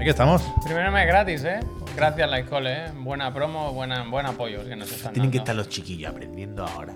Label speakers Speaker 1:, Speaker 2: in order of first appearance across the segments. Speaker 1: Aquí estamos.
Speaker 2: Primero mes gratis, ¿eh? Gracias, Laiskole, ¿eh? Buena promo, buena, buen apoyo que nos están
Speaker 3: Tienen que
Speaker 2: dando.
Speaker 3: estar los chiquillos aprendiendo ahora.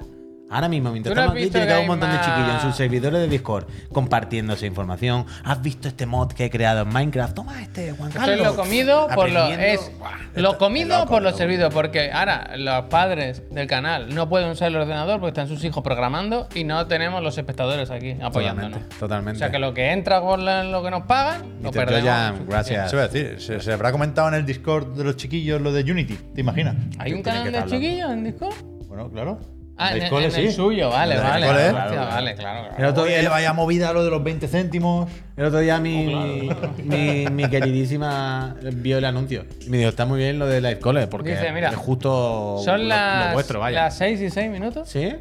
Speaker 3: Ahora mismo, mientras
Speaker 2: ¿Tú no has
Speaker 3: estamos aquí,
Speaker 2: visto
Speaker 3: tiene que haber
Speaker 2: que
Speaker 3: un montón de
Speaker 2: hay
Speaker 3: chiquillos en
Speaker 2: más?
Speaker 3: sus servidores de Discord compartiendo esa información. ¿Has visto este mod que he creado en Minecraft? Toma este, Juan
Speaker 2: Esto es
Speaker 3: Carlos.
Speaker 2: lo comido por lo
Speaker 3: Aprendiendo.
Speaker 2: es
Speaker 3: Buah,
Speaker 2: lo
Speaker 3: esto-
Speaker 2: comido
Speaker 3: loco,
Speaker 2: por lo
Speaker 3: loco.
Speaker 2: servido, porque ahora los padres del canal no pueden usar el ordenador porque están sus hijos programando y no tenemos los espectadores aquí apoyándonos.
Speaker 3: Totalmente, totalmente.
Speaker 2: O sea que lo que entra por la- lo que nos pagan, lo
Speaker 3: Mr.
Speaker 2: perdemos.
Speaker 3: Joyan,
Speaker 2: Suficiente.
Speaker 3: gracias.
Speaker 1: Se va a decir, se, se habrá comentado en el Discord de los chiquillos lo de Unity, ¿te imaginas?
Speaker 2: ¿Hay un
Speaker 3: Tienen que
Speaker 2: canal de
Speaker 3: estar hablando.
Speaker 2: chiquillos en Discord?
Speaker 1: Bueno, claro.
Speaker 2: Ah, en,
Speaker 1: El
Speaker 2: en
Speaker 1: cole,
Speaker 2: el
Speaker 1: sí.
Speaker 2: suyo, vale,
Speaker 1: El del
Speaker 2: vale.
Speaker 1: cole,
Speaker 3: ¿eh?
Speaker 2: hostia,
Speaker 1: claro,
Speaker 3: claro.
Speaker 2: Vale, claro, claro.
Speaker 3: El otro día-
Speaker 1: Oye, vaya movida lo de los 20 céntimos.
Speaker 3: El otro día mi,
Speaker 2: Oh,
Speaker 3: mi, mi queridísima vio el anuncio. Y me dijo, está muy bien lo de Live Cole, porque
Speaker 2: Dice, mira,
Speaker 3: es justo lo-
Speaker 2: Son
Speaker 3: lo
Speaker 2: las,
Speaker 3: vuestro, vaya.
Speaker 2: las 6 y 6 minutos.
Speaker 3: ¿Sí?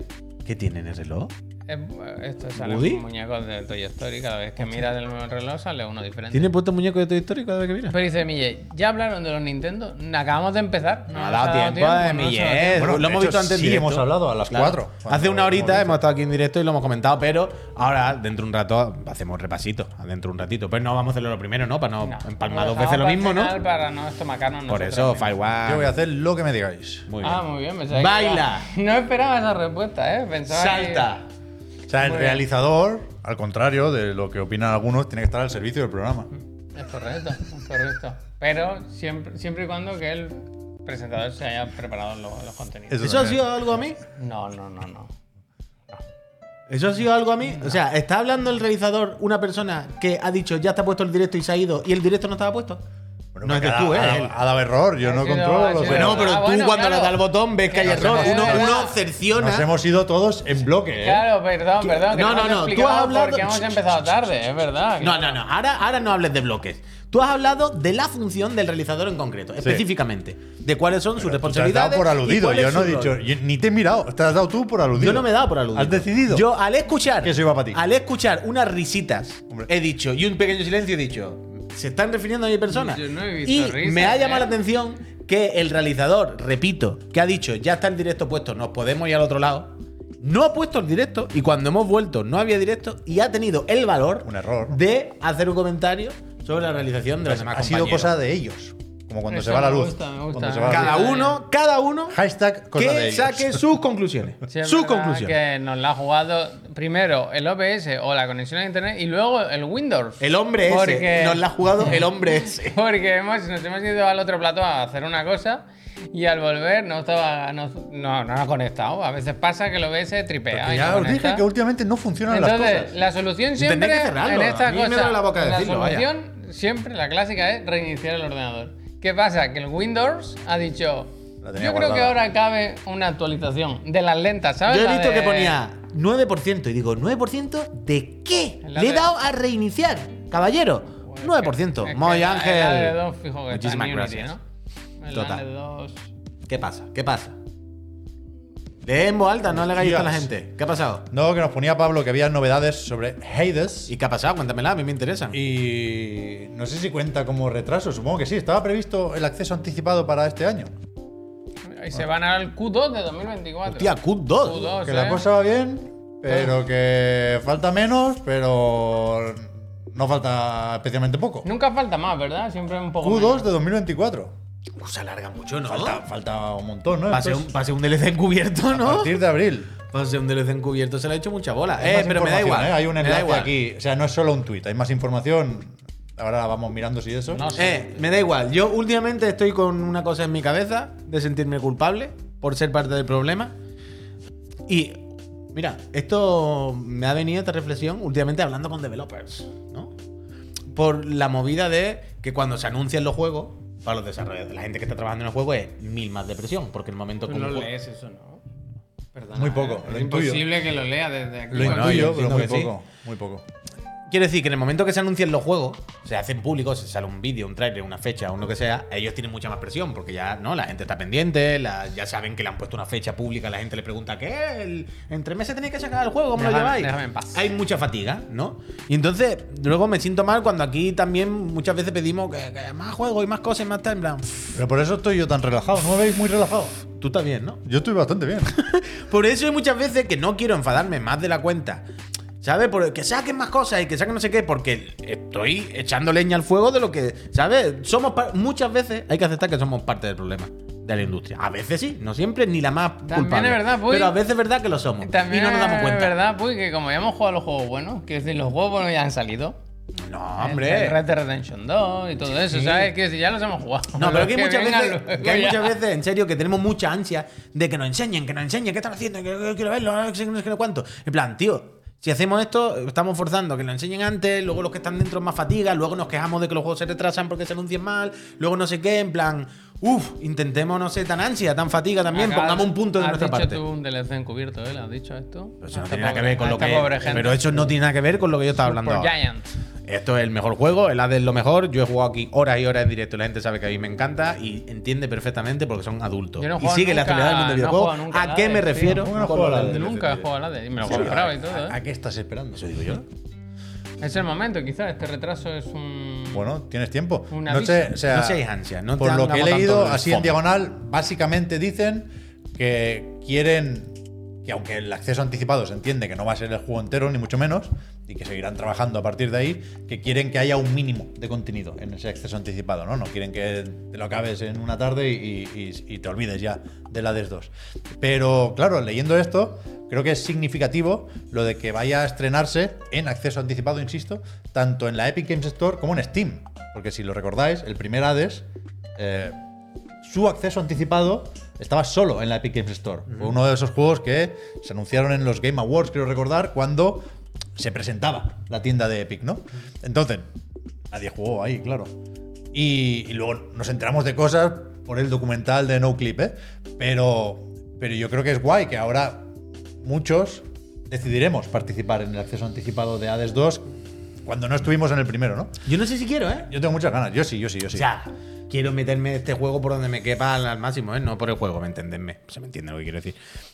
Speaker 3: ¿Qué tiene en el reloj?
Speaker 2: Eh, Esto sale
Speaker 3: ¿Woody?
Speaker 2: un muñeco de Toy Story. Cada vez que miras el mismo reloj sale uno diferente.
Speaker 3: ¿Tiene puesto muñeco de Toy Story cada vez que mira?
Speaker 2: Pero dice Mille, ya hablaron de los Nintendo. Acabamos de empezar.
Speaker 3: No ha dado tiempo, eh,
Speaker 2: no nos ha
Speaker 3: Miguel.
Speaker 2: dado tiempo.
Speaker 1: Bueno,
Speaker 3: lo
Speaker 1: de
Speaker 3: hemos
Speaker 1: hecho,
Speaker 3: visto antes en
Speaker 1: sí,
Speaker 3: directo.
Speaker 1: hemos hablado a las cuatro, cuando
Speaker 3: Hace una
Speaker 1: hemos
Speaker 3: horita
Speaker 1: visto.
Speaker 3: hemos estado aquí en directo y lo hemos comentado, pero ahora, dentro de un rato, hacemos repasito. Dentro de un ratito. Pero no vamos a hacerlo lo primero, ¿no? Para no,
Speaker 2: No,
Speaker 3: empalmar
Speaker 2: lo
Speaker 3: dos veces lo
Speaker 2: dejamos
Speaker 3: mismo,
Speaker 2: para el
Speaker 3: ¿no?
Speaker 2: final Para no estomacarnos
Speaker 3: Por
Speaker 2: nosotros
Speaker 3: eso,
Speaker 2: mismos.
Speaker 3: Firewall.
Speaker 1: Yo voy a hacer lo que me digáis.
Speaker 3: Muy bien.
Speaker 2: Ah, muy bien. pensaba que
Speaker 3: Baila.
Speaker 2: iba- No esperaba esa respuesta, ¿eh? Pensaba que-
Speaker 3: Salta.
Speaker 1: O sea, el
Speaker 2: Muy bien.
Speaker 1: realizador, al contrario de lo que opinan algunos, tiene que estar al servicio del programa.
Speaker 2: Es correcto, es correcto. Pero siempre, siempre y cuando que el presentador se haya preparado lo- los contenidos.
Speaker 3: ¿Eso ha sido algo a mí?
Speaker 2: No, no, no, no.
Speaker 3: ¿Eso ha sido algo a mí? O sea, ¿está hablando el realizador una persona que ha dicho ya está puesto el directo y se ha ido y el directo no estaba puesto?
Speaker 1: Bueno, pues
Speaker 3: no
Speaker 1: porque
Speaker 3: eres
Speaker 1: ha-
Speaker 3: tú, ¿eh?
Speaker 1: Ha,
Speaker 3: Él.
Speaker 1: ha dado error, yo
Speaker 2: Ha
Speaker 1: no
Speaker 2: sido-
Speaker 1: controlo
Speaker 2: ha
Speaker 1: los
Speaker 2: sido-
Speaker 3: Bueno,
Speaker 1: errores.
Speaker 3: pero
Speaker 2: Ah,
Speaker 3: tú
Speaker 2: bueno,
Speaker 3: cuando
Speaker 2: claro.
Speaker 3: le das al botón ves que hay
Speaker 2: Nos
Speaker 3: error.
Speaker 2: hemos-
Speaker 3: Uno, uno
Speaker 2: claro.
Speaker 3: cerciona.
Speaker 1: Nos hemos ido todos en bloque, ¿eh?
Speaker 2: Claro, perdón, perdón. Que
Speaker 3: No,
Speaker 2: no,
Speaker 3: no, no,
Speaker 2: no,
Speaker 3: tú has
Speaker 2: no.
Speaker 3: hablado-
Speaker 2: Porque hemos empezado tarde, es verdad.
Speaker 3: No,
Speaker 2: claro.
Speaker 3: no, no. Ahora, ahora no hables de bloques. Tú has hablado de la función del realizador en concreto, específicamente. De cuáles son sus
Speaker 1: Tú Te pues, has
Speaker 3: responsabilidades.
Speaker 1: dado por
Speaker 3: y
Speaker 1: aludido,
Speaker 3: cuál es
Speaker 1: yo no he
Speaker 3: su rol.
Speaker 1: dicho, yo- ni te he mirado, te has dado tú por aludido.
Speaker 3: Yo no me he dado por aludido.
Speaker 1: ¿Has decidido?
Speaker 3: Yo al escuchar.
Speaker 1: Que eso iba para ti.
Speaker 3: Al escuchar unas risitas,
Speaker 1: Hombre.
Speaker 3: he dicho, y un pequeño silencio, he dicho, se están refiriendo a mi persona.
Speaker 2: Yo no he visto
Speaker 3: y
Speaker 2: risas,
Speaker 3: me ha llamado
Speaker 2: ¿eh?
Speaker 3: la atención que el realizador, repito, que ha dicho, ya está el directo puesto, nos podemos ir al otro lado. No ha puesto el directo y cuando hemos vuelto no había directo y ha tenido el valor
Speaker 1: Un error. Pues
Speaker 3: de hacer un comentario sobre la realización de los demás
Speaker 1: ha sido
Speaker 3: compañeros.
Speaker 1: cosa de ellos, como cuando
Speaker 2: Eso
Speaker 1: se va la
Speaker 2: me
Speaker 1: luz.
Speaker 2: gusta, me gusta.
Speaker 1: Cuando se va la
Speaker 3: cada
Speaker 1: luz.
Speaker 3: uno, cada uno
Speaker 1: Hashtag cosa de
Speaker 3: que
Speaker 1: ellos.
Speaker 3: saque sus conclusiones,
Speaker 2: Sí, es
Speaker 3: sus
Speaker 2: verdad
Speaker 3: conclusiones.
Speaker 2: Que nos la ha jugado primero el OBS o la conexión a internet y luego el Windows.
Speaker 3: El hombre ese.
Speaker 2: Porque-
Speaker 3: Nos la ha jugado el hombre ese.
Speaker 2: Porque hemos, nos hemos ido al otro plato a hacer una cosa y al volver no estaba no, no, no ha conectado. A veces pasa que el OBS tripea.
Speaker 1: Porque
Speaker 2: y
Speaker 1: ya
Speaker 2: no
Speaker 1: os dije
Speaker 2: conecta.
Speaker 1: que últimamente no funcionan las
Speaker 2: Entonces,
Speaker 1: cosas.
Speaker 2: la solución
Speaker 3: Tendré
Speaker 2: siempre
Speaker 3: que cerrarlo.
Speaker 2: en esta
Speaker 3: A mí me
Speaker 2: cosa.
Speaker 3: duele la boca decirlo, vaya.
Speaker 2: solución siempre, la clásica es reiniciar el ordenador. ¿Qué pasa? Que el Windows ha dicho.
Speaker 1: La
Speaker 2: Yo
Speaker 1: tenía
Speaker 2: creo que
Speaker 1: guardada".
Speaker 2: ahora cabe una actualización de las lentas, ¿sabes?
Speaker 3: Yo he
Speaker 2: La
Speaker 3: visto
Speaker 2: de-
Speaker 3: que ponía 9% y digo, ¿9% de qué?
Speaker 2: La
Speaker 3: Le he
Speaker 2: de-
Speaker 3: dado a reiniciar, caballero.
Speaker 2: Bueno, es
Speaker 3: 9%.
Speaker 2: que- es
Speaker 3: Moy
Speaker 2: que La la de
Speaker 3: Ángel.
Speaker 2: dos, fijo que
Speaker 3: Muchísimas
Speaker 2: está en Unity,
Speaker 3: gracias.
Speaker 2: ¿no? La
Speaker 3: Total.
Speaker 2: de dos.
Speaker 3: ¿Qué pasa? ¿Qué pasa? Lee en voz alta, no le hagáis esto a la
Speaker 1: Dios.
Speaker 3: gente. ¿Qué ha pasado?
Speaker 1: No, que nos ponía Pablo que había novedades sobre Hades.
Speaker 3: ¿Y qué ha pasado? Cuéntamela, a mí me interesa.
Speaker 1: Y no sé si cuenta como retraso, supongo que sí. Estaba previsto el acceso anticipado para este año.
Speaker 2: Y se van al Q2 de 2024.
Speaker 3: Hostia, Q2.
Speaker 2: Q2,
Speaker 1: que
Speaker 2: ¿eh?
Speaker 1: la cosa va bien, pero que falta menos, pero no falta especialmente poco.
Speaker 2: Nunca falta más, ¿verdad? Siempre un poco.
Speaker 1: Q2
Speaker 2: menos.
Speaker 1: de 2024.
Speaker 3: Uh, se alarga mucho, ¿no?
Speaker 1: Falta, falta un montón, ¿no?
Speaker 3: Va a ser un,
Speaker 1: Entonces,
Speaker 3: va a ser un DLC encubierto,
Speaker 1: A
Speaker 3: ¿no?
Speaker 1: partir de abril.
Speaker 3: Va a ser un DLC encubierto, se le ha hecho mucha bola.
Speaker 1: Hay
Speaker 3: Eh,
Speaker 1: más
Speaker 3: pero me da
Speaker 1: información,
Speaker 3: igual.
Speaker 1: ¿eh? Hay un
Speaker 3: me da
Speaker 1: enlace
Speaker 3: igual.
Speaker 1: aquí. O sea, no es solo un tweet, hay más información. Ahora la vamos mirando si eso.
Speaker 2: No sé.
Speaker 3: Eh, me da igual. Yo últimamente estoy con una cosa en mi cabeza de sentirme culpable por ser parte del problema. Y mira, esto me ha venido esta reflexión últimamente hablando con developers, ¿no? Por la movida de que cuando se anuncian los juegos, para los desarrolladores, la gente que está trabajando en el juego es mil más de presión, porque el momento
Speaker 2: Tú
Speaker 3: como
Speaker 2: no
Speaker 3: jue-
Speaker 2: lees eso, ¿no? Perdona,
Speaker 1: Muy poco,
Speaker 2: ¿eh?
Speaker 1: lo
Speaker 2: Es
Speaker 1: intuyo.
Speaker 2: imposible que lo lea desde aquí.
Speaker 1: Lo
Speaker 2: Bueno,
Speaker 1: intuyo,
Speaker 3: yo
Speaker 1: pero
Speaker 3: entiendo
Speaker 1: muy
Speaker 3: que sí.
Speaker 1: poco. Muy poco.
Speaker 3: Quiero decir que en el momento que se anuncian los juegos, se hacen públicos, se sale un vídeo, un tráiler, una fecha o lo que sea, ellos tienen mucha más presión porque ya no la gente está pendiente, la- ya saben que le han puesto una fecha pública, la gente le pregunta ¿qué? El- en tres meses tenéis que sacar el juego, ¿cómo lo
Speaker 2: Déjame-
Speaker 3: lleváis?
Speaker 2: déjame en paz.
Speaker 3: Hay mucha fatiga, ¿no? Y entonces luego me siento mal cuando aquí también muchas veces pedimos que, que más juegos y más cosas y más tal, en plan, pff,
Speaker 1: Pero por eso estoy yo tan relajado. ¿No me veis muy relajado?
Speaker 3: tú estás bien, ¿no?
Speaker 1: Yo estoy bastante bien.
Speaker 3: Por eso hay muchas veces que no quiero enfadarme más de la cuenta. ¿Sabes? Por- Que saquen más cosas y que saquen no sé qué, porque estoy echando leña al fuego de lo que. ¿Sabes? Somos par- muchas veces hay que aceptar que somos parte del problema de la industria. A veces sí, no siempre, ni la más
Speaker 2: También
Speaker 3: culpable.
Speaker 2: es verdad, Puy.
Speaker 3: Pero a veces es verdad que lo somos.
Speaker 2: También
Speaker 3: y no nos damos cuenta.
Speaker 2: es verdad, pues, que como ya hemos jugado los juegos buenos, que es decir, los juegos buenos ya han salido.
Speaker 3: No,
Speaker 2: El Red
Speaker 3: Ah, hombre.
Speaker 2: Dead Redemption 2 y todo eso,
Speaker 3: Sí.
Speaker 2: ¿sabes? Que si ya los hemos jugado.
Speaker 3: No, pero
Speaker 2: Los
Speaker 3: que hay, muchas
Speaker 2: vengan
Speaker 3: veces,
Speaker 2: luego
Speaker 3: que hay
Speaker 2: ya.
Speaker 3: muchas veces, en serio, que tenemos mucha ansia de que nos enseñen, que nos enseñen, qué están haciendo, que que quiero verlo, no sé, no sé qué, no sé cuánto. En plan, tío, si hacemos esto, estamos forzando que nos enseñen antes, luego los que están dentro más fatiga, luego nos quejamos de que los juegos se retrasan porque se anuncian mal, luego no sé qué, en plan, uff, intentemos no sé, tan ansia, tan fatiga también,
Speaker 2: Acabas-
Speaker 3: pongamos un punto de
Speaker 2: has
Speaker 3: nuestra
Speaker 2: dicho
Speaker 3: parte.
Speaker 2: tú un DLC encubierto, ¿eh? ¿Le has dicho esto?
Speaker 3: Pero eso
Speaker 2: Esta
Speaker 3: no tiene nada que
Speaker 2: pobre-
Speaker 3: ver con
Speaker 2: a
Speaker 3: lo
Speaker 2: esta
Speaker 3: que.
Speaker 2: pobre gente. Pues
Speaker 3: Pero eso no tiene nada que ver con lo que yo estaba hablando.
Speaker 2: Por
Speaker 3: ahora.
Speaker 2: Giant.
Speaker 3: Esto es el mejor juego, el Hades es lo mejor. Yo he jugado aquí horas y horas en directo. y La gente sabe que a mí me encanta y entiende perfectamente porque son adultos.
Speaker 2: Yo no he
Speaker 3: y
Speaker 2: jugado
Speaker 3: sigue la
Speaker 2: nunca-
Speaker 3: actualidad del
Speaker 2: no
Speaker 3: mundo del
Speaker 2: he
Speaker 3: videojuego.
Speaker 2: jugado nunca
Speaker 3: ¿A
Speaker 2: al
Speaker 3: qué
Speaker 2: Hades,
Speaker 3: me
Speaker 2: tío.
Speaker 3: refiero?
Speaker 1: ¿Cómo no has
Speaker 3: con
Speaker 1: jugado
Speaker 3: lo
Speaker 1: al
Speaker 3: del-
Speaker 1: Hades?
Speaker 2: Nunca he jugado a la de. Y me lo
Speaker 3: Sí,
Speaker 2: compraba y todo,
Speaker 1: ¿A
Speaker 2: ¿eh?
Speaker 1: qué estás esperando?
Speaker 3: Eso digo yo.
Speaker 2: Es el momento, quizás. Este retraso es un.
Speaker 1: Bueno, tienes tiempo.
Speaker 2: Un
Speaker 1: No
Speaker 2: aviso.
Speaker 1: sé, o sea,
Speaker 3: No seáis ansias, no
Speaker 1: por lo
Speaker 3: te hagamos
Speaker 1: que he
Speaker 3: tanto
Speaker 1: leído,
Speaker 3: el
Speaker 1: así en
Speaker 3: FOMO.
Speaker 1: diagonal, básicamente dicen que quieren que aunque el acceso anticipado se entiende que no va a ser el juego entero, ni mucho menos, y que seguirán trabajando a partir de ahí, que quieren que haya un mínimo de contenido en ese acceso anticipado, ¿no? No quieren que te lo acabes en una tarde y, y- y te olvides ya de la DES 2. Pero claro, leyendo esto, creo que es significativo lo de que vaya a estrenarse en acceso anticipado, insisto, tanto en la Epic Games Store como en Steam. Porque si lo recordáis, el primer Hades... eh, su acceso anticipado estaba solo en la Epic Games Store. Fue uno de esos juegos que se anunciaron en los Game Awards, creo recordar, cuando se presentaba la tienda de Epic, ¿no? Entonces, nadie jugó ahí, claro. Y, y luego nos enteramos de cosas por el documental de No Clip, ¿eh? Pero, pero yo creo que es guay que ahora muchos decidiremos participar en el acceso anticipado de Hades 2 cuando no estuvimos en el primero, ¿no?
Speaker 3: Yo no sé si quiero, ¿eh?
Speaker 1: Yo tengo muchas ganas, yo sí, yo sí, yo sí.
Speaker 3: O sea, quiero meterme en este juego por donde me quepa al, al máximo, ¿eh? No por el juego, ¿me entendedme? Se me entiende lo que quiero decir.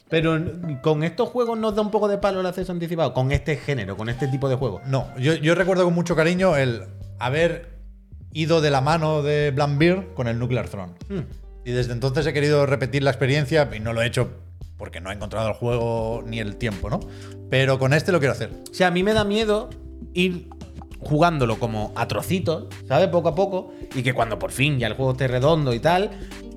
Speaker 3: Pero con estos juegos nos da un poco de palo el acceso anticipado, con este género, con este tipo de juegos.
Speaker 1: No, yo, yo recuerdo con mucho cariño el haber ido de la mano de Blambeer con el Nuclear Throne.
Speaker 3: Hmm.
Speaker 1: Y desde entonces he querido repetir la experiencia y no lo he hecho porque no he encontrado el juego ni el tiempo, ¿no? Pero con este lo quiero hacer.
Speaker 3: O sea, a mí me da miedo ir jugándolo como a trocitos, ¿sabes? Poco a poco. Y que cuando por fin ya el juego esté redondo y tal,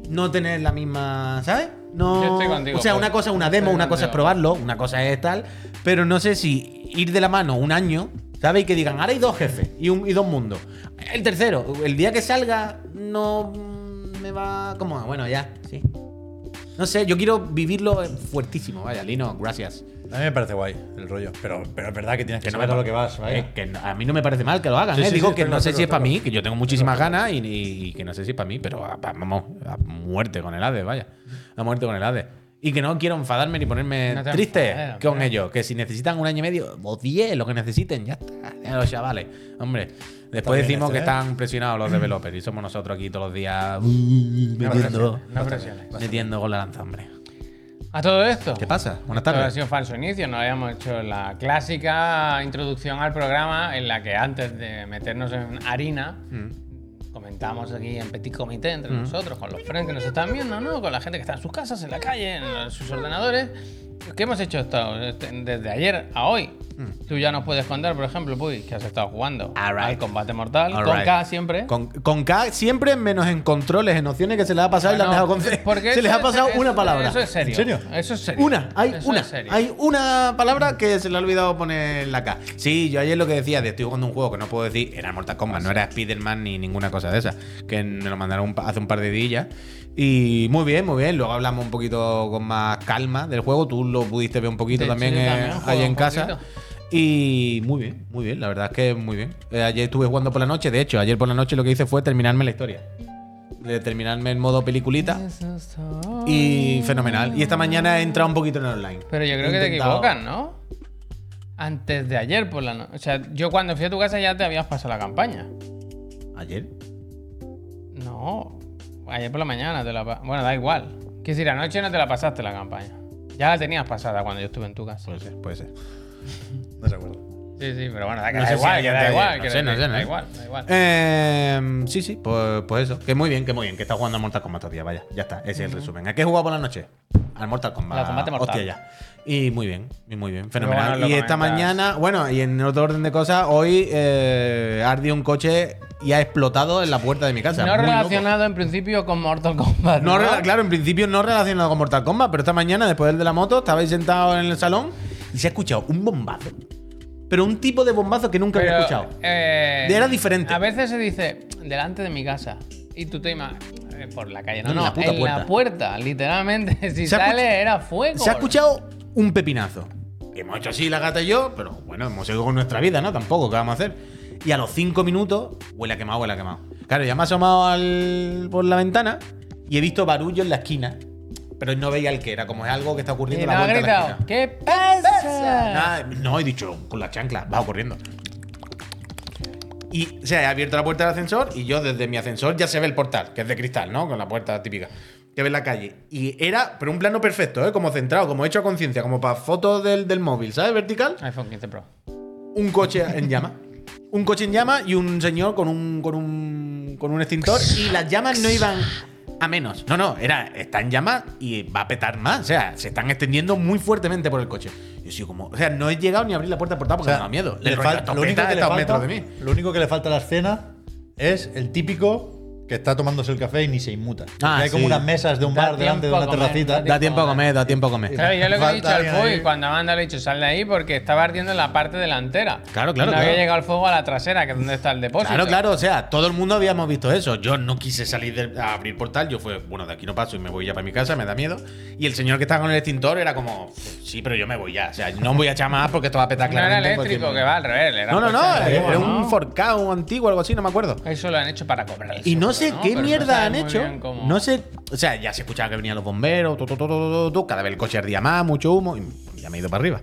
Speaker 3: no tener la misma, ¿sabes? No,
Speaker 2: Yo estoy contigo,
Speaker 3: o sea,
Speaker 2: Paul.
Speaker 3: una cosa es una demo,
Speaker 2: Estoy
Speaker 3: una cosa es
Speaker 2: contigo.
Speaker 3: probarlo, una cosa es tal. Pero no sé si ir de la mano un año, ¿sabes? Y que digan, ahora hay dos jefes y, un, y dos mundos. El tercero, el día que salga, no mm, me va como, bueno, ya, sí. No sé, yo quiero vivirlo eh, fuertísimo. Vaya, Lino, gracias.
Speaker 1: A mí me parece guay el rollo. Pero, pero es verdad que tienes que,
Speaker 3: Que no
Speaker 1: saber
Speaker 3: me
Speaker 1: a
Speaker 3: pa-
Speaker 1: lo que vas, ¿vale?
Speaker 3: Eh, que no- a mí no me parece mal que lo hagan.
Speaker 1: Sí,
Speaker 3: eh.
Speaker 1: sí,
Speaker 3: Digo
Speaker 1: sí,
Speaker 3: que
Speaker 1: estoy
Speaker 3: no sé
Speaker 1: de
Speaker 3: si es para
Speaker 1: acuerdo,
Speaker 3: mí, que yo tengo muchísimas ganas y, y- y que no sé si es para mí, pero a- a- vamos, a muerte con el Hades, vaya. A muerte con el Hades. Y que no quiero enfadarme ni ponerme
Speaker 2: No te
Speaker 3: triste
Speaker 2: enfades,
Speaker 3: con
Speaker 2: hombre.
Speaker 3: ellos. Que si necesitan un año y medio o diez, lo que necesiten, ya está. Ya los chavales. Hombre, después
Speaker 1: bien
Speaker 3: decimos
Speaker 1: esto,
Speaker 3: que
Speaker 1: ¿eh?
Speaker 3: están presionados los developers y somos nosotros aquí todos los días uh,
Speaker 2: No
Speaker 3: metiendo,
Speaker 2: presiones, No presiones.
Speaker 3: metiendo con la lanza, hombre.
Speaker 2: A todo esto.
Speaker 3: ¿Qué pasa? Buenas
Speaker 2: Esto ha
Speaker 3: tardes.
Speaker 2: sido falso inicio, no habíamos hecho la clásica introducción al programa en la que antes de meternos en harina
Speaker 3: Mm.
Speaker 2: comentamos aquí en petit comité entre nosotros, con los friends que nos están viendo, ¿no? Con la gente que está en sus casas, en la calle, en los- sus ordenadores. ¿Qué hemos hecho esto? Este- desde ayer a hoy? Tú ya nos puedes contar, por ejemplo, Puy, que has estado jugando
Speaker 3: Mm. All right.
Speaker 2: al combate mortal
Speaker 3: All
Speaker 2: con
Speaker 3: right.
Speaker 2: K siempre.
Speaker 3: Con, con K siempre menos en controles, en opciones que se les ha pasado y le han
Speaker 2: No,
Speaker 3: dejado con C.
Speaker 2: porque
Speaker 3: Se les
Speaker 2: eso
Speaker 3: ha
Speaker 2: es-
Speaker 3: pasado
Speaker 2: eso-
Speaker 3: una palabra.
Speaker 2: Eso es serio.
Speaker 1: ¿En serio?
Speaker 2: Eso es serio.
Speaker 3: Una, hay
Speaker 2: Eso
Speaker 3: una.
Speaker 2: es serio.
Speaker 3: Hay una palabra que se le ha olvidado poner la K. Sí, yo ayer lo que decía de estoy jugando un juego que no puedo decir era Mortal Kombat, no era Spider-Man ni ninguna cosa de esas. Que me lo mandaron un pa- hace un par de días. Y muy bien, muy bien. Luego hablamos un poquito con más calma del juego. Tú lo pudiste ver un poquito
Speaker 2: Sí,
Speaker 3: también,
Speaker 2: sí,
Speaker 3: eh,
Speaker 2: también juego
Speaker 3: ahí en
Speaker 2: un
Speaker 3: casa.
Speaker 2: poquito.
Speaker 3: Y muy bien, muy bien, la verdad es que muy bien. Eh, ayer estuve jugando por la noche, de hecho, ayer por la noche lo que hice fue terminarme la historia. De terminarme en modo peliculita. Y fenomenal. Y esta mañana he entrado un poquito en online.
Speaker 2: Mm. Pero yo creo
Speaker 3: He
Speaker 2: que te
Speaker 3: intentado-
Speaker 2: equivocan, ¿no? Antes de ayer por la noche. O sea, yo cuando fui a tu casa ya te habías pasado la campaña.
Speaker 3: ¿Ayer?
Speaker 2: No. Ayer por la mañana te la pa- Bueno, da igual. Quiero decir, anoche no te la pasaste la campaña. Ya la tenías pasada cuando yo estuve en tu casa.
Speaker 3: Puede ser, puede ser.
Speaker 1: No se acuerdo.
Speaker 2: Sí, sí, pero bueno, da, que
Speaker 3: No
Speaker 2: da
Speaker 3: sé si
Speaker 2: igual,
Speaker 3: alguien
Speaker 2: que da
Speaker 3: te-
Speaker 2: igual.
Speaker 3: no
Speaker 2: que
Speaker 3: sé,
Speaker 2: da-
Speaker 3: no sé, ¿no?
Speaker 2: Da igual, da igual.
Speaker 3: Eh, sí, sí, pues, pues eso. Que muy bien, que muy bien. Que está jugando al Mortal Kombat todavía, vaya. Ya está, ese es el resumen. ¿A qué he jugado por la noche? Al Mortal Kombat.
Speaker 2: Al combate mortal.
Speaker 3: Hostia, ya. Y muy bien, y muy bien.
Speaker 2: Pero
Speaker 3: Fenomenal.
Speaker 2: bueno, lo
Speaker 3: y esta
Speaker 2: comentas.
Speaker 3: mañana, bueno, y en otro orden de cosas, hoy eh, ha ardido un coche y ha explotado en la puerta de mi casa.
Speaker 2: no
Speaker 3: Muy loco.
Speaker 2: relacionado en principio con Mortal Kombat.
Speaker 3: No rela- claro, en principio no relacionado con Mortal Kombat, pero esta mañana, después del de la moto, estabais sentados en el salón y se ha escuchado un bombazo. Pero un tipo de bombazo que nunca había
Speaker 2: Pero,
Speaker 3: escuchado.
Speaker 2: eh,
Speaker 3: Era diferente.
Speaker 2: A veces se dice delante de mi casa y tú te imaginas por la calle. No,
Speaker 3: No, en
Speaker 2: no,
Speaker 3: la puta
Speaker 2: en la
Speaker 3: puerta.
Speaker 2: puerta, literalmente. Si
Speaker 3: Se ha
Speaker 2: sale
Speaker 3: escucha-
Speaker 2: era fuego.
Speaker 3: Se ha escuchado un pepinazo. Que hemos hecho así la gata y yo, pero bueno, hemos seguido con nuestra vida, ¿no? Tampoco, ¿qué vamos a hacer? Y a los cinco minutos, huele a quemado, huele a quemado. Claro, ya me he asomado al- por la ventana y he visto barullo en la esquina, pero no veía el que era, como es algo que está
Speaker 2: Y
Speaker 3: ocurriendo
Speaker 2: no
Speaker 3: a la
Speaker 2: ha
Speaker 3: vuelta de la
Speaker 2: gritado.
Speaker 3: esquina.
Speaker 2: ¿Qué pasa?
Speaker 3: Nada, no, he dicho, con la chancla, bajo corriendo. Y se ha abierto la puerta del ascensor y yo desde mi ascensor ya se ve el portal, que es de cristal, ¿no? Con la puerta típica. Que ves la calle. Y era, pero un plano perfecto, ¿eh? Como centrado, como hecho a conciencia, como para fotos del, del móvil, ¿sabes? Vertical.
Speaker 2: iPhone 15 Pro.
Speaker 3: Un coche en llama. Un coche en llama y un señor con un, con un, con un extintor. Y las llamas no iban a menos. No, no, era, está en llamas y va a petar más. O sea, se están extendiendo muy fuertemente por el coche. Yo sigo como, o sea, no he llegado ni a abrir la puerta portada porque me da miedo.
Speaker 1: le
Speaker 3: El rollo,
Speaker 1: fal-
Speaker 3: esto
Speaker 1: lo, único
Speaker 3: peta,
Speaker 1: que le
Speaker 3: está a un
Speaker 1: falta,
Speaker 3: metro de mí.
Speaker 1: lo único que le falta a la escena es el típico que está tomándose el café y ni se inmuta.
Speaker 3: Ah,
Speaker 1: Que hay como
Speaker 3: sí.
Speaker 1: unas mesas de un
Speaker 2: Da
Speaker 1: bar delante de
Speaker 2: tiempo a
Speaker 1: una
Speaker 2: comer,
Speaker 1: terracita.
Speaker 2: da
Speaker 3: Da tiempo a comer, da tiempo a comer.
Speaker 2: Claro, yo lo que
Speaker 1: Falta
Speaker 2: he dicho al
Speaker 1: alguien
Speaker 2: Puy,
Speaker 1: ahí.
Speaker 2: cuando Amanda le he dicho, sal de ahí porque estaba ardiendo en la parte delantera.
Speaker 3: Claro, claro,
Speaker 2: No
Speaker 3: claro.
Speaker 2: había llegado el fuego a la trasera, que es donde está el depósito.
Speaker 3: Claro, claro, o sea, todo el mundo habíamos visto eso. Yo no quise salir del- a abrir portal, yo fue, bueno, de aquí no paso y me voy ya para mi casa, me da miedo. Y el señor que estaba con el extintor era como, sí, pero yo me voy ya, o sea, no voy a echar más porque esto va a petar
Speaker 2: No era
Speaker 3: claramente. en
Speaker 2: eléctrico, que
Speaker 3: cualquier
Speaker 2: va al revés. era
Speaker 3: momento". No, no, no,
Speaker 2: coche antiguo,
Speaker 3: era
Speaker 2: ¿no?
Speaker 3: un Forcado antiguo, algo así, no me acuerdo.
Speaker 2: Eso lo han hecho para cobrar. el
Speaker 3: Y no
Speaker 2: seguro,
Speaker 3: sé qué
Speaker 2: Pero no
Speaker 3: mierda
Speaker 2: saben
Speaker 3: han
Speaker 2: muy
Speaker 3: hecho.
Speaker 2: bien cómo-
Speaker 3: No sé. O sea, ya se escuchaba que venían los bomberos, tu, tu, tu, tu, tu, tu, cada vez el coche ardía más, mucho humo, y ya me he ido para arriba.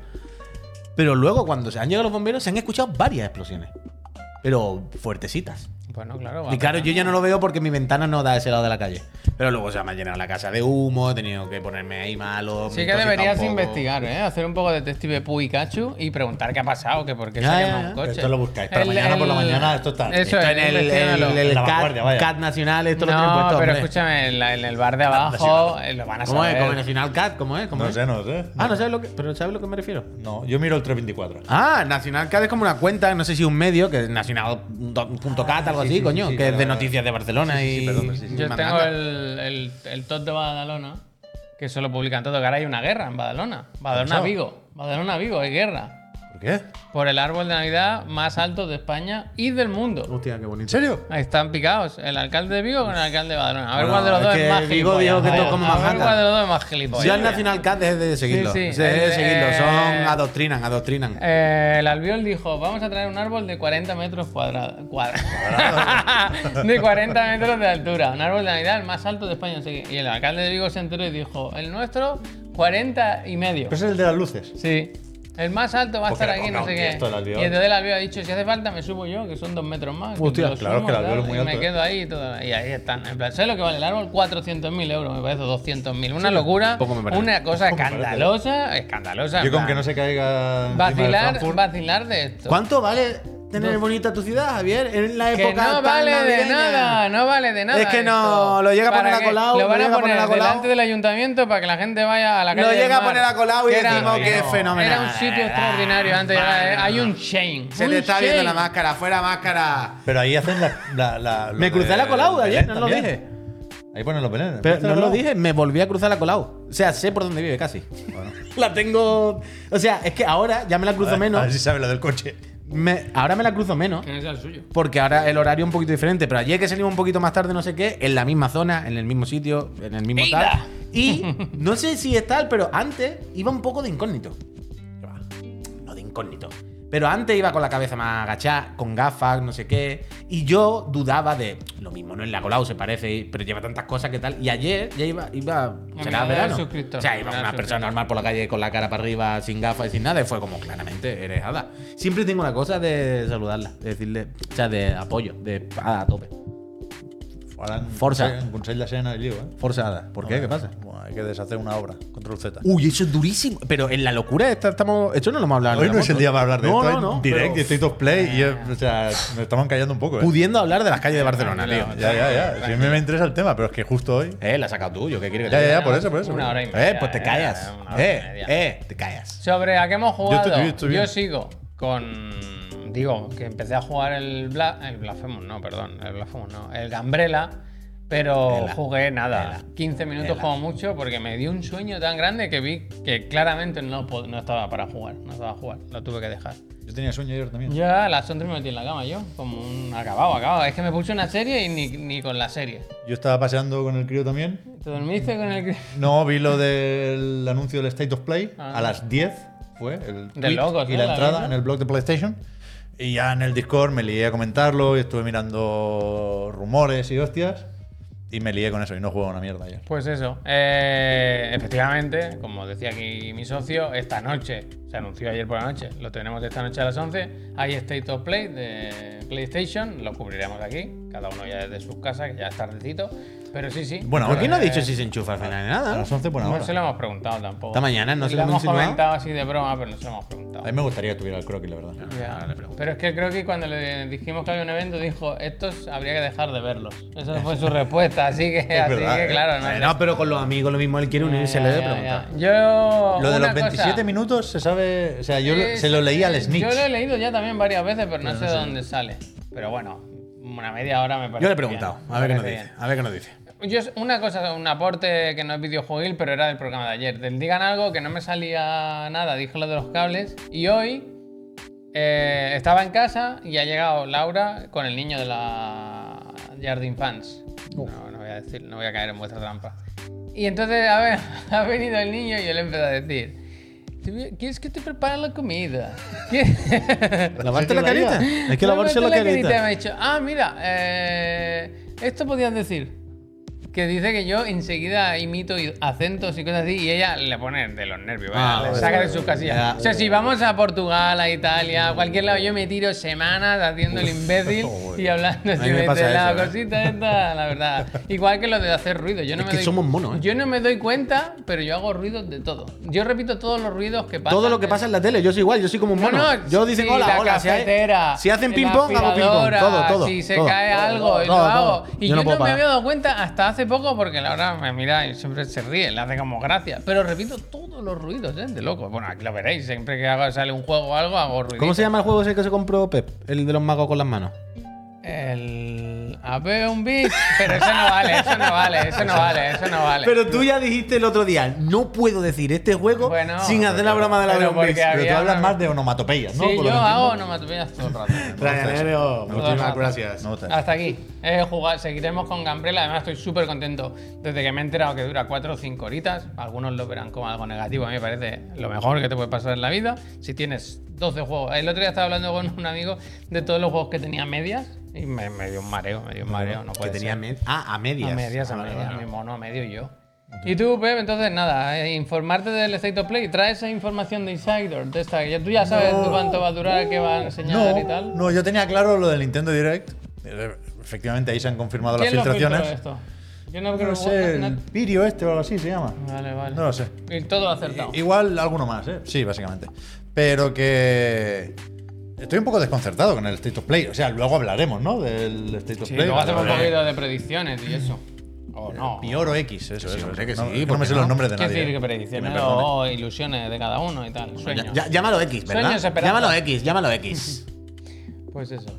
Speaker 3: Pero luego, cuando se han llegado los bomberos, se han escuchado varias explosiones. Pero fuertecitas.
Speaker 2: Bueno, claro. va
Speaker 3: Y claro, yo
Speaker 2: pegando.
Speaker 3: ya no lo veo porque mi ventana no da a ese lado de la calle. Pero luego se me ha llenado la casa de humo, he tenido que ponerme ahí malo. me
Speaker 2: Sí
Speaker 3: he
Speaker 2: que
Speaker 3: intoxicado
Speaker 2: deberías
Speaker 3: un poco.
Speaker 2: investigar, ¿eh? Hacer un poco de detective Pikachu y preguntar qué ha pasado, que por qué se
Speaker 3: Ya,
Speaker 2: ha
Speaker 3: ya,
Speaker 2: quemado un
Speaker 3: ya.
Speaker 2: coche.
Speaker 1: Esto lo buscáis, para mañana por la mañana, esto está-
Speaker 2: Eso
Speaker 1: esto
Speaker 2: es,
Speaker 3: Esto en el, el,
Speaker 2: investígalo.
Speaker 3: el
Speaker 1: En la
Speaker 3: CAT,
Speaker 1: vanguardia, vaya.
Speaker 3: CAT nacional, esto lo tienen
Speaker 2: No,
Speaker 3: puesto.
Speaker 2: pero
Speaker 3: hombre.
Speaker 2: escúchame, en, la- en el bar de abajo
Speaker 1: nacional.
Speaker 2: eh, lo van a
Speaker 3: ¿Cómo es? ¿Como en
Speaker 2: saber.
Speaker 3: el final CAT? ¿Cómo es? ¿Cómo
Speaker 1: No
Speaker 3: es?
Speaker 1: sé, no sé.
Speaker 3: Ah, no sabes lo que, pero sabes lo que me refiero.
Speaker 1: No, yo miro el 324.
Speaker 3: Ah, Nacional Cat es como una cuenta, no sé si un medio, que es nacional.cat, algo
Speaker 1: Ah, sí,
Speaker 3: así,
Speaker 1: sí,
Speaker 3: coño,
Speaker 1: sí, sí,
Speaker 3: que es de
Speaker 1: claro, claro.
Speaker 3: noticias de Barcelona
Speaker 1: Sí, sí, sí,
Speaker 3: y.
Speaker 1: perdón, sí, sí.
Speaker 2: Yo
Speaker 3: mandanga.
Speaker 2: tengo el, el, el top de Badalona, que eso lo publican todo, que ahora hay una guerra en Badalona.
Speaker 1: pasado?
Speaker 2: Badalona-Vigo. Badalona-Vigo, hay guerra.
Speaker 1: ¿Por qué?
Speaker 2: Por el árbol de Navidad más alto de España y del mundo.
Speaker 3: Hostia, qué bonito.
Speaker 1: ¿En serio?
Speaker 2: Ahí están picados, el alcalde de Vigo con el alcalde de Badalona. A ver
Speaker 3: Bueno,
Speaker 2: cuál de los
Speaker 3: es
Speaker 2: dos
Speaker 3: que
Speaker 2: es más
Speaker 3: Vigo
Speaker 2: gilipollas.
Speaker 3: dijo que
Speaker 2: A
Speaker 3: esto
Speaker 2: ver-
Speaker 3: como
Speaker 2: a ver
Speaker 3: Manhattan.
Speaker 2: cuál de los dos es más gilipollas.
Speaker 3: Yo al Nacional Cat es de seguirlo.
Speaker 2: Sí, sí,
Speaker 3: Sí, de
Speaker 2: el-
Speaker 3: seguirlo.
Speaker 2: eh,
Speaker 3: Son adoctrinan, adoctrinan.
Speaker 2: Eh, el albiol dijo, vamos a traer un árbol de 40 metros cuadrados. de 40 metros de altura. Un árbol de Navidad el más alto de España. no sé qué. Y el alcalde de Vigo se enteró y dijo, el nuestro, 40 y medio.
Speaker 1: Pero ese es el de las luces.
Speaker 2: Sí. El más alto va a
Speaker 1: Porque
Speaker 2: estar
Speaker 1: le
Speaker 2: aquí,
Speaker 1: ponga
Speaker 2: no sé
Speaker 1: un
Speaker 2: qué.
Speaker 1: tiesto al albiol.
Speaker 2: Y entonces el albiol ha dicho, si hace falta me subo yo, que son dos metros más. que
Speaker 3: Hostia,
Speaker 2: lo
Speaker 1: claro, es que el
Speaker 2: tal,
Speaker 1: albiol es muy
Speaker 2: y
Speaker 1: alto,
Speaker 2: me
Speaker 1: ¿eh?
Speaker 2: quedo ahí y todo. Y ahí están. En plan, ¿sabes lo que vale el árbol? 400.000 euros, me parece, 200.000. Una locura,
Speaker 3: poco me parece.
Speaker 2: una cosa
Speaker 1: Poco me parece.
Speaker 2: escandalosa, escandalosa. en
Speaker 1: Yo con
Speaker 2: plan,
Speaker 1: que no se caiga. encima del
Speaker 2: Vacilar,
Speaker 1: Frankfurt.
Speaker 2: vacilar de esto.
Speaker 3: ¿Cuánto vale tener bonita tu ciudad, Javier? En la
Speaker 2: Que
Speaker 3: época.
Speaker 2: no
Speaker 3: tan
Speaker 2: vale de
Speaker 3: navideña.
Speaker 2: nada, no vale de nada.
Speaker 3: Es que no,
Speaker 2: esto.
Speaker 3: lo llega a
Speaker 2: Para
Speaker 3: poner a
Speaker 2: que-
Speaker 3: Colau,
Speaker 2: Lo van
Speaker 3: lo
Speaker 2: a
Speaker 3: llega a
Speaker 2: poner
Speaker 3: poner a Colau.
Speaker 2: delante del ayuntamiento para que la gente vaya a la calle.
Speaker 3: Lo
Speaker 2: del
Speaker 3: llega a
Speaker 2: Mar.
Speaker 3: poner a Colau y
Speaker 2: Que era-
Speaker 3: decimos
Speaker 2: que
Speaker 3: que
Speaker 2: no.
Speaker 3: fenomenal.
Speaker 2: Era un sitio extraordinario antes.
Speaker 3: Vale,
Speaker 2: era- hay
Speaker 3: no.
Speaker 2: un chain.
Speaker 3: Se
Speaker 2: un
Speaker 3: te está viendo
Speaker 2: chain.
Speaker 3: la máscara, fuera máscara.
Speaker 1: Pero ahí hacen la. la- la- lo
Speaker 3: Me
Speaker 1: de
Speaker 3: crucé la Colau de ayer,
Speaker 1: Belén
Speaker 3: no lo
Speaker 1: también.
Speaker 3: dije.
Speaker 1: Ahí ponen los Belén.
Speaker 3: Pero
Speaker 1: ¿Viste la
Speaker 3: no lo
Speaker 1: Colau?
Speaker 3: dije, me volví a cruzar la Colau. O sea, sé por dónde vive casi.
Speaker 1: Bueno.
Speaker 3: La tengo. O sea, es que ahora ya me la
Speaker 1: A ver- Ah,
Speaker 3: cruzo
Speaker 1: A ver
Speaker 3: menos.
Speaker 1: si sabe lo del coche.
Speaker 3: Me- ahora me la cruzo menos.
Speaker 2: Que no sea el suyo.
Speaker 3: Porque ahora el horario es un poquito diferente. Pero ayer que salimos un poquito más tarde, no sé qué, en la misma zona, en el mismo sitio, en el mismo
Speaker 2: Venga.
Speaker 3: tal. Y no sé si es tal, pero antes iba un poco de incógnito. Que va, No de incógnito. Pero antes iba con la cabeza más agachada, con gafas, no sé qué. Y yo dudaba de. Lo mismo no es la Colau, se parece, y- pero lleva tantas cosas que tal. Y ayer ya iba. iba será
Speaker 2: mirada
Speaker 3: verano.
Speaker 2: del suscriptor,
Speaker 3: O sea, iba
Speaker 2: mirada del
Speaker 3: una
Speaker 2: suscriptor.
Speaker 3: persona normal por la calle con la cara para arriba, sin gafas y sin nada. Y fue como, claramente, eres hada. Siempre tengo la cosa de saludarla, de decirle, o sea, de apoyo, de a tope.
Speaker 1: Ara en
Speaker 3: Força.
Speaker 1: Consell, en Consell de Sena el lío, eh?
Speaker 3: Forzada. ¿Por qué? ¿Qué pasa?
Speaker 1: Bueno, hay que deshacer una obra. Control Z.
Speaker 3: Uy, eso es durísimo. Pero en la locura esta estamos. Esto no lo hemos hablado. en
Speaker 1: Hoy
Speaker 3: la
Speaker 1: no es
Speaker 3: moto.
Speaker 1: el día para hablar de
Speaker 3: No,
Speaker 1: esto.
Speaker 3: no,
Speaker 1: en
Speaker 3: no,
Speaker 1: direct,
Speaker 3: pero
Speaker 1: y State of Play. y, eh, o sea, me estaban callando un poco, eh.
Speaker 3: Pudiendo hablar de las calles de Barcelona,
Speaker 2: Tranquilo.
Speaker 3: tío.
Speaker 1: Ya, ya, ya. Si a mí me interesa el tema, pero es que justo hoy.
Speaker 3: Eh, la has sacado tú. ¿Yo qué quiero que te
Speaker 1: Ya, ya,
Speaker 3: diga?
Speaker 1: ya, por eso, por eso.
Speaker 2: Una hora y media.
Speaker 3: Eh, pues te callas.
Speaker 2: una hora y
Speaker 3: Eh,
Speaker 2: media.
Speaker 3: eh, te callas.
Speaker 2: Sobre a qué hemos jugado,
Speaker 1: estoy
Speaker 2: yo,
Speaker 1: bien, estoy bien.
Speaker 2: sigo con. Digo, que empecé a jugar el, Bla, el Blasphemous, no, perdón, el Blasphemous, no, el Gambrela, pero
Speaker 3: Ela.
Speaker 2: jugué nada,
Speaker 3: Ela.
Speaker 2: 15 minutos
Speaker 3: Ela.
Speaker 2: como mucho, porque me dio un sueño tan grande que vi que claramente no, po- no estaba para jugar, no estaba para jugar, lo tuve que dejar.
Speaker 1: Yo tenía sueño ayer también.
Speaker 2: Ya a las 11 me metí en la cama yo, como un acabado, acabado. Es que me puse una serie y ni, ni con la serie.
Speaker 1: Yo estaba paseando con el crío también.
Speaker 2: ¿Te dormiste con el...
Speaker 1: No, vi lo del anuncio del State of Play
Speaker 2: Ah.
Speaker 1: a las 10, fue el
Speaker 2: De
Speaker 1: tweet
Speaker 2: locos,
Speaker 1: y
Speaker 2: ¿no?
Speaker 1: la
Speaker 2: La
Speaker 1: entrada
Speaker 2: verdad.
Speaker 1: en el blog de PlayStation. Y ya en el Discord me lié a comentarlo y estuve mirando rumores y hostias. Y me lié con eso y no juego una mierda ayer.
Speaker 2: Pues eso, eh, efectivamente, como decía aquí mi socio, esta noche, se anunció ayer por la noche, lo tenemos esta noche a las 11, hay State of Play de PlayStation, lo cubriremos aquí, cada uno ya desde sus casas, que ya es tardecito, pero sí, sí.
Speaker 1: Bueno,
Speaker 3: ¿Por
Speaker 1: ahora,
Speaker 3: qué no ha
Speaker 1: eh,
Speaker 3: dicho si se enchufa al final ni
Speaker 1: A
Speaker 3: nada?
Speaker 1: las 11 por
Speaker 2: no
Speaker 1: ahora.
Speaker 2: se lo hemos preguntado tampoco.
Speaker 3: Esta mañana no se lo
Speaker 2: lo
Speaker 3: hemos
Speaker 2: hemos
Speaker 3: insinuado.
Speaker 2: comentado así de broma, pero no se lo hemos preguntado.
Speaker 1: A mí me gustaría que tuviera el croquis, la verdad.
Speaker 2: Ya.
Speaker 3: ahora le pregunto.
Speaker 2: Pero es que creo que cuando le dijimos que había un evento dijo, estos habría que dejar de verlos. Esa fue su respuesta, así que, así
Speaker 1: verdad,
Speaker 2: que
Speaker 1: eh.
Speaker 2: claro, no.
Speaker 3: Eh, No, pero con los amigos lo mismo. Él quiere unirse, le
Speaker 2: Ya,
Speaker 3: debe
Speaker 2: ya,
Speaker 3: preguntar.
Speaker 2: ya. Yo.
Speaker 1: Lo de los
Speaker 2: una
Speaker 1: 27
Speaker 2: cosa.
Speaker 1: minutos se sabe. O sea, yo lo-
Speaker 2: Eh,
Speaker 1: se lo leí al
Speaker 2: Yo lo he
Speaker 1: Snitch.
Speaker 2: leído ya también varias veces, pero no, sé de dónde sale. Pero bueno, una media hora me parece.
Speaker 3: Yo le he preguntado.
Speaker 2: bien,
Speaker 3: A
Speaker 2: me
Speaker 3: ver qué nos
Speaker 2: parece
Speaker 3: dice. A ver qué nos dice.
Speaker 2: bien. Yo es una cosa, un aporte que no es videojueguil, pero era del programa de ayer. Del digan algo que no me salía nada, dije lo de los cables. Y hoy eh, estaba en casa y ha llegado Laura con el niño de la Jardín Fans. No, no voy a decir, no voy a caer en vuestra trampa. Y entonces a ver, ha venido el niño y yo le empecé a decir, "Te- ¿quieres que te prepare la comida? ¿Quieres-
Speaker 3: ¿Lavarte la carita? Hay que lavarse la
Speaker 2: Levanta
Speaker 3: carita.
Speaker 2: Me ha dicho, ah, mira, eh, esto podías decir. Que dice que yo enseguida imito y- acentos y cosas así y ella le pone de los nervios, vaya,
Speaker 3: Ah,
Speaker 2: le
Speaker 3: vale,
Speaker 2: saca de sus casillas.
Speaker 3: ya.
Speaker 2: O sea, si vamos a Portugal, a Italia, a cualquier lado, yo me tiro semanas haciendo el imbécil y hablando así
Speaker 3: me
Speaker 2: de
Speaker 3: pasa
Speaker 2: la
Speaker 3: eso, ¿eh?
Speaker 2: cosita esta, la verdad. Igual que lo de hacer ruido. Yo no
Speaker 3: Es
Speaker 2: me
Speaker 3: que
Speaker 2: doy,
Speaker 3: somos monos, ¿eh?
Speaker 2: Yo no me doy cuenta, pero yo hago ruidos de todo. Yo repito todos los ruidos que pasan.
Speaker 3: Todo lo que pasa en la tele, yo soy igual, yo soy como un mono.
Speaker 2: No, no,
Speaker 3: yo dicen
Speaker 2: sí,
Speaker 3: hola,
Speaker 2: la
Speaker 3: hola. Si, hay-
Speaker 2: cafetera,
Speaker 3: si hacen
Speaker 2: la
Speaker 3: ping-pong, hago ping-pong.
Speaker 2: aspiradora,
Speaker 3: Todo, todo.
Speaker 2: Si se
Speaker 3: todo,
Speaker 2: cae
Speaker 3: todo,
Speaker 2: algo,
Speaker 3: todo,
Speaker 2: lo
Speaker 3: todo.
Speaker 2: hago. Y yo, no, me
Speaker 3: parar.
Speaker 2: había dado cuenta hasta hace poco porque Laura me mira y siempre se ríe, le hace como gracia. Pero repito todos los ruidos, ¿eh? de loco. Bueno, aquí lo veréis, siempre que hago, sale un juego o algo, hago ruido.
Speaker 3: ¿Cómo se llama el juego ese que se compró Pep? El de los magos con las manos.
Speaker 2: El. AP un beat. Pero eso no vale, eso no vale, eso no vale, eso no vale.
Speaker 3: Pero tú ya dijiste el otro día, no puedo decir este juego
Speaker 2: Bueno,
Speaker 3: sin hacer la broma de la
Speaker 2: pero
Speaker 3: Dragon Ball.
Speaker 2: porque
Speaker 1: Pero tú
Speaker 2: había
Speaker 1: hablas
Speaker 2: una-
Speaker 1: más de onomatopeyas, ¿no?
Speaker 2: Sí,
Speaker 1: Por lo
Speaker 2: yo
Speaker 1: que entiendo.
Speaker 2: hago onomatopeyas todo el rato.
Speaker 3: Brian Aero,
Speaker 1: Me
Speaker 2: gusta
Speaker 3: muchísimas
Speaker 2: eso.
Speaker 3: gracias.
Speaker 1: Me gusta eso.
Speaker 2: Hasta aquí. He jugado- seguiremos con Gambrela. Además, estoy súper contento desde que me he enterado que dura 4 o 5 horitas. Algunos lo verán como algo negativo. A mí me parece lo mejor que te puede pasar en la vida. Si tienes 12 juegos. El otro día estaba hablando con un amigo de todos los juegos que tenía medias y me, me dio un mareo. Me dio un mareo. No
Speaker 3: Que
Speaker 2: puede
Speaker 3: tenía
Speaker 2: ser.
Speaker 3: med- ah, a medias.
Speaker 2: A medias, a
Speaker 3: Ah, vale,
Speaker 2: medias,
Speaker 3: vale.
Speaker 2: mi mono a medio y yo. Y tú, Pep, entonces nada, eh, informarte del State of Play, trae esa información de Insider, de esta, que ya- tú ya sabes
Speaker 1: No.
Speaker 2: tú cuánto va a durar, qué va a enseñar y tal.
Speaker 1: No, no, yo tenía claro lo del Nintendo Direct. Eh, Efectivamente, ahí se han confirmado las
Speaker 2: ¿Quién lo filtró
Speaker 1: filtraciones.
Speaker 2: esto? Yo no
Speaker 1: No
Speaker 2: creo
Speaker 1: lo sé,
Speaker 2: no-
Speaker 1: el Pirio este o algo así se llama.
Speaker 2: Vale, vale.
Speaker 1: No lo sé.
Speaker 2: Y todo acertado.
Speaker 1: Igual alguno más, ¿eh? Sí, básicamente. Pero que. Estoy un poco desconcertado con el State of Play. O sea, luego hablaremos, ¿no? Del State of
Speaker 2: Sí,
Speaker 1: Play.
Speaker 2: luego hacemos un
Speaker 1: Eh,
Speaker 2: poquito de predicciones y eso. O no.
Speaker 1: Pioro X, eso, eso.
Speaker 3: hombre, que
Speaker 1: no,
Speaker 3: sí,
Speaker 1: es que no
Speaker 3: ¿por
Speaker 1: me
Speaker 3: qué
Speaker 1: sé los
Speaker 3: no?
Speaker 1: nombres de
Speaker 2: Quiero decir
Speaker 1: nadie.
Speaker 2: que
Speaker 1: eh.
Speaker 2: predicciones
Speaker 1: me
Speaker 2: o,
Speaker 1: perdonen.
Speaker 2: o ilusiones de cada uno y tal,
Speaker 3: Ya-
Speaker 2: sueños.
Speaker 3: ya- llámalo X, ¿verdad?
Speaker 2: Sueños, esperanza.
Speaker 3: Llámalo X, llámalo X.
Speaker 2: Pues eso.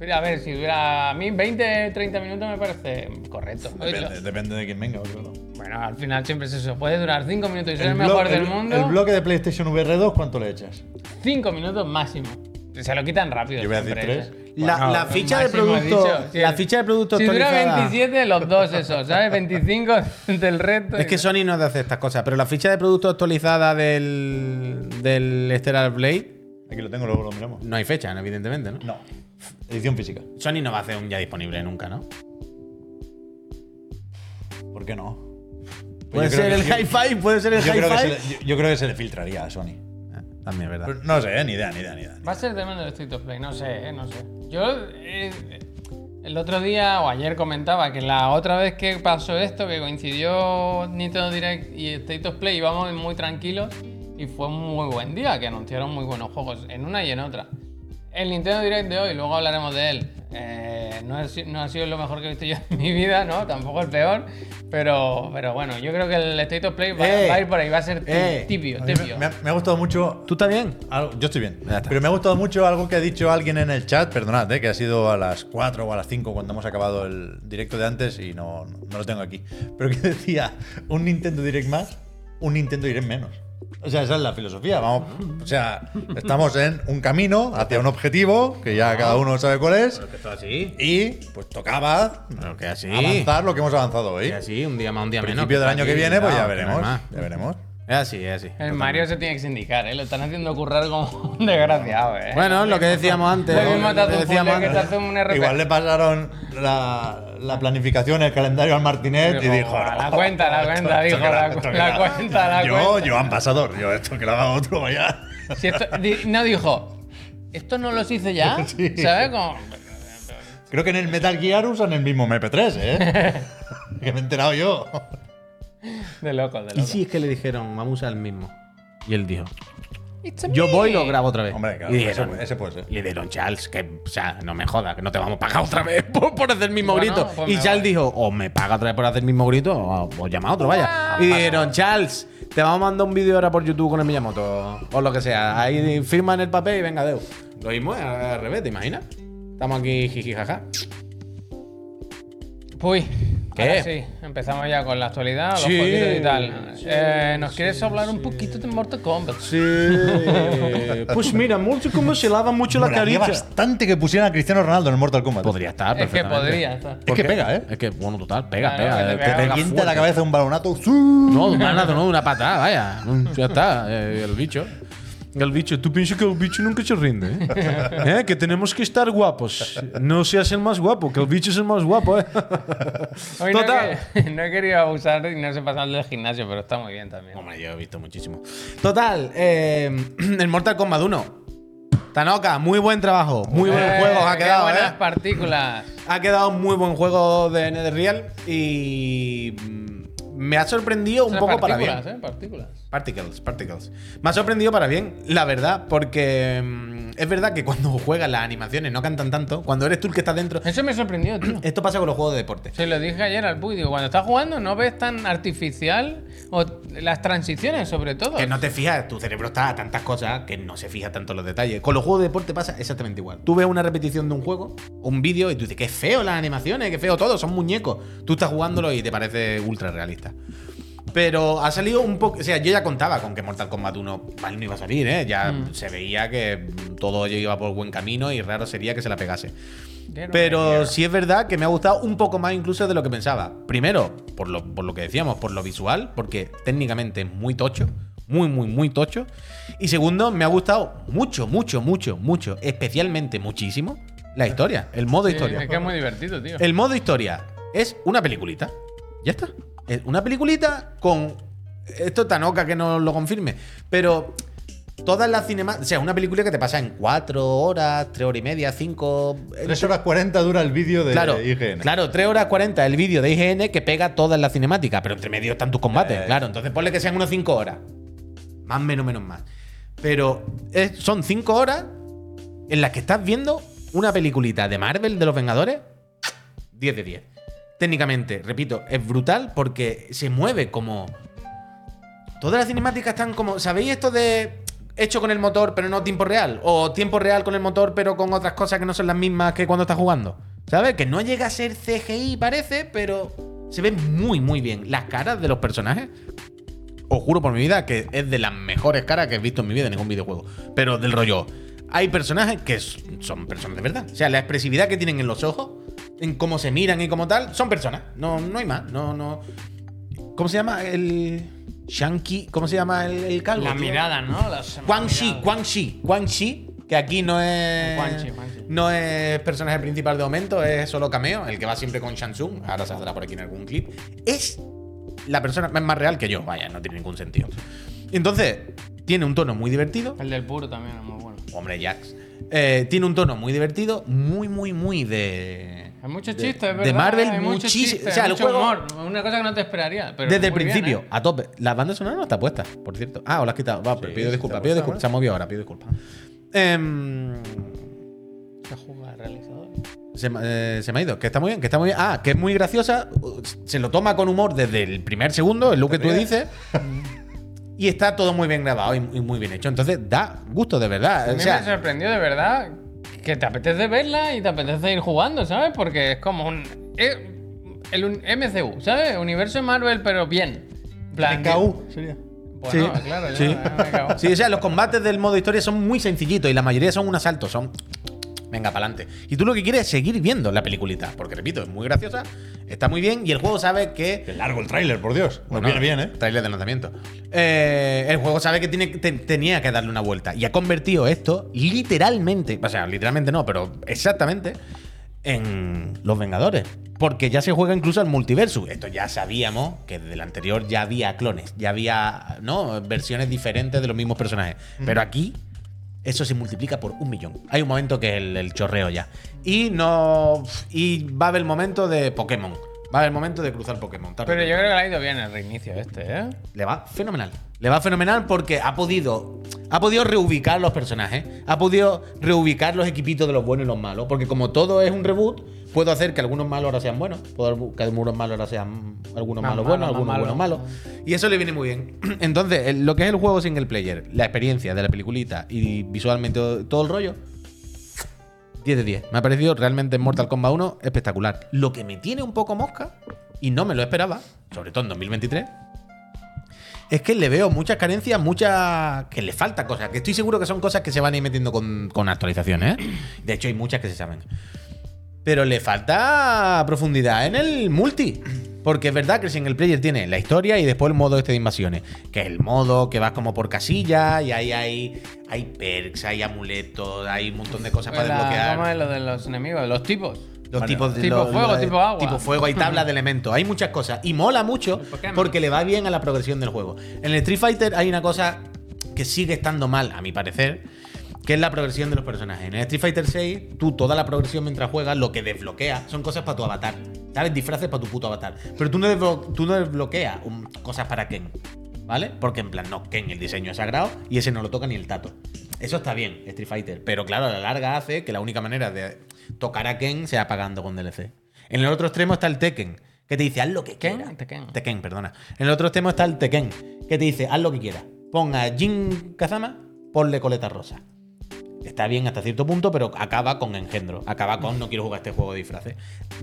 Speaker 2: Pero a ver, si dura a mí 20, 30 minutos me parece correcto.
Speaker 1: Depende, depende de quién venga, boludo.
Speaker 2: Bueno, al final siempre es eso. Puede durar 5 minutos y ser el,
Speaker 1: blo-
Speaker 2: mejor
Speaker 1: el-
Speaker 2: del
Speaker 1: El
Speaker 2: mundo.
Speaker 1: bloque de PlayStation VR 2, ¿cuánto le echas?
Speaker 2: 5 minutos máximo. Se lo quitan rápido.
Speaker 1: Yo voy a decir
Speaker 2: siempre,
Speaker 1: tres.
Speaker 2: ¿eh?
Speaker 3: La- la ficha de
Speaker 2: máximo
Speaker 3: producto-
Speaker 2: he dicho.
Speaker 3: la ficha de producto
Speaker 2: Si dura
Speaker 3: actualizada.
Speaker 2: 27, los dos esos, ¿sabes? 25 del resto.
Speaker 3: Es que
Speaker 2: son
Speaker 3: Sony no hace estas cosas, pero la ficha de producto actualizada del, del Stellar Blade
Speaker 1: Aquí lo tengo, luego lo miramos.
Speaker 3: no hay fecha, evidentemente, ¿no?
Speaker 1: No. Edición física.
Speaker 3: Sony no va a hacer un ya disponible nunca, ¿no?
Speaker 1: ¿Por qué no? Pues
Speaker 3: Puede ser el
Speaker 1: hi
Speaker 3: hi-fi, puede ser el
Speaker 1: Yo creo, que se
Speaker 3: hi-fi.
Speaker 1: le, yo- yo creo que se le filtraría a Sony.
Speaker 3: Ah, También es verdad.
Speaker 1: Pero no sé, eh, ni idea, ni idea, ni idea.
Speaker 2: Va a ser de menos el State of Play, no sé, eh, no sé. Yo. eh, El otro día o ayer comentaba que la otra vez que pasó esto, que coincidió Nintendo Direct y State of Play, íbamos muy tranquilos y fue un muy buen día, que anunciaron muy buenos juegos en una y en otra. El Nintendo Direct de hoy, luego hablaremos de él. eh, no, ha si- no ha sido lo mejor que he visto yo en mi vida, ¿no? Tampoco el peor, pero, pero bueno, yo creo que el State of Play va,
Speaker 3: Eh,
Speaker 2: va a ir por ahí, va a ser ti-
Speaker 3: eh,
Speaker 2: tibio,
Speaker 1: A mí
Speaker 2: tibio.
Speaker 1: me, me ha, me ha gustado mucho.
Speaker 3: ¿Tú estás bien?
Speaker 1: algo- yo estoy bien.
Speaker 3: Ya está.
Speaker 1: Pero me ha gustado mucho algo que ha dicho alguien en el chat. Perdonad, eh, que ha sido a las 4 o a las 5 cuando hemos acabado el directo de antes y no, no lo tengo aquí. Pero que decía: un Nintendo Direct más, un Nintendo Direct menos. O sea, esa es la filosofía. Vamos, o sea, estamos en un camino hacia un objetivo que ya cada uno sabe cuál es.
Speaker 3: Pero que está así.
Speaker 1: Y pues tocaba
Speaker 3: Pero que así.
Speaker 1: avanzar lo que hemos avanzado hoy.
Speaker 3: Que así, un día más, un día
Speaker 1: A
Speaker 3: menos.
Speaker 1: principio del
Speaker 3: está
Speaker 1: año que
Speaker 3: aquí,
Speaker 1: viene, pues ya
Speaker 3: cuidado, que no hay
Speaker 1: veremos.
Speaker 3: más.
Speaker 1: Ya veremos.
Speaker 3: Es así, es así.
Speaker 2: El Mario se tiene que sindicar, ¿eh? Lo están haciendo currar como un desgraciado, ¿eh?
Speaker 3: Bueno, lo que decíamos antes.
Speaker 2: Lo mismo te hace
Speaker 3: lo
Speaker 2: un
Speaker 3: decíamos
Speaker 2: puzzle que te
Speaker 3: antes.
Speaker 2: hace un RP.
Speaker 1: Igual le pasaron la, la planificación, el calendario al Martinet y
Speaker 2: Dijo,
Speaker 1: dijo.
Speaker 2: "A la
Speaker 1: "No,
Speaker 2: cuenta, la cuenta",
Speaker 1: esto-
Speaker 2: dijo,
Speaker 1: esto que
Speaker 2: "La
Speaker 1: esto
Speaker 2: cu-
Speaker 1: que
Speaker 2: la cuenta, la
Speaker 1: yo,
Speaker 2: cuenta".
Speaker 1: Joan Pasador, yo esto que lo haga otro, vaya.
Speaker 2: Si esto- di- no dijo, esto no los hice ya,
Speaker 1: Sí.
Speaker 2: ¿sabes? Como,
Speaker 1: Creo que en el Metal Gear usan el mismo MP3, ¿eh? que me he enterado yo.
Speaker 2: de loco, de
Speaker 3: Y
Speaker 2: loco.
Speaker 3: sí, es que le dijeron, vamos al mismo. Y él dijo,
Speaker 2: It's a
Speaker 3: yo
Speaker 2: me.
Speaker 3: voy y lo grabo otra vez.
Speaker 1: Hombre, claro,
Speaker 3: y
Speaker 1: ese,
Speaker 3: dijeron,
Speaker 1: puede- ese puede ser.
Speaker 3: y le dieron, Charles, que, o sea, no me jodas, que no te vamos a pagar otra vez por, por hacer el mismo
Speaker 2: Bueno,
Speaker 3: grito.
Speaker 2: pues
Speaker 3: y
Speaker 2: me
Speaker 3: Charles
Speaker 2: voy.
Speaker 3: dijo, o me paga otra vez por hacer el mismo grito, o, o llama a otro, vaya. Y dijeron, Charles, te vamos a mandar un vídeo ahora por YouTube con el Miyamoto, o lo que sea. Ahí firman el papel y venga, Deu. Lo mismo es al revés, ¿te imaginas? Estamos aquí, jiji, jaja.
Speaker 2: Uy,
Speaker 3: ¿Qué?
Speaker 2: ahora sí, empezamos ya con la actualidad, los
Speaker 3: Sí,
Speaker 2: jueguitos y tal.
Speaker 3: sí,
Speaker 2: Eh, ¿Nos quieres hablar un poquito de Mortal Kombat?
Speaker 3: Sí. pues mira, mucho como se lava mucho la
Speaker 1: Molaría
Speaker 3: carita.
Speaker 1: bastante que pusieran a Cristiano Ronaldo en el Mortal Kombat.
Speaker 3: Podría estar,
Speaker 2: es que
Speaker 3: perfectamente.
Speaker 2: podría estar.
Speaker 1: Es que pega, ¿eh?
Speaker 3: Es que, bueno, total, pega,
Speaker 2: Claro,
Speaker 3: pega.
Speaker 2: que te
Speaker 3: eh,
Speaker 2: pega
Speaker 3: pega
Speaker 1: Revienta la
Speaker 3: fuerte.
Speaker 1: cabeza de un balonato.
Speaker 3: No, de un manazo, no, de una patada, vaya. Mm, Ya está, eh, el bicho. El bicho, tú piensas que el bicho nunca se rinde, ¿eh? ¿Eh? Que tenemos que estar guapos. No seas el más guapo, que el bicho es el más guapo, ¿eh?
Speaker 2: Hoy no,
Speaker 3: Total.
Speaker 2: he, no he querido abusar y no se pasar del gimnasio, pero está muy bien también.
Speaker 3: Hombre, yo he visto muchísimo. Total, eh, el Mortal Kombat 1. Tanoka, muy buen trabajo. Muy buen
Speaker 2: Eh,
Speaker 3: juego, os ha
Speaker 2: qué
Speaker 3: quedado,
Speaker 2: buenas
Speaker 3: ¿eh?
Speaker 2: partículas.
Speaker 3: Ha quedado muy buen juego de NetherReal y mm, me ha sorprendido un
Speaker 2: Son
Speaker 3: poco para bien.
Speaker 2: partículas, ¿eh? Partículas.
Speaker 3: Particles, particles. Me ha sorprendido para bien, la verdad, porque mm, es verdad que cuando juegas las animaciones no cantan tanto. Cuando eres tú el que está dentro.
Speaker 2: Eso me sorprendió, tío.
Speaker 3: Esto pasa con los juegos de deporte.
Speaker 2: Se lo dije ayer al Puy, digo, cuando estás jugando no ves tan artificial o las transiciones sobre todo.
Speaker 3: Que no te fijas, tu cerebro está a tantas cosas que no se fija tanto en los detalles. Con los juegos de deporte pasa exactamente igual. Tú ves una repetición de un juego, un vídeo, y tú dices, qué feo las animaciones, qué feo todo, son muñecos. Tú estás jugándolo y te parece ultra realista. Pero ha salido un poco. O sea, yo ya contaba con que Mortal Kombat 1 mal no iba a salir, ¿eh? Ya se veía que todo ello iba por buen camino y raro sería que se la pegase.
Speaker 2: Get over
Speaker 3: Pero
Speaker 2: here.
Speaker 3: sí es verdad que me ha gustado un poco más incluso de lo que pensaba. Primero, por lo, por lo que decíamos, por lo visual, porque técnicamente es muy tocho. Muy, muy, muy tocho. Y segundo, me ha gustado mucho, mucho, mucho, mucho. Especialmente muchísimo la historia, el modo
Speaker 2: Sí,
Speaker 3: historia.
Speaker 2: Es que es muy divertido, tío.
Speaker 3: El modo historia es una peliculita. Ya está. Es una peliculita con. Esto Tanoka que no lo confirme. Pero todas las cinemas. O sea, una película que te pasa en 4 horas, 3 horas y media, 5.
Speaker 1: 3 horas 40 dura el vídeo de
Speaker 3: Claro,
Speaker 1: IGN.
Speaker 3: claro, 3 horas 40 el vídeo de IGN que pega todas las cinemáticas, pero entre medio están tus combates,
Speaker 1: Eh.
Speaker 3: claro. Entonces ponle que sean unas 5 horas. Más, menos, menos, más. Pero es- son 5 horas en las que estás viendo una peliculita de Marvel de los Vengadores 10 de 10. Técnicamente, repito, es brutal porque se mueve como. Todas las cinemáticas están como. ¿Sabéis esto de hecho con el motor pero no tiempo real? O tiempo real con el motor pero con otras cosas que no son las mismas que cuando estás jugando. ¿Sabes? Que no llega a ser CGI, parece, pero se ven muy, muy bien. Las caras de los personajes. Os juro por mi vida que es de las mejores caras que he visto en mi vida en ningún videojuego. Pero del rollo. Hay personajes que s- son personas de verdad. O sea, la expresividad que tienen en los ojos, en cómo se miran y como tal, son personas. No, no hay más. No, no. ¿Cómo se llama el. Shanky? ¿Cómo se llama el, el calvo?
Speaker 2: la
Speaker 3: tío?
Speaker 2: mirada, ¿no? Las-
Speaker 3: Quan Shi,
Speaker 2: mirada.
Speaker 3: Quan Shi, Quan Shi, que aquí no es.
Speaker 2: Quan Chi, Quan Chi.
Speaker 3: No es personaje principal de momento, es solo cameo, el que va siempre con Shansung, ahora saldrá por aquí en algún clip. Es la persona más real que yo, vaya, no tiene ningún sentido. Entonces, tiene un tono muy divertido,
Speaker 2: El del puro también es muy bueno.
Speaker 3: hombre Jax, Eh, tiene un tono muy divertido, muy, muy, muy de.
Speaker 2: Hay muchos chistes, es
Speaker 3: de
Speaker 2: verdad.
Speaker 3: Marvel,
Speaker 2: hay muchos
Speaker 3: muchis-
Speaker 2: chistes,
Speaker 3: o sea,
Speaker 2: hay
Speaker 3: el
Speaker 2: mucho
Speaker 3: juego-
Speaker 2: humor. Una cosa que no te esperaría. Pero
Speaker 3: Desde el
Speaker 2: muy bien,
Speaker 3: principio,
Speaker 2: ¿eh?
Speaker 3: a tope. Las bandas sonoras no están puestas, por cierto. Ah, o las has quitado. Va, pero
Speaker 1: Sí,
Speaker 3: pido
Speaker 1: sí,
Speaker 3: disculpas,
Speaker 1: está
Speaker 3: pido
Speaker 1: puesta,
Speaker 3: disculpas. Se ha movido ahora, pido disculpas. Em,
Speaker 2: Se juega al realizador.
Speaker 3: se, me- eh, se me ha ido, que está muy bien, que está muy bien. Ah, que es muy graciosa. uh, Se lo toma con humor desde el primer segundo, es lo que tú
Speaker 1: ríes.
Speaker 3: dices. y está todo muy bien grabado y, y muy bien hecho. Entonces da gusto, de verdad.
Speaker 2: A
Speaker 3: O
Speaker 2: mí
Speaker 3: sea,
Speaker 2: me sorprendió de verdad que te apetece verla y te apetece ir jugando, ¿sabes? Porque es como un. eh, el un- MCU, ¿sabes? Universo Marvel, pero bien. En plan,
Speaker 1: KU sería.
Speaker 2: Bueno,
Speaker 3: Sí.
Speaker 2: claro, ya,
Speaker 3: Sí.
Speaker 2: MKU.
Speaker 3: Sí, o sea, los combates del modo historia son muy sencillitos y la mayoría son un asalto, son. Venga, para adelante. Y tú lo que quieres es seguir viendo la peliculita, porque repito, es muy graciosa, está muy bien y el juego sabe que.
Speaker 1: Qué largo el tráiler, por Dios. Nos
Speaker 3: Bueno,
Speaker 1: viene bien, ¿eh?
Speaker 3: Trailer de lanzamiento. Eh, el juego sabe que tiene, te- tenía que darle una vuelta y ha convertido esto literalmente, o sea, literalmente no, pero exactamente, en Los Vengadores. Porque ya se juega incluso al multiverso. Esto ya sabíamos que desde el anterior ya había clones, ya había ¿no? versiones diferentes de los mismos personajes.
Speaker 1: Mm.
Speaker 3: Pero aquí eso se multiplica por un millón. Hay un momento que es el, el chorreo ya. Y no. Y va a haber el momento de Pokémon. Va a haber el momento de cruzar Pokémon. Tarde o
Speaker 2: Pero yo
Speaker 3: temprano.
Speaker 2: creo que le ha ido bien el reinicio este, ¿eh?
Speaker 3: Le va fenomenal. Le va fenomenal porque ha podido. Ha podido reubicar los personajes. Ha podido reubicar los equipitos de los buenos y los malos. Porque como todo es un reboot, puedo hacer que algunos malos ahora sean buenos. Puedo que algunos malos ahora sean. Algunos
Speaker 2: Más
Speaker 3: malos
Speaker 2: malo,
Speaker 3: buenos,
Speaker 2: más
Speaker 3: algunos buenos
Speaker 2: malo.
Speaker 3: malos. Y eso le viene muy bien. Entonces, el- lo que es el juego single player, la experiencia de la peliculita y visualmente todo- todo el rollo. 10 de 10. Me ha parecido realmente en Mortal Kombat 1 espectacular. Lo que me tiene un poco mosca, y no me lo esperaba, sobre todo en 2023, es que le veo muchas carencias, muchas. que le falta cosas, que estoy seguro que son cosas que se van a ir metiendo con, con actualizaciones. ¿eh? De hecho, hay muchas que se saben. Pero le falta profundidad en el multi. Porque es verdad que el single player tiene la historia y después el modo este de invasiones. Que es el modo que vas como por casilla y ahí hay, hay perks, hay amuletos, hay un montón de cosas para
Speaker 2: Pues La-
Speaker 3: desbloquear.
Speaker 2: ¿Cómo es lo de los enemigos? Los tipos.
Speaker 3: Los
Speaker 1: Bueno,
Speaker 3: tipos de
Speaker 2: tipo
Speaker 3: los-
Speaker 2: fuego,
Speaker 3: los-
Speaker 2: tipo agua.
Speaker 3: Tipo fuego, hay tablas de elementos, hay muchas cosas. Y mola mucho
Speaker 2: Pokémon.
Speaker 3: porque le va bien a la progresión del juego. En el Street Fighter hay una cosa que sigue estando mal, a mi parecer, que es la progresión de los personajes. En el Street Fighter 6, tú toda la progresión mientras juegas, lo que desbloqueas son cosas para tu avatar. ¿Sabes? Disfraces para tu puto avatar. Pero tú no, desblo- tú no desbloqueas um, cosas para Ken. ¿Vale? Porque en plan, no, Ken el diseño es sagrado y ese no lo toca ni el tato. Eso está bien, Street Fighter. Pero claro, a la larga hace que la única manera de tocar a Ken sea pagando con DLC. En el otro extremo está el Tekken, que te dice haz lo que
Speaker 2: Ken,
Speaker 3: quieras.
Speaker 2: Tekken.
Speaker 3: Tekken, perdona. En el otro extremo está el Tekken, que te dice haz lo que quieras. Ponga Jin Kazama, ponle coleta rosa está bien hasta cierto punto, pero acaba con engendro. Acaba con no quiero jugar este juego de disfraces.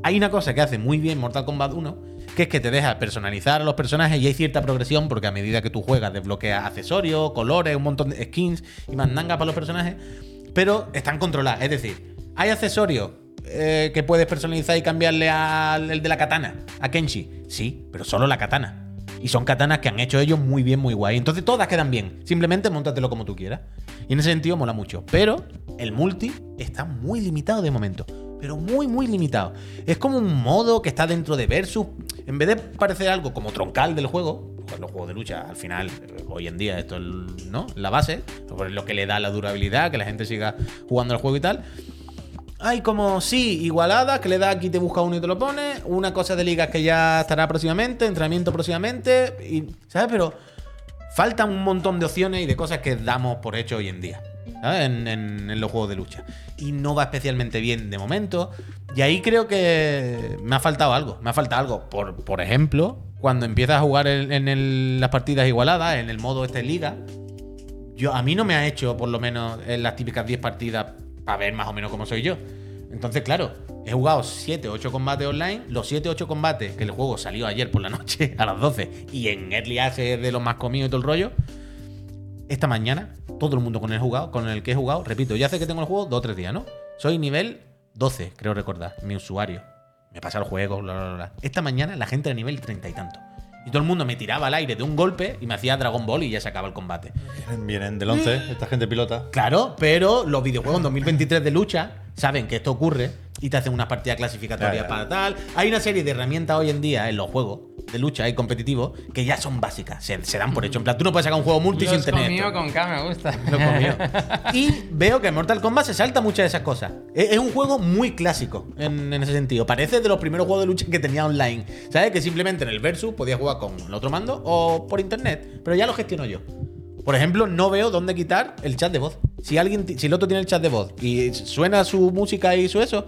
Speaker 3: Hay una cosa que hace muy bien Mortal Kombat 1, que es que te deja personalizar a los personajes y hay cierta progresión, porque a medida que tú juegas desbloqueas accesorios, colores, un montón de skins y mandanga para los personajes, pero están controladas. Es decir, hay accesorios. eh, que puedes personalizar y cambiarle al el de la katana, a Kenshi. Sí, pero solo la katana. Y son katanas que han hecho ellos muy bien, muy guay. Entonces todas quedan bien. Simplemente montatelo como tú quieras. Y en ese sentido mola mucho. Pero el multi está muy limitado de momento. Pero muy, muy limitado. Es como un modo que está dentro de Versus. En vez de parecer algo como troncal del juego, pues los juegos de lucha al final, eh, hoy en día, esto es el- ¿no? la base, pues lo que le da la durabilidad, que la gente siga jugando al juego y tal. Hay como, sí, igualada, que le da aquí, te busca uno y te lo pone. Una cosa de ligas que ya estará próximamente, entrenamiento próximamente. Y, ¿Sabes? Pero faltan un montón de opciones y de cosas que damos por hecho hoy en día. ¿sabes? En, en- en los juegos de lucha. Y no va especialmente bien de momento. Y ahí creo que me ha faltado algo. Me ha faltado algo. Por, por ejemplo, cuando empiezas a jugar en, en el- las partidas igualadas, en el modo este liga, yo, a mí no me ha hecho, por lo menos, en las típicas 10 partidas para ver más o menos cómo soy yo. Entonces, claro, he jugado 7, 8 combates online. Los 7, 8 combates que el juego salió ayer por la noche a las 12 y en Early Access de los más comidos y todo el rollo. Esta mañana, todo el mundo con el jugado, con el que he jugado, repito, ya hace que tengo el juego 2 o 3 días, ¿no? Soy nivel 12, creo recordar, mi usuario. Me pasa el juego, bla, bla, bla. Esta mañana la gente era nivel 30 y tanto. Y todo el mundo me tiraba al aire de un golpe y me hacía Dragon Ball y ya se acaba el combate.
Speaker 1: Vienen, vienen del 11, esta gente pilota.
Speaker 3: Claro, pero los videojuegos en 2023 de lucha saben que esto ocurre y te hacen unas partidas clasificatorias
Speaker 1: Ya, ya.
Speaker 3: para tal. Hay una serie de herramientas hoy en día en los juegos de lucha y competitivos que ya son básicas, se, se dan por hecho. En plan, tú no puedes sacar un juego multi
Speaker 2: Los
Speaker 3: sin tener.
Speaker 2: comió
Speaker 3: esto.
Speaker 2: con K me gusta.
Speaker 3: Lo comió. Y veo que en Mortal Kombat se salta muchas de esas cosas. Es, es un juego muy clásico en, en ese sentido. Parece de los primeros juegos de lucha que tenía online. ¿Sabes? Que simplemente en el Versus podías jugar con el otro mando o por internet. Pero ya lo gestiono yo. Por ejemplo, no veo dónde quitar el chat de voz. Si alguien, ti- si el otro tiene el chat de voz y suena su música y su eso,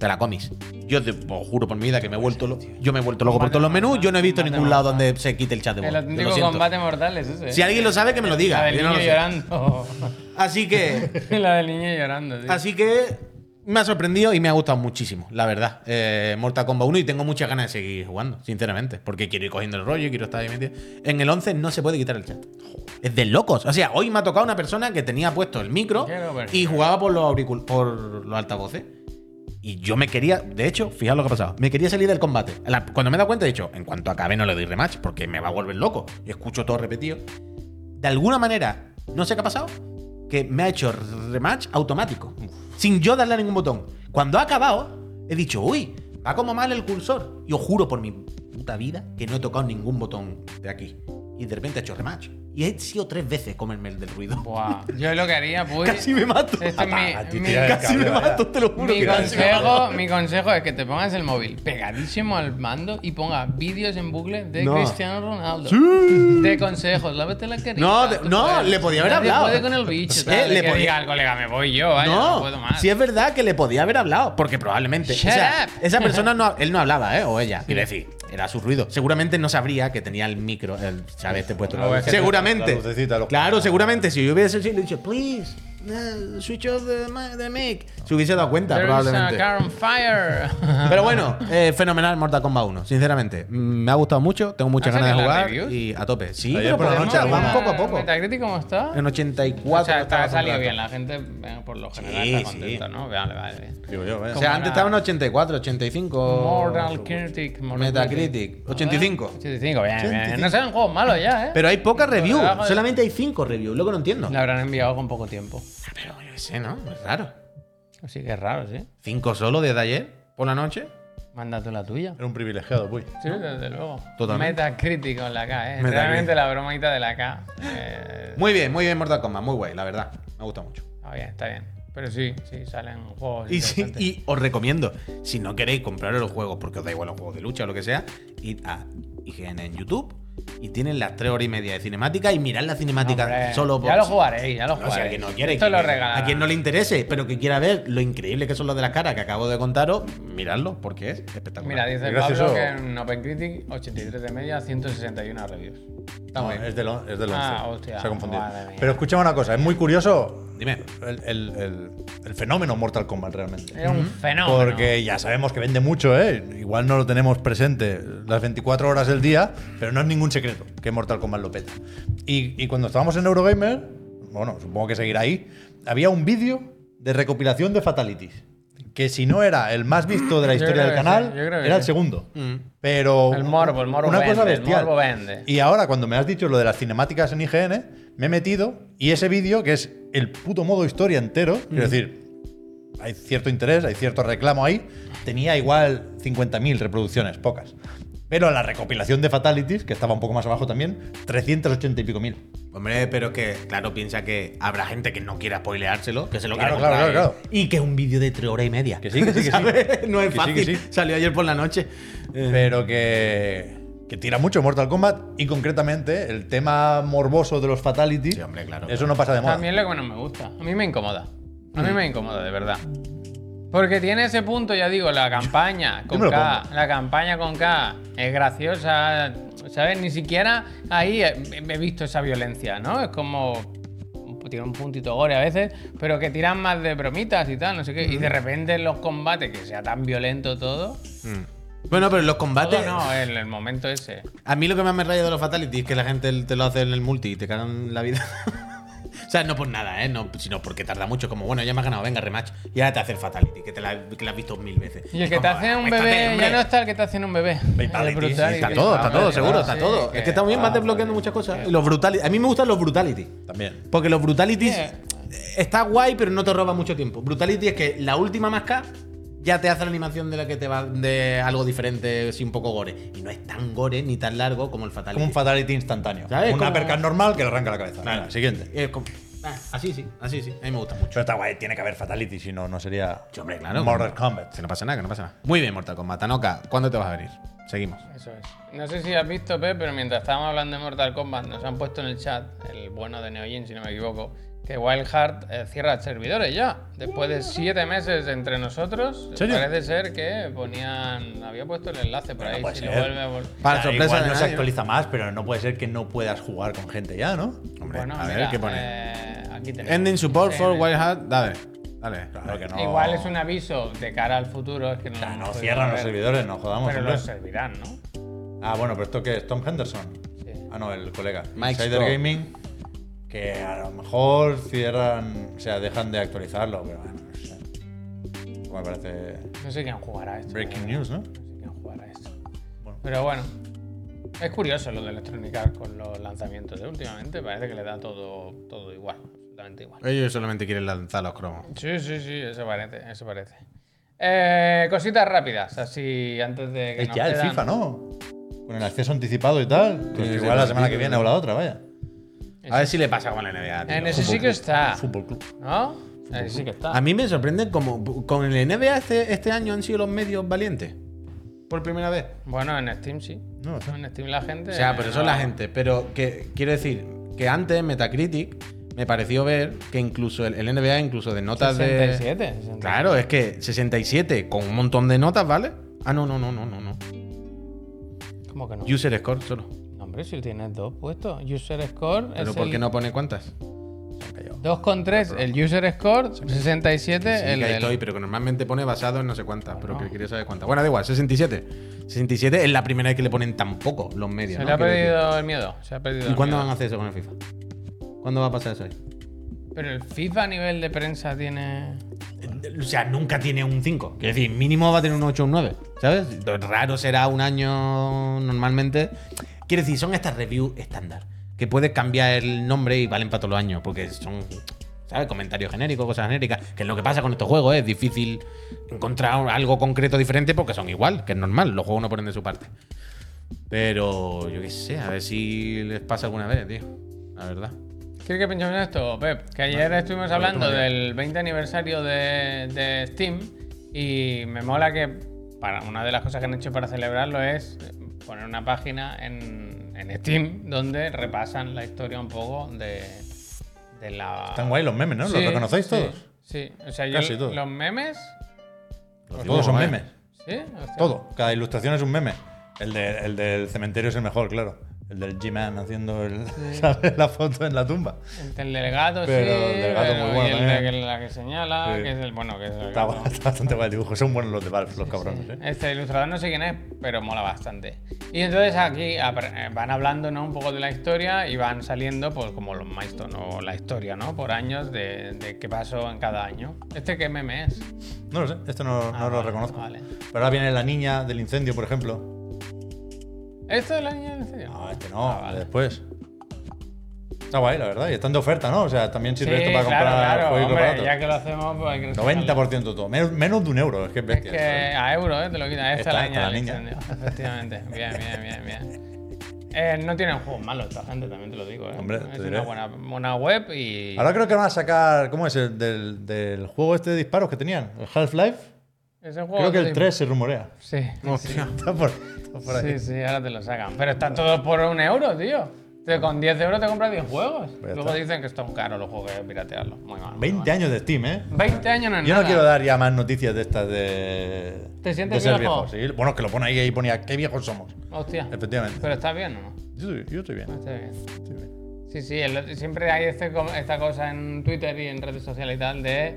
Speaker 3: te la comis. Yo te os juro por mi vida que me he vuelto loco. Yo me he vuelto loco por todos los menús. Yo no he visto ningún lado donde se quite el chat de voz.
Speaker 2: El
Speaker 3: Yo lo
Speaker 2: auténtico
Speaker 3: siento.
Speaker 2: combate mortal es ese. ¿eh?
Speaker 3: Si alguien lo sabe, que me lo diga.
Speaker 2: La del
Speaker 3: Yo no
Speaker 2: niño
Speaker 3: lo sé.
Speaker 2: llorando.
Speaker 3: Así que
Speaker 2: La del niño llorando, tío.
Speaker 3: Así que me ha sorprendido y me ha gustado muchísimo, la verdad. Eh, Mortal Kombat 1 y tengo muchas ganas de seguir jugando, sinceramente. Porque quiero ir cogiendo el rollo, y quiero estar ahí metido. En el 11 no se puede quitar el chat. Es de locos. O sea, hoy me ha tocado una persona que tenía puesto el micro
Speaker 2: Quiero ver.
Speaker 3: y jugaba por los, auricul- por los altavoces. Y yo me quería, de hecho, fijaos lo que ha pasado. Me quería salir del combate. La- cuando me he dado cuenta, he dicho, en cuanto acabe no le doy rematch porque me va a volver loco. Escucho todo repetido de alguna manera, no sé qué ha pasado, que me ha hecho rematch automático. Sin yo darle a ningún botón. Cuando ha acabado, he dicho, uy, va como mal el cursor. Yo juro por mi puta vida que no he tocado ningún botón de aquí. Y de repente he hecho rematch. Y he sido tres veces comerme el del ruido.
Speaker 2: Buah. Yo lo que haría, pues.
Speaker 3: Casi me mato.
Speaker 2: Este es mi-
Speaker 1: Ah, A ti,
Speaker 2: mi-
Speaker 1: tira del
Speaker 3: Casi me
Speaker 1: cable, vaya.
Speaker 3: mato, te lo juro.
Speaker 2: Mi
Speaker 3: que casi me mato.
Speaker 2: consejo, mi consejo es que te pongas el móvil pegadísimo al mando y pongas vídeos en bucle de
Speaker 3: No.
Speaker 2: Cristiano Ronaldo. De consejos, lávate la carita.
Speaker 3: No, te-
Speaker 2: tú
Speaker 3: no,
Speaker 2: puedes.
Speaker 3: le podía haber
Speaker 2: No te
Speaker 3: hablado.
Speaker 2: jode con el bicho,
Speaker 3: Sí,
Speaker 2: tal, de
Speaker 3: le
Speaker 2: que
Speaker 3: podía-
Speaker 2: diga al colega, me voy yo, vaya, no, puedo
Speaker 3: no,
Speaker 2: más.
Speaker 3: si es verdad que le podía haber hablado, porque probablemente
Speaker 2: Shut
Speaker 3: esa,
Speaker 2: up.
Speaker 3: esa persona no, él no hablaba, ¿eh? O ella, quiero decir, era su ruido. Seguramente no sabría que tenía el micro, el, ¿sabes? Este puesto.
Speaker 1: Claro, es que
Speaker 3: seguramente.
Speaker 1: la lucecita, lo-
Speaker 3: claro, seguramente. Si yo hubiese sido- le hubiese dicho, please, eh, switch off the, ma- the mic, se hubiese dado cuenta,
Speaker 2: There is a
Speaker 3: probablemente.
Speaker 2: car on fire.
Speaker 3: Pero bueno, eh, fenomenal Mortal Kombat 1, sinceramente. Mm, Me ha gustado mucho, tengo muchas
Speaker 2: ¿Han
Speaker 3: ganas de
Speaker 2: salido las
Speaker 3: jugar
Speaker 2: reviews?
Speaker 3: y a tope. Sí,
Speaker 1: Ayer
Speaker 3: pero
Speaker 1: por la
Speaker 3: podemos
Speaker 1: noche,
Speaker 3: jugar
Speaker 1: alguna.
Speaker 3: poco a poco.
Speaker 2: ¿Metacritic cómo está?
Speaker 3: En 84
Speaker 2: o sea, está,
Speaker 3: estaba
Speaker 2: ha salido
Speaker 3: contrato.
Speaker 2: bien, la gente eh, por lo general
Speaker 3: Sí,
Speaker 2: está
Speaker 3: sí.
Speaker 2: contenta, ¿no? Vale, vale. bien.
Speaker 1: Digo yo, vaya.
Speaker 3: O sea,
Speaker 2: Como
Speaker 3: antes
Speaker 2: era-
Speaker 3: estaban 84, 85.
Speaker 2: Mortal Critic, Ah, Mortal
Speaker 3: Metacritic, 85.
Speaker 2: 85, bien, bien.
Speaker 3: 85.
Speaker 2: No sean juegos malos ya, ¿eh?
Speaker 3: Pero hay pocas reviews,
Speaker 2: debajo de-
Speaker 3: solamente hay 5 reviews, luego no entiendo.
Speaker 2: La habrán enviado con poco tiempo.
Speaker 3: Pero yo qué sé, ¿no? Es raro.
Speaker 2: Así que es raro, ¿sí?
Speaker 3: 5 solo desde ayer por la noche.
Speaker 2: Manda tú la tuya.
Speaker 1: Era un privilegiado, pues.
Speaker 2: Sí, desde luego.
Speaker 3: Totalmente.
Speaker 2: Metacritic con la K, ¿eh?
Speaker 3: Metacritic.
Speaker 2: Realmente la bromita de la K. eh,
Speaker 3: Muy bien, muy bien Mortal Kombat, muy guay, la verdad. Me gusta mucho.
Speaker 2: está bien, está bien. Pero sí, sí, salen juegos.
Speaker 3: Y, si-
Speaker 2: interesantes.
Speaker 3: y os recomiendo, si no queréis comprar los juegos porque os da igual los juegos de lucha o lo que sea, id a IGN en YouTube y tienen las 3 horas y media de cinemática y mirad la cinemática
Speaker 2: Hombre,
Speaker 3: solo por.
Speaker 2: Ya lo jugaré, ya lo
Speaker 3: No,
Speaker 2: jugaré.
Speaker 3: si alguien no quiere,
Speaker 2: Esto
Speaker 3: quien-
Speaker 2: lo
Speaker 3: a
Speaker 2: regalarán.
Speaker 3: quien no le interese, pero que quiera ver lo increíble que son los de las caras que acabo de contaros, miradlo, porque es espectacular.
Speaker 2: Mira, dice
Speaker 1: Gracias,
Speaker 2: Pablo
Speaker 1: Hugo.
Speaker 2: que en OpenCritic 83 de media, 161 reviews. Está
Speaker 1: No,
Speaker 2: muy bien.
Speaker 1: es del, on- es del 11.
Speaker 2: Ah, hostia,
Speaker 1: Se ha confundido.
Speaker 2: madre mía.
Speaker 1: Pero escúchame una cosa, es muy curioso
Speaker 3: Dime.
Speaker 1: el, el- el- el fenómeno Mortal Kombat realmente.
Speaker 2: Es un fenómeno.
Speaker 1: Porque ya sabemos que vende mucho, ¿eh? Igual no lo tenemos presente las 24 horas del día, pero no es ningún secreto que Mortal Kombat lo peta. Y, y cuando estábamos en Eurogamer, bueno, supongo que seguirá ahí, había un vídeo de recopilación de Fatalities. Que si no era el más visto de la
Speaker 2: Yo
Speaker 1: historia
Speaker 2: creo
Speaker 1: del
Speaker 2: que
Speaker 1: canal,
Speaker 2: sí, yo creo que
Speaker 1: era el
Speaker 2: sí.
Speaker 1: segundo. Pero.
Speaker 2: El morbo, el morbo
Speaker 1: Una cosa
Speaker 2: vende, el
Speaker 1: bestial.
Speaker 2: morbo vende.
Speaker 1: Y ahora, cuando me has dicho lo de las cinemáticas en IGN, me he metido y ese vídeo, que es el puto modo historia entero, quiero
Speaker 2: Mm.
Speaker 1: decir, hay cierto interés, hay cierto reclamo ahí, tenía igual 50.000 reproducciones, pocas. Pero la recopilación de Fatalities, que estaba un poco más abajo también, 380 y pico mil.
Speaker 3: Hombre, pero que, claro, piensa que habrá gente que no quiera spoileárselo, que se lo
Speaker 1: Claro,
Speaker 3: quiera comprar,
Speaker 1: claro, claro,
Speaker 3: ¿eh? Y que es un vídeo de tres horas y media.
Speaker 1: Que sí, que sí, que sí.
Speaker 3: ¿Sabes? No es
Speaker 1: Que sí,
Speaker 3: fácil.
Speaker 1: que sí.
Speaker 3: Salió ayer por la noche. Eh,
Speaker 1: Pero que, que tira mucho Mortal Kombat y concretamente el tema morboso de los Fatalities.
Speaker 3: Sí, hombre, claro,
Speaker 1: Eso
Speaker 3: claro.
Speaker 1: no pasa de moda.
Speaker 2: También lo que no me gusta. A mí me incomoda. A
Speaker 3: Mm.
Speaker 2: mí me incomoda, de verdad. Porque tiene ese punto, ya digo, la campaña
Speaker 1: me
Speaker 2: con
Speaker 1: lo
Speaker 2: K. La campaña con K es graciosa. ¿Sabes? Ni siquiera ahí he, he visto esa violencia, ¿no? Es como. Tiene un puntito gore a veces, pero que tiran más de bromitas y tal, no sé qué. Y de repente en los combates, que sea tan violento todo.
Speaker 1: Mm.
Speaker 3: Bueno, pero los combates.
Speaker 2: todo no, en el momento ese.
Speaker 3: A mí lo que más me raya de los fatalities es que la gente te lo hace en el multi y te cagan la vida. o sea, no por nada, ¿eh? No, sino porque tarda mucho. Como, bueno, ya me has ganado, venga, rematch. Y ahora te hace el fatality, que, te la, que la has visto mil veces.
Speaker 2: Y el
Speaker 3: Es
Speaker 2: que te
Speaker 3: como,
Speaker 2: hace un
Speaker 3: "Acuéstate,
Speaker 2: bebé,
Speaker 3: hombre".
Speaker 2: ya no está el que te hace un bebé.
Speaker 1: Fatality,
Speaker 2: El brutal
Speaker 1: sí,
Speaker 2: y
Speaker 1: está
Speaker 2: que-
Speaker 3: Todo, está todo,
Speaker 2: Sí,
Speaker 3: seguro, está
Speaker 2: sí,
Speaker 3: todo. Es que está muy bien, vas desbloqueando muchas cosas. Y los brutalities. A mí me gustan los brutalities.
Speaker 1: También.
Speaker 3: Porque los brutalities
Speaker 2: Yeah.
Speaker 3: eh, está guay, pero no te roba mucho tiempo. Brutality es que la última máscara ya te hace la animación de la que te va de algo diferente, sí, un poco gore. Y no es tan gore ni tan largo como el Fatality.
Speaker 1: Como un fatality instantáneo.
Speaker 3: ¿Sabes?
Speaker 1: Un
Speaker 3: Como-
Speaker 1: uppercut normal que le arranca la cabeza. Venga, siguiente.
Speaker 3: Eh, como- ah, así sí, así sí. A mí me gusta mucho.
Speaker 1: Pero está guay, tiene que haber fatality, si no, no sería.
Speaker 3: Sí, hombre, claro.
Speaker 1: Mortal Kombat.
Speaker 3: Que no pasa nada, que no pasa nada. Muy bien, Mortal Kombat. Tanoka, ¿cuándo te vas a venir? Seguimos.
Speaker 2: Eso es. No sé si has visto, Pep, pero mientras estábamos hablando de Mortal Kombat, nos han puesto en el chat, el bueno de Neojin, si no me equivoco, que Wild Heart eh, cierra servidores ya. Después de siete meses entre nosotros,
Speaker 1: serio?
Speaker 2: parece ser que ponían. Había puesto el enlace por
Speaker 1: Pero no
Speaker 2: ahí,
Speaker 1: puede
Speaker 2: si
Speaker 1: ser.
Speaker 2: lo vuelve a vol-
Speaker 3: Para
Speaker 1: Claro,
Speaker 3: sorpresa
Speaker 1: igual
Speaker 3: de
Speaker 1: no se
Speaker 3: nadie.
Speaker 1: actualiza más, pero no puede ser que no puedas jugar con gente ya, ¿no?
Speaker 3: Hombre,
Speaker 2: Bueno,
Speaker 3: a ver,
Speaker 2: mira,
Speaker 3: ¿qué pone?
Speaker 2: eh, aquí tenemos.
Speaker 3: Ending support for
Speaker 2: Eh,
Speaker 3: White Hat. Dale, dale.
Speaker 1: Claro que no.
Speaker 2: Igual es un aviso de cara al futuro, es que no.
Speaker 1: Ah, no
Speaker 2: puedo
Speaker 1: cierran los
Speaker 2: ver.
Speaker 1: servidores, no jodamos.
Speaker 2: Pero
Speaker 1: hombre.
Speaker 2: los servirán, ¿no?
Speaker 1: Ah, bueno, pero esto que es Tom Henderson.
Speaker 2: Sí.
Speaker 1: Ah, no, el colega.
Speaker 3: Mike
Speaker 1: Insider
Speaker 3: Straw.
Speaker 1: Gaming. Que a lo mejor cierran, o sea, dejan de actualizarlo, pero bueno, no sé. Me parece
Speaker 2: No sé quién jugará esto.
Speaker 1: breaking
Speaker 2: la verdad.
Speaker 1: news, ¿no?
Speaker 2: No sé quién jugará esto.
Speaker 1: Bueno.
Speaker 2: Pero bueno, es curioso lo de Electronic Arts con los lanzamientos de últimamente. Parece que le da todo, todo igual, absolutamente igual.
Speaker 3: Ellos solamente quieren lanzar los cromos.
Speaker 2: Sí, sí, sí, eso parece, eso parece. Eh, cositas rápidas, así antes de que
Speaker 1: Es
Speaker 2: nos
Speaker 1: ya el
Speaker 2: quedan-
Speaker 1: FIFA, ¿no? Con el acceso anticipado y tal.
Speaker 3: Sí,
Speaker 1: Pues
Speaker 3: sí,
Speaker 1: igual la
Speaker 3: sí,
Speaker 1: semana
Speaker 3: sí,
Speaker 1: que
Speaker 3: sí.
Speaker 1: viene o la otra, vaya.
Speaker 3: A ver si le pasa con la NBA. tío.
Speaker 2: En ese sí que está,
Speaker 1: Fútbol club.
Speaker 2: ¿no? En ese sí que está.
Speaker 3: A mí me sorprende como con el NBA este, este año han sido los medios valientes. Por primera vez.
Speaker 2: Bueno, en Steam sí.
Speaker 1: No, sí.
Speaker 2: En Steam la gente.
Speaker 3: O sea, pero
Speaker 2: no-
Speaker 3: eso es la gente. Pero que quiero decir que antes Metacritic me pareció ver que incluso el, el NBA, incluso de notas de.
Speaker 2: 67, 67.
Speaker 3: Claro, es que 67 con un montón de notas, ¿vale? Ah, no, no, no, no, no, no.
Speaker 2: ¿Cómo que no?
Speaker 3: User score solo.
Speaker 2: No, hombre, si tienes dos puestos. User score
Speaker 3: Pero
Speaker 2: es
Speaker 3: ¿por
Speaker 2: el
Speaker 3: qué no pone cuántas?
Speaker 2: 2,3. El user score 67.
Speaker 3: Sí,
Speaker 2: el,
Speaker 3: que ahí
Speaker 2: del- Ah.
Speaker 3: estoy, pero que normalmente pone basado en no sé cuántas, pero que quería saber cuántas. Bueno, da igual, 67. 67 es la primera vez que le ponen tan poco los medios.
Speaker 2: se
Speaker 3: ¿no?
Speaker 2: le ha
Speaker 3: Quiero decir.
Speaker 2: perdido el miedo. Se ha perdido
Speaker 3: ¿Y
Speaker 2: el
Speaker 3: cuándo
Speaker 2: miedo.
Speaker 3: van a hacer eso con el FIFA? ¿Cuándo va a pasar eso ahí?
Speaker 2: Pero el FIFA a nivel de prensa tiene.
Speaker 3: O sea, nunca tiene un 5. Quiero decir, mínimo va a tener un 8 o un 9. ¿Sabes? Lo Raro será un año normalmente. Quiero decir, son estas reviews estándar. Que puedes cambiar el nombre y valen para todos los años. Porque son, ¿sabes? Comentarios genéricos, cosas genéricas. Que es lo que pasa con estos juegos. ¿eh? Es difícil encontrar algo concreto diferente porque son igual, que es normal. Los juegos no ponen de su parte. Pero yo qué sé, a ver si les pasa alguna vez, tío. La verdad.
Speaker 2: ¿Quieres que pinchemos en esto, Pep? Que ayer estuvimos hablando
Speaker 3: toma ya.
Speaker 2: del 20 aniversario de, de Steam y me mola que para, una de las cosas que han hecho para celebrarlo es poner una página en, en Steam donde repasan la historia un poco de, de la...
Speaker 1: Están guay los memes, ¿no?
Speaker 2: Sí,
Speaker 1: ¿Los reconocéis
Speaker 2: sí,
Speaker 1: todos?
Speaker 2: Sí, o sea,
Speaker 1: Casi
Speaker 2: yo
Speaker 1: todos.
Speaker 2: los memes...
Speaker 1: Todos son
Speaker 3: Guay.
Speaker 1: memes.
Speaker 2: ¿Sí? O sea,
Speaker 1: Todo. Cada ilustración es un meme. El, de- el del cementerio es el mejor, claro. El del G-Man haciendo el- ¿sabes? la foto en la tumba.
Speaker 2: El del gato,
Speaker 1: Pero
Speaker 2: sí,
Speaker 1: el del gato
Speaker 2: pero-
Speaker 1: muy bueno
Speaker 2: y el de
Speaker 1: también.
Speaker 2: que- la que señala,
Speaker 1: Sí.
Speaker 2: que es el bueno, que es el
Speaker 1: Está,
Speaker 2: gato.
Speaker 1: está bastante guay el dibujo. Son buenos los de Valve, los cabrones. ¿eh?
Speaker 2: Este ilustrador no sé quién es, pero mola bastante. Y entonces aquí apre- eh, van hablando ¿no? un poco de la historia y van saliendo pues como los milestones o la historia, ¿no? Por años de, de qué pasó en cada año. ¿Este qué meme es?
Speaker 1: No lo sé, esto no, no
Speaker 2: Ah,
Speaker 1: lo
Speaker 2: vale,
Speaker 1: reconozco.
Speaker 2: vale.
Speaker 1: Pero ahora viene la niña del incendio, por ejemplo.
Speaker 2: ¿Esto de la niña del incendio?
Speaker 1: No, este no,
Speaker 2: Ah, vale.
Speaker 1: después. Está guay, la verdad. Y están de oferta, ¿no? O sea, también
Speaker 2: Sí,
Speaker 1: sirve esto para
Speaker 2: claro,
Speaker 1: comprar
Speaker 2: claro,
Speaker 1: juegos
Speaker 2: hombre,
Speaker 1: baratos.
Speaker 2: ya que lo hacemos, pues hay que...
Speaker 1: 90% todo. Menos, menos de un euro, es que es
Speaker 2: Es
Speaker 1: bestia.
Speaker 2: que a euro, ¿eh? Te lo quitan. Esta
Speaker 1: Esta-
Speaker 2: es la
Speaker 1: esta
Speaker 2: niña del
Speaker 1: la niña.
Speaker 2: incendio. Efectivamente. Bien, bien, bien, bien. Eh, no tienen juegos malos esta gente, también te lo digo. ¿eh?
Speaker 1: Hombre, te
Speaker 2: es
Speaker 1: diré.
Speaker 2: una buena, buena web y...
Speaker 1: Ahora creo que van a sacar. ¿Cómo es? El, del, del juego este de disparos que tenían, el Half-Life.
Speaker 2: Ese juego
Speaker 1: Creo que
Speaker 2: te-
Speaker 1: el 3 se rumorea.
Speaker 2: Oh, Sí.
Speaker 3: Hostia.
Speaker 1: Está por, está por ahí.
Speaker 2: Sí, sí, ahora te lo sacan. Pero están todos por un euro, tío. Te- Con 10 euros te compras 10 juegos.
Speaker 1: Pues ya
Speaker 2: Luego
Speaker 1: está.
Speaker 2: dicen que están caros los juegos, que hay que piratearlos. Muy mal. muy
Speaker 1: 20 años de Steam, ¿eh?
Speaker 2: mal. 20 años no es
Speaker 1: Yo
Speaker 2: nada.
Speaker 1: no quiero dar ya más noticias de estas de.
Speaker 2: ¿Te sientes
Speaker 1: de ser
Speaker 2: viejo?
Speaker 1: sí. Bueno, que lo pone ahí y ponía qué viejos somos.
Speaker 2: Hostia.
Speaker 1: Efectivamente.
Speaker 2: Pero está bien, ¿o ¿no?
Speaker 1: Yo estoy, yo estoy bien.
Speaker 2: Está bien.
Speaker 1: estoy bien.
Speaker 2: Sí, sí, el- siempre hay este co- esta cosa en Twitter y en redes sociales y tal de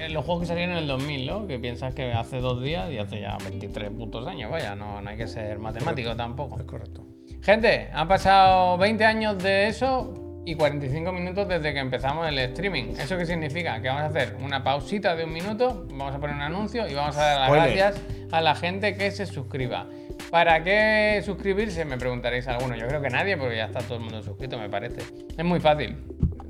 Speaker 2: eh, los juegos que salieron en el 2000, ¿no? Que piensas que hace dos días y hace ya 23 putos años, vaya, no, no hay que ser matemático tampoco.
Speaker 1: Es correcto.
Speaker 2: Gente, han pasado 20 años de eso y 45 minutos desde que empezamos el streaming. ¿Eso qué significa? Que vamos a hacer una pausita de un minuto, vamos a poner un anuncio y vamos a dar las
Speaker 3: Spoiler.
Speaker 2: gracias a la gente que se suscriba. ¿Para qué suscribirse? Me preguntaréis alguno. Yo creo que nadie, porque ya está todo el mundo suscrito, me parece. Es muy fácil.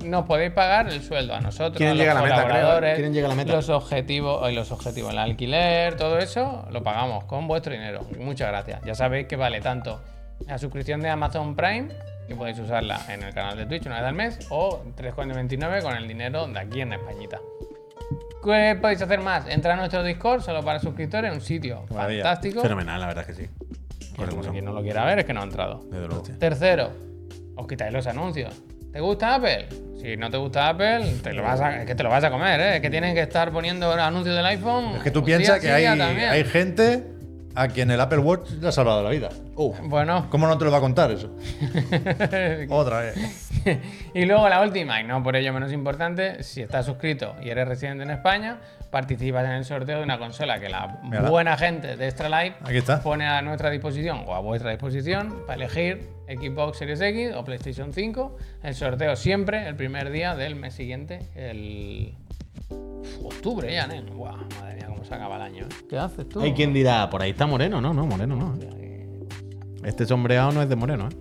Speaker 2: nos podéis pagar el sueldo a nosotros,
Speaker 3: ¿Quién
Speaker 2: a los
Speaker 3: llega a la meta, creo?
Speaker 2: colaboradores,
Speaker 3: ¿Quién llega a la meta?
Speaker 2: los objetivos, ay, los objetivos, el alquiler, todo eso, lo pagamos con vuestro dinero. Muchas gracias. Ya sabéis que vale tanto la suscripción de Amazon Prime, que podéis usarla en el canal de Twitch una vez al mes, o 3,29 con el dinero de aquí en Españita. ¿Qué podéis hacer más? Entrar a nuestro Discord solo para suscriptores, un sitio
Speaker 1: maravilla.
Speaker 2: fantástico.
Speaker 3: Fenomenal, la verdad es que sí.
Speaker 2: Quien- Quien no lo quiera ver es que no ha entrado.
Speaker 3: Desde luego.
Speaker 2: Tercero, os quitáis los anuncios. ¿Te gusta Apple? Si no te gusta Apple, te lo vas a, es que te lo vas a comer, ¿eh? Es que tienen que estar poniendo anuncios del iPhone.
Speaker 1: Es que tú
Speaker 2: pues,
Speaker 1: piensas
Speaker 2: día
Speaker 1: que
Speaker 2: sí,
Speaker 1: hay,
Speaker 2: día también.
Speaker 1: hay gente a quien el Apple Watch le ha salvado la vida.
Speaker 2: Uh. Bueno,
Speaker 1: ¿Cómo no te lo va a contar eso? Otra vez.
Speaker 2: y luego la última, y no por ello menos importante, si estás suscrito y eres residente en España, participas en el sorteo de una consola que la
Speaker 1: Mírala.
Speaker 2: buena gente de Extra Life
Speaker 1: Aquí está.
Speaker 2: pone a nuestra disposición o a vuestra disposición para elegir Xbox Series X o PlayStation 5. El sorteo siempre el primer día del mes siguiente, el Uf, octubre ya, ¿no? Buah, madre mía, cómo se acaba el año. ¿eh? ¿Qué haces tú?
Speaker 3: Hay quien dirá, "Ah, por ahí está Moreno. No, no, Moreno no. Este sombreado no es de Moreno, ¿eh?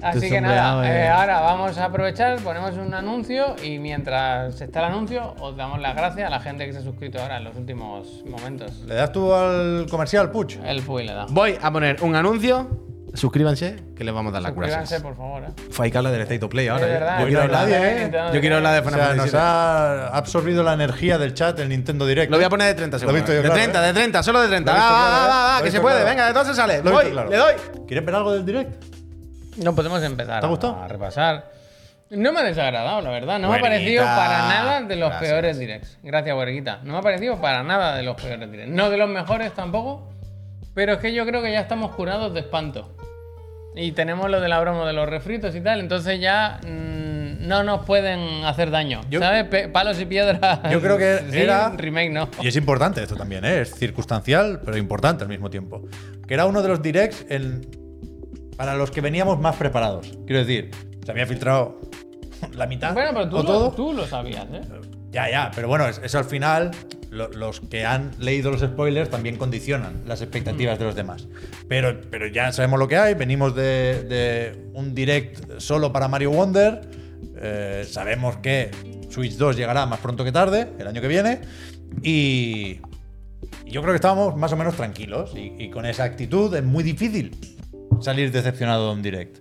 Speaker 2: Así
Speaker 3: Este
Speaker 2: que nada,
Speaker 3: sombreado es-
Speaker 2: eh, ahora vamos a aprovechar, ponemos un anuncio y mientras está el anuncio os damos las gracias a la gente que se ha suscrito ahora en los últimos momentos.
Speaker 1: ¿Le das tú al comercial, Puch?
Speaker 2: El Puy le da.
Speaker 3: Voy a poner un anuncio. Suscríbanse, que les vamos a dar las
Speaker 2: Suscríbanse,
Speaker 3: gracias.
Speaker 2: por favor. ¿eh?
Speaker 3: Fue ahí que habla del State of Play ahora.
Speaker 2: Es
Speaker 3: ¿eh?
Speaker 2: verdad,
Speaker 3: yo,
Speaker 1: es
Speaker 3: quiero
Speaker 1: verdad,
Speaker 3: hablar,
Speaker 1: nadie, ¿eh?
Speaker 2: Nintendo
Speaker 3: yo quiero hablar de
Speaker 1: O
Speaker 3: Final
Speaker 1: sea,
Speaker 3: Fantasy
Speaker 1: nos
Speaker 3: VII.
Speaker 1: ha absorbido la energía del chat el Nintendo Direct.
Speaker 3: Lo voy a poner de 30
Speaker 1: Lo he
Speaker 3: segundos.
Speaker 1: visto yo,
Speaker 3: de
Speaker 1: claro,
Speaker 3: 30,
Speaker 1: ¿eh?
Speaker 3: de 30, solo de 30.
Speaker 1: Lo he
Speaker 3: Va,
Speaker 1: visto
Speaker 3: va,
Speaker 1: claro,
Speaker 3: va,
Speaker 1: ¿eh? Lo he
Speaker 3: va, que se
Speaker 1: visto
Speaker 3: puede.
Speaker 1: claro.
Speaker 3: Venga, entonces sale.
Speaker 1: Lo he
Speaker 3: Voy,
Speaker 1: visto claro.
Speaker 3: le doy.
Speaker 1: ¿Quieres ver algo del Direct?
Speaker 2: No podemos empezar
Speaker 1: ¿Te ha gustado?
Speaker 2: a repasar. No me ha desagradado, la verdad. No me
Speaker 3: Buenita.
Speaker 2: ha parecido para nada de los
Speaker 3: Gracias.
Speaker 2: peores directs. Gracias, Huerguita. No me ha parecido para nada de los peores directs. No de los mejores tampoco. Pero es que yo creo que ya estamos curados de espanto. Y tenemos lo de la broma de los refritos y tal. Entonces ya mm, no nos pueden hacer daño.
Speaker 1: Yo-
Speaker 2: ¿Sabes? Pe- palos y piedras.
Speaker 1: Yo creo que
Speaker 2: Sí,
Speaker 1: era-
Speaker 2: Remake no.
Speaker 1: Y es importante esto también, ¿eh? es circunstancial, pero importante al mismo tiempo. Que era uno de los directs en- para los que veníamos más preparados. Quiero decir, se había filtrado la mitad
Speaker 2: Bueno, pero tú,
Speaker 1: o
Speaker 2: lo,
Speaker 1: todo.
Speaker 2: tú lo sabías, ¿eh?
Speaker 1: Ya, ya, pero bueno, es- eso al final, lo- los que han leído los spoilers también condicionan las expectativas de los demás. Pero, pero ya sabemos lo que hay, venimos de, de un direct solo para Mario Wonder, eh, sabemos que Switch 2 llegará más pronto que tarde, el año que viene, y y yo creo que estábamos más o menos tranquilos y, y con esa actitud es muy difícil salir decepcionado de un direct.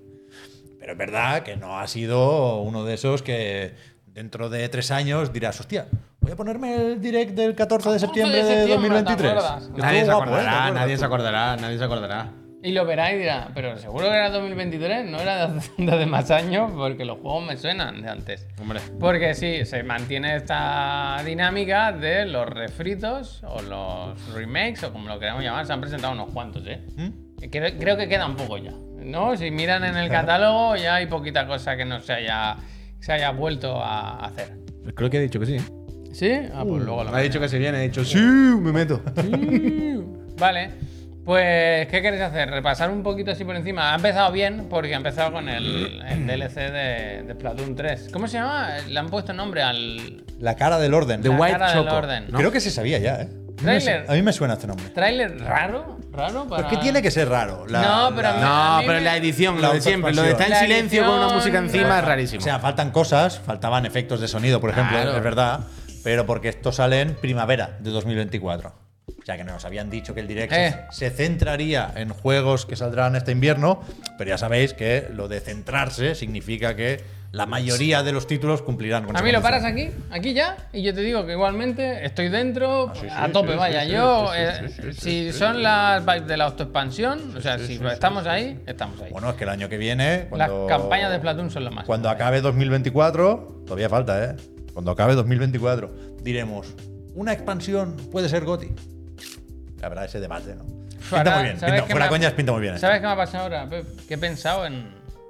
Speaker 1: Pero es verdad que no ha sido uno de esos que dentro de tres años dirás, hostia, voy a ponerme el direct del 14 de septiembre de
Speaker 2: septiembre, ¿te
Speaker 1: 2023.
Speaker 2: acuerdas?
Speaker 1: Estuvo
Speaker 3: Nadie se
Speaker 1: guapo, ¿eh? ¿Te
Speaker 3: acordará,
Speaker 1: acuerdas?
Speaker 3: nadie se acordará, nadie se acordará.
Speaker 2: Y lo verá y dirá, pero seguro que era 2023, no era de, hace- de hace más años, porque los juegos me suenan de antes.
Speaker 3: Hombre.
Speaker 2: Porque sí, se mantiene esta dinámica de los refritos o los remakes o como lo queramos llamar, se han presentado unos cuantos, ¿eh?
Speaker 1: ¿Mm?
Speaker 2: Creo, creo que quedan poco ya, ¿no? Si miran en el catálogo ya hay poquita cosa que no se haya, se haya vuelto a hacer.
Speaker 3: Creo que ha dicho que sí. ¿eh? Uh.
Speaker 2: ¿Sí? Ah, pues luego lo
Speaker 3: Ha dicho que se viene, ha dicho, sí, me meto.
Speaker 2: Mm. Vale. Pues, ¿qué queréis hacer? Repasar un poquito así por encima. Ha empezado bien porque ha empezado con el, el DLC de, de Splatoon 3. ¿Cómo se llama? Le han puesto nombre al
Speaker 1: La cara del orden.
Speaker 3: The
Speaker 2: La
Speaker 3: White
Speaker 2: cara del
Speaker 3: Choco.
Speaker 2: orden.
Speaker 3: ¿no?
Speaker 1: Creo que se sabía ya, ¿eh? A mí me su-
Speaker 2: Trailer.
Speaker 1: A mí me suena este nombre.
Speaker 2: tráiler raro, raro para...
Speaker 1: Pero es que tiene que ser raro. La-
Speaker 2: No, pero
Speaker 1: la-
Speaker 3: No,
Speaker 2: A mí
Speaker 3: pero
Speaker 2: me-
Speaker 3: la edición,
Speaker 1: La
Speaker 3: lo de siempre, lo de estar en
Speaker 2: La
Speaker 3: silencio con una
Speaker 2: edición,
Speaker 3: música encima
Speaker 2: no.
Speaker 3: es rarísimo.
Speaker 1: O sea, faltan cosas, faltaban efectos de sonido, por ejemplo,
Speaker 3: Claro.
Speaker 1: es verdad, pero porque esto sale en primavera de 2024. O sea, que nos habían dicho que el Direct se-
Speaker 2: Eh.
Speaker 1: se centraría en juegos que saldrán este invierno, pero ya sabéis que lo de centrarse significa que la mayoría de los títulos cumplirán con
Speaker 2: A
Speaker 1: esa
Speaker 2: mí lo paras
Speaker 1: condición.
Speaker 2: aquí, aquí ya, y yo te digo que igualmente estoy dentro,
Speaker 1: Ah, sí, sí,
Speaker 2: a tope,
Speaker 1: sí,
Speaker 2: vaya.
Speaker 1: sí,
Speaker 2: yo,
Speaker 1: sí,
Speaker 2: eh,
Speaker 1: sí, sí, sí,
Speaker 2: si
Speaker 1: sí,
Speaker 2: son las vibes de la autoexpansión, o sea, si estamos ahí, estamos ahí.
Speaker 1: Bueno, es que el año que viene.
Speaker 2: Las
Speaker 1: cuando-
Speaker 2: campañas de Splatoon son lo más. ¿eh?
Speaker 1: Cuando acabe 2024, todavía falta, ¿eh? Cuando acabe 2024, diremos, una expansión puede ser Goti. La verdad, ese debate, ¿no? Pinta
Speaker 2: Ahora,
Speaker 1: muy bien.
Speaker 2: ¿sabes
Speaker 1: Pinta,
Speaker 2: qué
Speaker 1: fuera
Speaker 2: me ha-
Speaker 1: coñas, pinta muy bien. ¿eh?
Speaker 2: ¿Sabes qué me ha pasado ahora, Pep? Que he pensado en,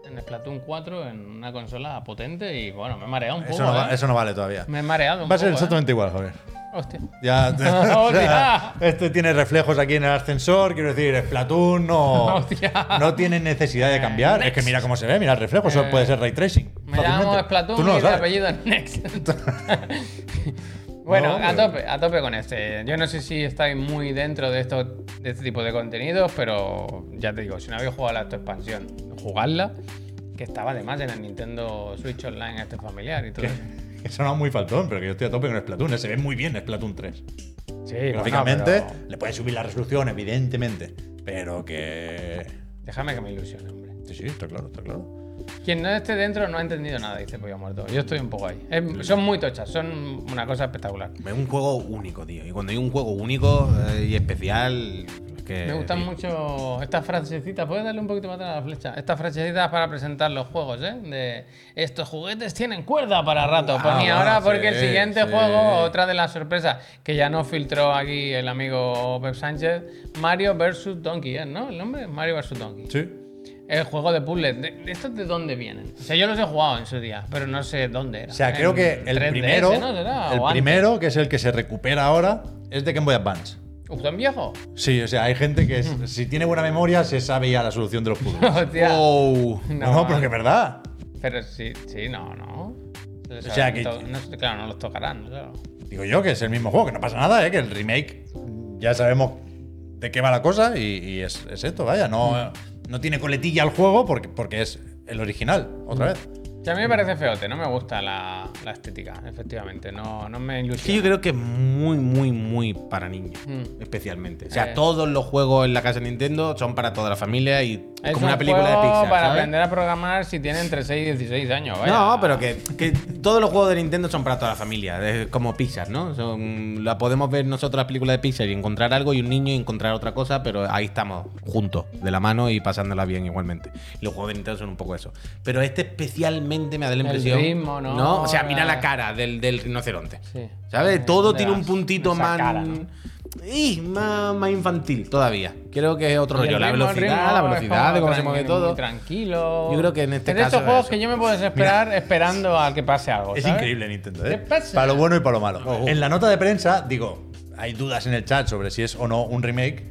Speaker 2: en Splatoon 4 en una consola potente y bueno, me he mareado un poco.
Speaker 1: Eso, no, va-
Speaker 2: ¿eh?
Speaker 1: eso no vale todavía.
Speaker 2: Me he mareado un
Speaker 1: Va a
Speaker 2: poco.
Speaker 1: ser
Speaker 2: ¿eh?
Speaker 1: exactamente igual, Javier.
Speaker 2: Hostia.
Speaker 1: Ya, o sea,
Speaker 2: Hostia.
Speaker 1: este tiene reflejos aquí en el ascensor, quiero decir, Splatoon no,
Speaker 2: Hostia.
Speaker 1: no tiene necesidad de cambiar. Es que mira cómo se ve, mira el reflejo, eso
Speaker 2: Eh,
Speaker 1: puede ser ray tracing.
Speaker 2: Me llamo
Speaker 1: fácilmente. Tú
Speaker 2: Splatoon
Speaker 1: no lo
Speaker 2: y de
Speaker 1: sabes.
Speaker 2: apellido es Next. bueno,
Speaker 1: No,
Speaker 2: a
Speaker 1: pero-
Speaker 2: tope, a tope con este. Yo no sé si estáis muy dentro de, esto, de este tipo de contenidos, pero ya te digo, si no habéis jugado a la expansión, jugadla. que estaba además en el Nintendo Switch Online este familiar y
Speaker 1: Que,
Speaker 2: todo eso.
Speaker 1: que sonaba muy faltón, pero que yo estoy a tope con Splatoon. eh, Se ve muy bien Splatoon 3.
Speaker 2: Sí, bueno,
Speaker 1: Gráficamente,
Speaker 2: pero
Speaker 1: le pueden subir la resolución, evidentemente. Pero que.
Speaker 2: déjame que me ilusione, hombre.
Speaker 1: Sí, sí, está claro, está claro.
Speaker 2: Quien no esté dentro no ha entendido nada, dice Pollo Muerto. Yo estoy un poco ahí. Es- son muy tochas, son una cosa espectacular.
Speaker 3: Es un juego único, tío. Y cuando hay un juego único eh, y especial, es que.
Speaker 2: Me gustan mucho estas frasecitas. ¿Puedes darle un poquito más atrás a la flecha? Estas frasecitas para presentar los juegos, ¿eh? De estos juguetes tienen cuerda para rato.
Speaker 3: Ah,
Speaker 2: Ponía
Speaker 3: bueno,
Speaker 2: ahora porque el
Speaker 3: sí,
Speaker 2: siguiente
Speaker 3: sí.
Speaker 2: juego, otra de las sorpresas que ya nos filtró aquí el amigo Pep Sánchez, Mario vs. Donkey, ¿eh? ¿no? El nombre Mario vs. Donkey.
Speaker 1: Sí.
Speaker 2: El juego de puzzles. ¿De, de estos de dónde vienen? O sea, yo los he jugado en su día, pero no sé dónde era.
Speaker 1: O sea,
Speaker 2: En
Speaker 1: creo que el
Speaker 2: 3DS,
Speaker 1: primero,
Speaker 2: ¿no? ¿Será?
Speaker 1: el
Speaker 2: O antes.
Speaker 1: primero, que es el que se recupera ahora, es de Game Boy Advance.
Speaker 2: Uf, ¿tan viejo?
Speaker 1: Sí, o sea, hay gente que es- si tiene buena memoria se sabe ya la solución de los puzzles.
Speaker 2: Hostia.
Speaker 1: Wow.
Speaker 2: No.
Speaker 1: No, no, pero que es verdad.
Speaker 2: Pero sí, sí, no, no. O
Speaker 1: sea, que-
Speaker 2: claro, no los tocarán, claro.
Speaker 1: Digo yo que es el mismo juego, que no pasa nada, ¿eh? que el remake ya sabemos de qué va la cosa y, y es, es esto, vaya. No,
Speaker 2: Mm.
Speaker 1: no tiene coletilla al juego porque, porque es el original,
Speaker 2: Mm.
Speaker 1: otra vez.
Speaker 2: O sea, a mí me parece feote, no me gusta la, la estética, efectivamente. No, no me
Speaker 3: Sí, yo
Speaker 2: ilusiona.
Speaker 3: creo que es muy, muy, muy para niños.
Speaker 2: Mm.
Speaker 3: Especialmente. O sea,
Speaker 2: Eh.
Speaker 3: todos los juegos en la casa de Nintendo son para toda la familia y es
Speaker 2: Es
Speaker 3: como
Speaker 2: un
Speaker 3: una película de
Speaker 2: juego
Speaker 3: Pixar.
Speaker 2: Para
Speaker 3: ¿sabes?
Speaker 2: aprender a programar si tiene entre 6 y 16 años, vaya.
Speaker 3: No, pero que, que todos los juegos de Nintendo son para toda la familia, es como Pixar, ¿no? Son- la podemos ver nosotros la película de Pixar y encontrar algo y un niño y encontrar otra cosa, pero ahí estamos juntos, de la mano y pasándola bien igualmente. Y los juegos de Nintendo son un poco eso. Pero este especialmente me da la
Speaker 2: El
Speaker 3: impresión,
Speaker 2: ritmo, ¿no?
Speaker 3: O sea, mira la
Speaker 2: La-
Speaker 3: cara del, del rinoceronte.
Speaker 2: Sí.
Speaker 3: ¿Sabes? Todo
Speaker 2: De
Speaker 3: tiene
Speaker 2: las-
Speaker 3: un puntito
Speaker 2: esa
Speaker 3: más,
Speaker 2: cara, ¿no?
Speaker 3: Ih, más más infantil todavía. Creo que es otro
Speaker 2: Y el
Speaker 3: rollo, la
Speaker 2: ritmo, el ritmo
Speaker 3: velocidad, la
Speaker 2: es
Speaker 3: velocidad de cómo se
Speaker 2: tran-
Speaker 3: mueve
Speaker 2: muy
Speaker 3: todo.
Speaker 2: Tranquilo.
Speaker 3: Yo creo que en este
Speaker 2: Es de
Speaker 3: caso
Speaker 2: estos juegos
Speaker 3: es
Speaker 2: que
Speaker 3: eso.
Speaker 2: yo me puedo desesperar esperando a que pase algo.
Speaker 1: Es
Speaker 2: ¿sabes?
Speaker 1: increíble Nintendo, ¿eh?
Speaker 2: ¿Qué pasa? Oh,
Speaker 1: Para lo bueno y para lo malo.
Speaker 3: Ojo.
Speaker 1: En la nota de prensa, digo, hay dudas en el chat sobre si es o no un remake.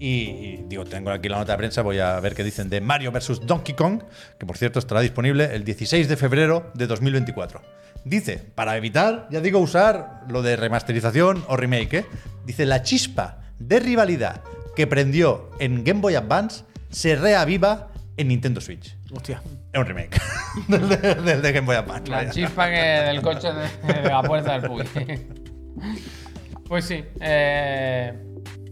Speaker 1: Y, y, digo, tengo aquí la nota de prensa, voy a ver qué dicen de Mario vs. Donkey Kong, que por cierto estará disponible el 16 de febrero de 2024. Dice, para evitar, ya digo, usar lo de remasterización o remake, ¿eh? dice, la chispa de rivalidad que prendió en Game Boy Advance se reaviva en Nintendo Switch.
Speaker 3: Hostia.
Speaker 1: Es un remake del, de- del de Game Boy Advance.
Speaker 2: La
Speaker 1: vaya.
Speaker 2: chispa que del coche de, de la puerta del Puy. pues sí. eh,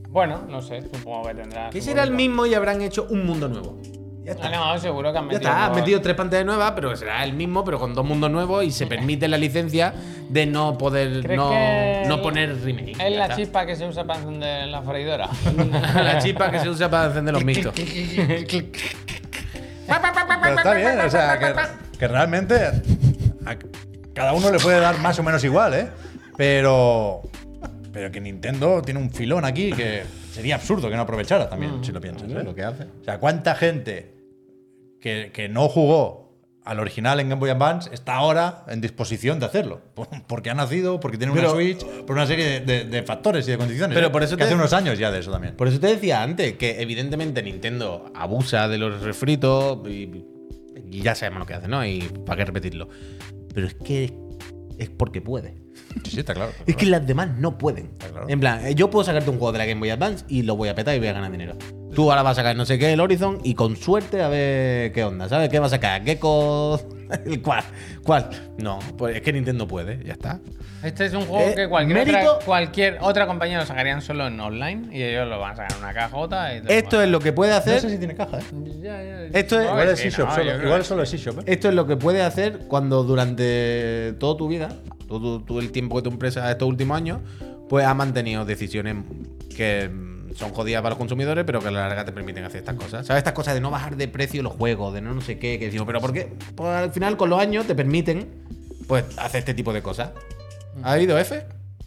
Speaker 2: bueno, no sé, supongo que tendrá.
Speaker 3: Que
Speaker 2: su
Speaker 3: será el
Speaker 2: público.
Speaker 3: mismo y habrán hecho un mundo nuevo. Ya
Speaker 2: Ah,
Speaker 3: está.
Speaker 2: no, seguro que han
Speaker 3: Ya
Speaker 2: metido.
Speaker 3: está, has
Speaker 2: nuevos-
Speaker 3: metido tres pantallas nuevas, pero será el mismo, pero con dos mundos nuevos y se permite la licencia de no poder
Speaker 2: ¿Crees
Speaker 3: no,
Speaker 2: que
Speaker 3: no
Speaker 2: el-
Speaker 3: poner remake. Ya
Speaker 2: Es la
Speaker 3: está.
Speaker 2: chispa que se usa para encender la freidora.
Speaker 3: la chispa que se usa para encender los mixtos.
Speaker 1: Pero está bien, o sea, que, que realmente a cada uno le puede dar más o menos igual, ¿eh? Pero, pero que Nintendo tiene un filón aquí que sería absurdo que no aprovechara
Speaker 3: Mm.
Speaker 1: también, si lo piensas. ¿eh?
Speaker 3: hace.
Speaker 1: O sea, ¿cuánta gente que, que no jugó al original en Game Boy Advance está ahora en disposición de hacerlo? Por- Porque ha nacido, porque tiene una
Speaker 3: Pero-
Speaker 1: Switch, por una serie de, de- de factores y de condiciones.
Speaker 3: Pero
Speaker 1: ¿eh?
Speaker 3: por eso
Speaker 1: que
Speaker 3: te-
Speaker 1: hace unos años ya de eso también.
Speaker 3: Por eso te decía antes que evidentemente Nintendo abusa de los refritos y, y ya sabemos lo que hace, ¿no? Y para qué repetirlo. Pero es que es porque puede.
Speaker 1: Sí, sí, está claro. está
Speaker 3: Es
Speaker 1: claro.
Speaker 3: que las demás no pueden.
Speaker 1: claro.
Speaker 3: En plan, eh, yo puedo sacarte un juego de la Game Boy Advance y lo voy a petar y voy a ganar dinero. Tú ahora vas a sacar no sé qué, el Horizon, y con suerte a ver qué onda, ¿sabes? ¿Qué vas a sacar? ¿Gecko? ¿El cuál? ¿Cuál? No, pues es que Nintendo puede, ya está.
Speaker 2: Este es un juego
Speaker 3: Eh,
Speaker 2: que cualquier otra,
Speaker 3: mérito-
Speaker 2: cualquier otra compañía lo sacarían solo en online y ellos lo van a sacar en una cajota. Y
Speaker 3: Esto es lo que puede
Speaker 1: No
Speaker 3: hacer.
Speaker 1: sé si tiene caja, ¿eh?
Speaker 3: esto es-
Speaker 1: Igual es eShop, solo, igual solo es eShop, ¿eh?
Speaker 3: Esto es lo que puede hacer cuando durante toda tu vida, todo, tu- todo el tiempo que tu empresa estos últimos años, pues ha mantenido decisiones que mm, son jodidas para los consumidores, pero que a la larga te permiten hacer estas cosas. ¿Sabes? Estas cosas de no bajar de precio los juegos, de no no sé qué, que decimos, pero ¿por qué? Pues al final con los años te permiten pues hacer este tipo de cosas. ¿Ha habido F?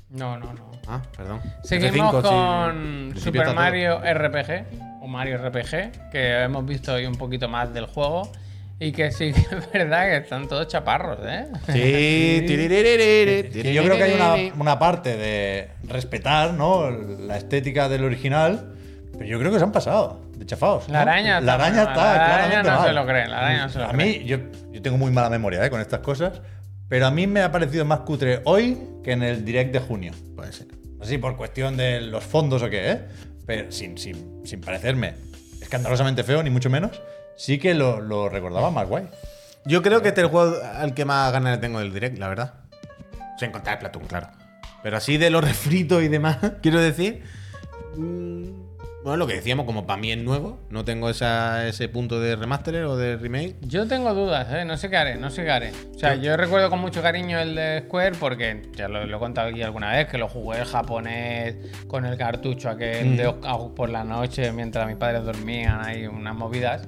Speaker 2: No, no, no.
Speaker 3: Ah, perdón.
Speaker 2: Seguimos
Speaker 3: F5, sí. En
Speaker 2: con
Speaker 3: principio
Speaker 2: Super
Speaker 3: está todo.
Speaker 2: Mario RPG o Mario RPG, que hemos visto hoy un poquito más del juego y que sí que es verdad que están todos chaparros, ¿eh?
Speaker 3: Sí, tiriririririri,
Speaker 1: Que yo creo que hay una, una parte de respetar ¿no? la estética del original, pero yo creo que se han pasado, de chafados. ¿no?
Speaker 2: La araña
Speaker 1: La
Speaker 2: está
Speaker 1: araña
Speaker 2: mal,
Speaker 1: está,
Speaker 2: la araña
Speaker 1: claramente
Speaker 2: no
Speaker 1: mal.
Speaker 2: se lo cree, la araña no se lo
Speaker 1: A
Speaker 2: cree.
Speaker 1: mí, yo, yo tengo muy mala memoria ¿eh? con estas cosas, pero a mí me ha parecido más cutre hoy que en el direct de junio.
Speaker 3: Puede ser.
Speaker 1: Así por cuestión de los fondos o qué, ¿eh? Pero sin, sin, sin parecerme escandalosamente feo, ni mucho menos, sí que lo, lo recordaba más guay.
Speaker 3: Yo creo que este es el juego al que más ganas le tengo del direct, la verdad. Sin contar el Platón, claro. Pero así de los refritos y demás, quiero decir. mm, Bueno, lo que decíamos, como para mí es nuevo, no tengo esa, ese punto de remaster o de remake.
Speaker 2: Yo tengo dudas, ¿eh? no sé qué haré, no sé qué haré. O sea, yo recuerdo con mucho cariño el de Square porque ya lo, lo he contado aquí alguna vez, que lo jugué el japonés con el cartucho aquel
Speaker 1: Mm.
Speaker 2: de Oscar por la noche mientras mis padres dormían, hay unas movidas.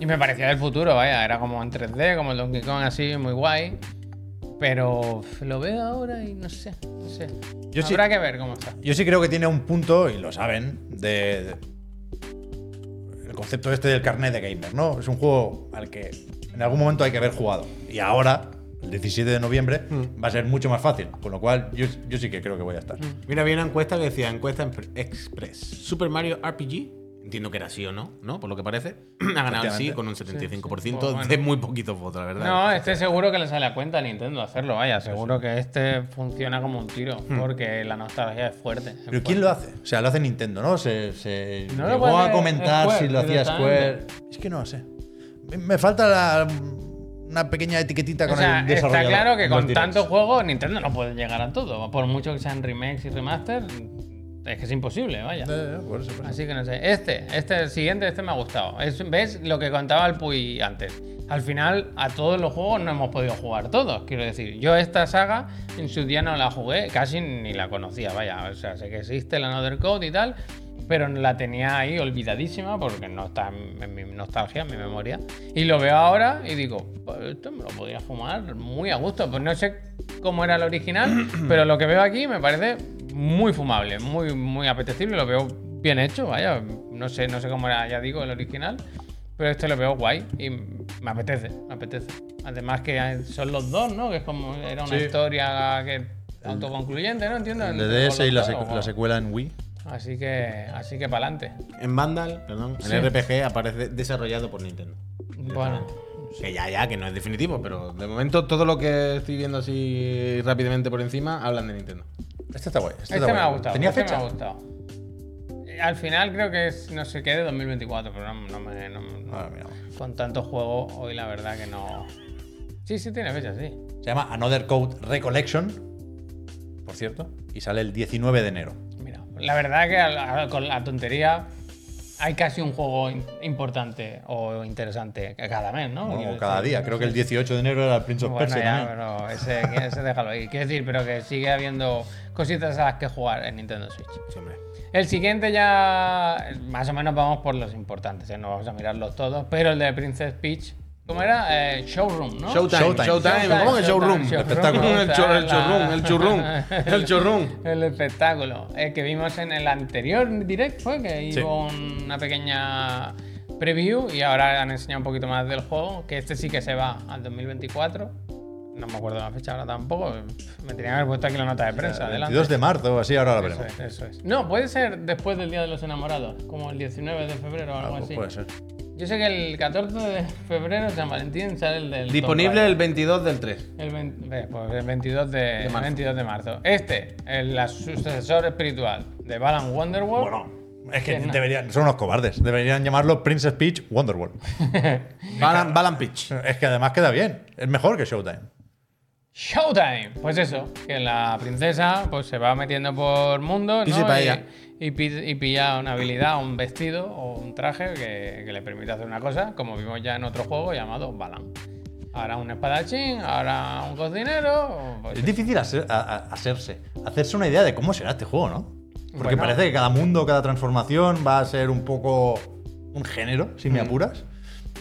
Speaker 2: Y me parecía del futuro, vaya, era como en 3D, como el Donkey Kong así, muy guay. Pero uf, lo veo ahora y no sé, no sé.
Speaker 1: Yo sí-
Speaker 2: Habrá que ver cómo está.
Speaker 1: Yo sí creo que tiene un punto, y lo saben, de, de- el concepto este del carnet de gamer, ¿no? Es un juego al que en algún momento hay que haber jugado. Y ahora, el 17 de noviembre,
Speaker 2: Mm.
Speaker 1: va a ser mucho más fácil. Con lo cual, yo, yo sí que creo que voy a estar.
Speaker 3: Mira, había una encuesta que decía encuesta en pre- express. Super Mario RPG. Entiendo que era sí o no, ¿no? Por lo que parece. Ha ganado el sí
Speaker 1: Efectivamente.
Speaker 3: con un 75%
Speaker 2: Pues bueno.
Speaker 3: de muy poquitos votos, la verdad.
Speaker 2: No, este seguro que le sale a cuenta a Nintendo hacerlo, vaya, seguro que este funciona como un tiro, porque la nostalgia es fuerte. es
Speaker 1: Hmm. Pero
Speaker 2: fuerte.
Speaker 1: ¿quién lo hace? O sea, lo hace Nintendo, ¿no? Se, se
Speaker 2: No lo
Speaker 1: llegó a
Speaker 2: pone
Speaker 1: comentar
Speaker 2: Square
Speaker 1: si lo hacía Square.
Speaker 2: directamente.
Speaker 1: Es que no lo sé. Me- Me falta la- una pequeña etiquetita
Speaker 2: O
Speaker 1: con
Speaker 2: sea,
Speaker 1: el
Speaker 2: está
Speaker 1: desarrollador.
Speaker 2: claro que
Speaker 1: en los
Speaker 2: con
Speaker 1: directs.
Speaker 2: tantos juegos Nintendo no puede llegar a todo. Por mucho que sean remakes y remasters, es que es imposible, vaya.
Speaker 1: Eh, eh, por eso, por eso.
Speaker 2: Así que no sé. Este, este el siguiente, este me ha gustado. Es- ¿Ves lo que contaba el Puy antes? Al final, a todos los juegos no hemos podido jugar todos. Quiero decir, yo esta saga en su día no la jugué, casi ni la conocía, vaya. O sea, sé que existe el Another Code y tal, pero la tenía ahí olvidadísima porque no está en en mi nostalgia, en mi memoria. Y lo veo ahora y digo, "Pues esto me lo podría fumar muy a gusto. Pues no sé cómo era el original, pero lo que veo aquí me parece muy fumable, muy, muy apetecible. Lo veo bien hecho, vaya. No sé, no sé cómo era, ya digo, el original. Pero este lo veo guay y me apetece, me apetece. Además que son los dos, ¿no? Que es como era una
Speaker 1: Sí.
Speaker 2: historia que autoconcluyente, ¿no? Entiendo.
Speaker 1: El
Speaker 2: entre
Speaker 1: DDS y la,
Speaker 2: los dos,
Speaker 1: sec-
Speaker 2: o-
Speaker 1: la secuela en Wii.
Speaker 2: Así que, así que para adelante.
Speaker 3: En Vandal, perdón, en
Speaker 2: Sí.
Speaker 3: RPG aparece desarrollado por Nintendo.
Speaker 2: Bueno,
Speaker 3: Que ya, ya, que no es definitivo, pero de momento todo lo que estoy viendo así rápidamente por encima hablan de Nintendo.
Speaker 1: Este está guay. Este,
Speaker 2: este
Speaker 1: está
Speaker 2: me
Speaker 1: guay.
Speaker 2: ha gustado.
Speaker 1: Tenía
Speaker 2: este
Speaker 1: fecha.
Speaker 2: me ha gustado. Eh, Al final creo que es no sé qué de 2024, pero no, no me. no- no-
Speaker 1: Ah, mira.
Speaker 2: con tantos juegos, hoy la verdad que no. Sí, sí, tiene fecha, sí.
Speaker 1: Se llama Another Code Recollection, por cierto, y sale el 19 de enero.
Speaker 2: Mira, la verdad que a- a- con la tontería hay casi un juego in- importante o interesante cada mes, ¿no?
Speaker 1: Bueno,
Speaker 2: Oh, Quiero
Speaker 1: o cada
Speaker 2: decir,
Speaker 1: día.
Speaker 2: no
Speaker 1: Creo que
Speaker 2: sé.
Speaker 1: el 18 de enero era el Prince of
Speaker 2: Bueno,
Speaker 1: Persia
Speaker 2: ya,
Speaker 1: también.
Speaker 2: pero ese, ese déjalo ahí. Quiero decir, pero que sigue habiendo cositas a las que jugar en Nintendo Switch.
Speaker 3: Sí, hombre.
Speaker 2: El siguiente ya, más o menos vamos por los importantes, ¿eh? no vamos a mirarlos todos, pero el de Princess Peach, ¿cómo era? Eh, showroom, ¿no?
Speaker 3: Showtime,
Speaker 1: Showtime.
Speaker 3: Showtime, ¿cómo que showroom?
Speaker 2: Showtime,
Speaker 1: Espectáculo.
Speaker 3: El chor- el
Speaker 2: la-
Speaker 3: chorrón, el chorrón, el chorrón.
Speaker 2: El espectáculo, eh, que vimos en el anterior direct fue que
Speaker 1: Sí.
Speaker 2: hubo un- una pequeña preview y ahora han enseñado un poquito más del juego, que este sí que se va al 2024. No me acuerdo la fecha ahora tampoco. Me tenía que haber puesto aquí la nota de prensa.
Speaker 1: El
Speaker 2: pues adelante.
Speaker 1: 22 de marzo o así, ahora lo veremos.
Speaker 2: Eso es, eso es. No, puede ser después del Día de los Enamorados, como el 19 de febrero o algo
Speaker 1: Ah, pues
Speaker 2: así.
Speaker 1: puede ser.
Speaker 2: Yo sé que el 14 de febrero, San Valentín, sale el del. Tomb
Speaker 3: Disponible
Speaker 2: Raider.
Speaker 3: el 22 del 3.
Speaker 2: El, vein- ve, pues el 22 de,
Speaker 3: marzo.
Speaker 2: 22 de marzo. Este, el la sucesor espiritual de Balan Wonderworld.
Speaker 1: Bueno, es que
Speaker 2: Que no.
Speaker 1: deberían, son unos cobardes. Deberían llamarlo Princess Peach Wonderworld.
Speaker 3: Balan, Balan Pitch.
Speaker 1: es que además queda bien. Es mejor que Showtime.
Speaker 2: Showtime. Pues eso, que la princesa pues se va metiendo por mundo
Speaker 3: Y
Speaker 2: ¿no?
Speaker 3: se pa' ella.
Speaker 2: y pi- y pilla una habilidad, un vestido o un traje que, que le permite hacer una cosa, como vimos ya en otro juego llamado Balan. Ahora un espadachín, ahora un cocinero. pues
Speaker 1: Es difícil hacer- a- a- hacerse, hacerse una idea de cómo será este juego, ¿no? Porque
Speaker 2: Bueno.
Speaker 1: parece que cada mundo, cada transformación va a ser un poco un género, si me apuras.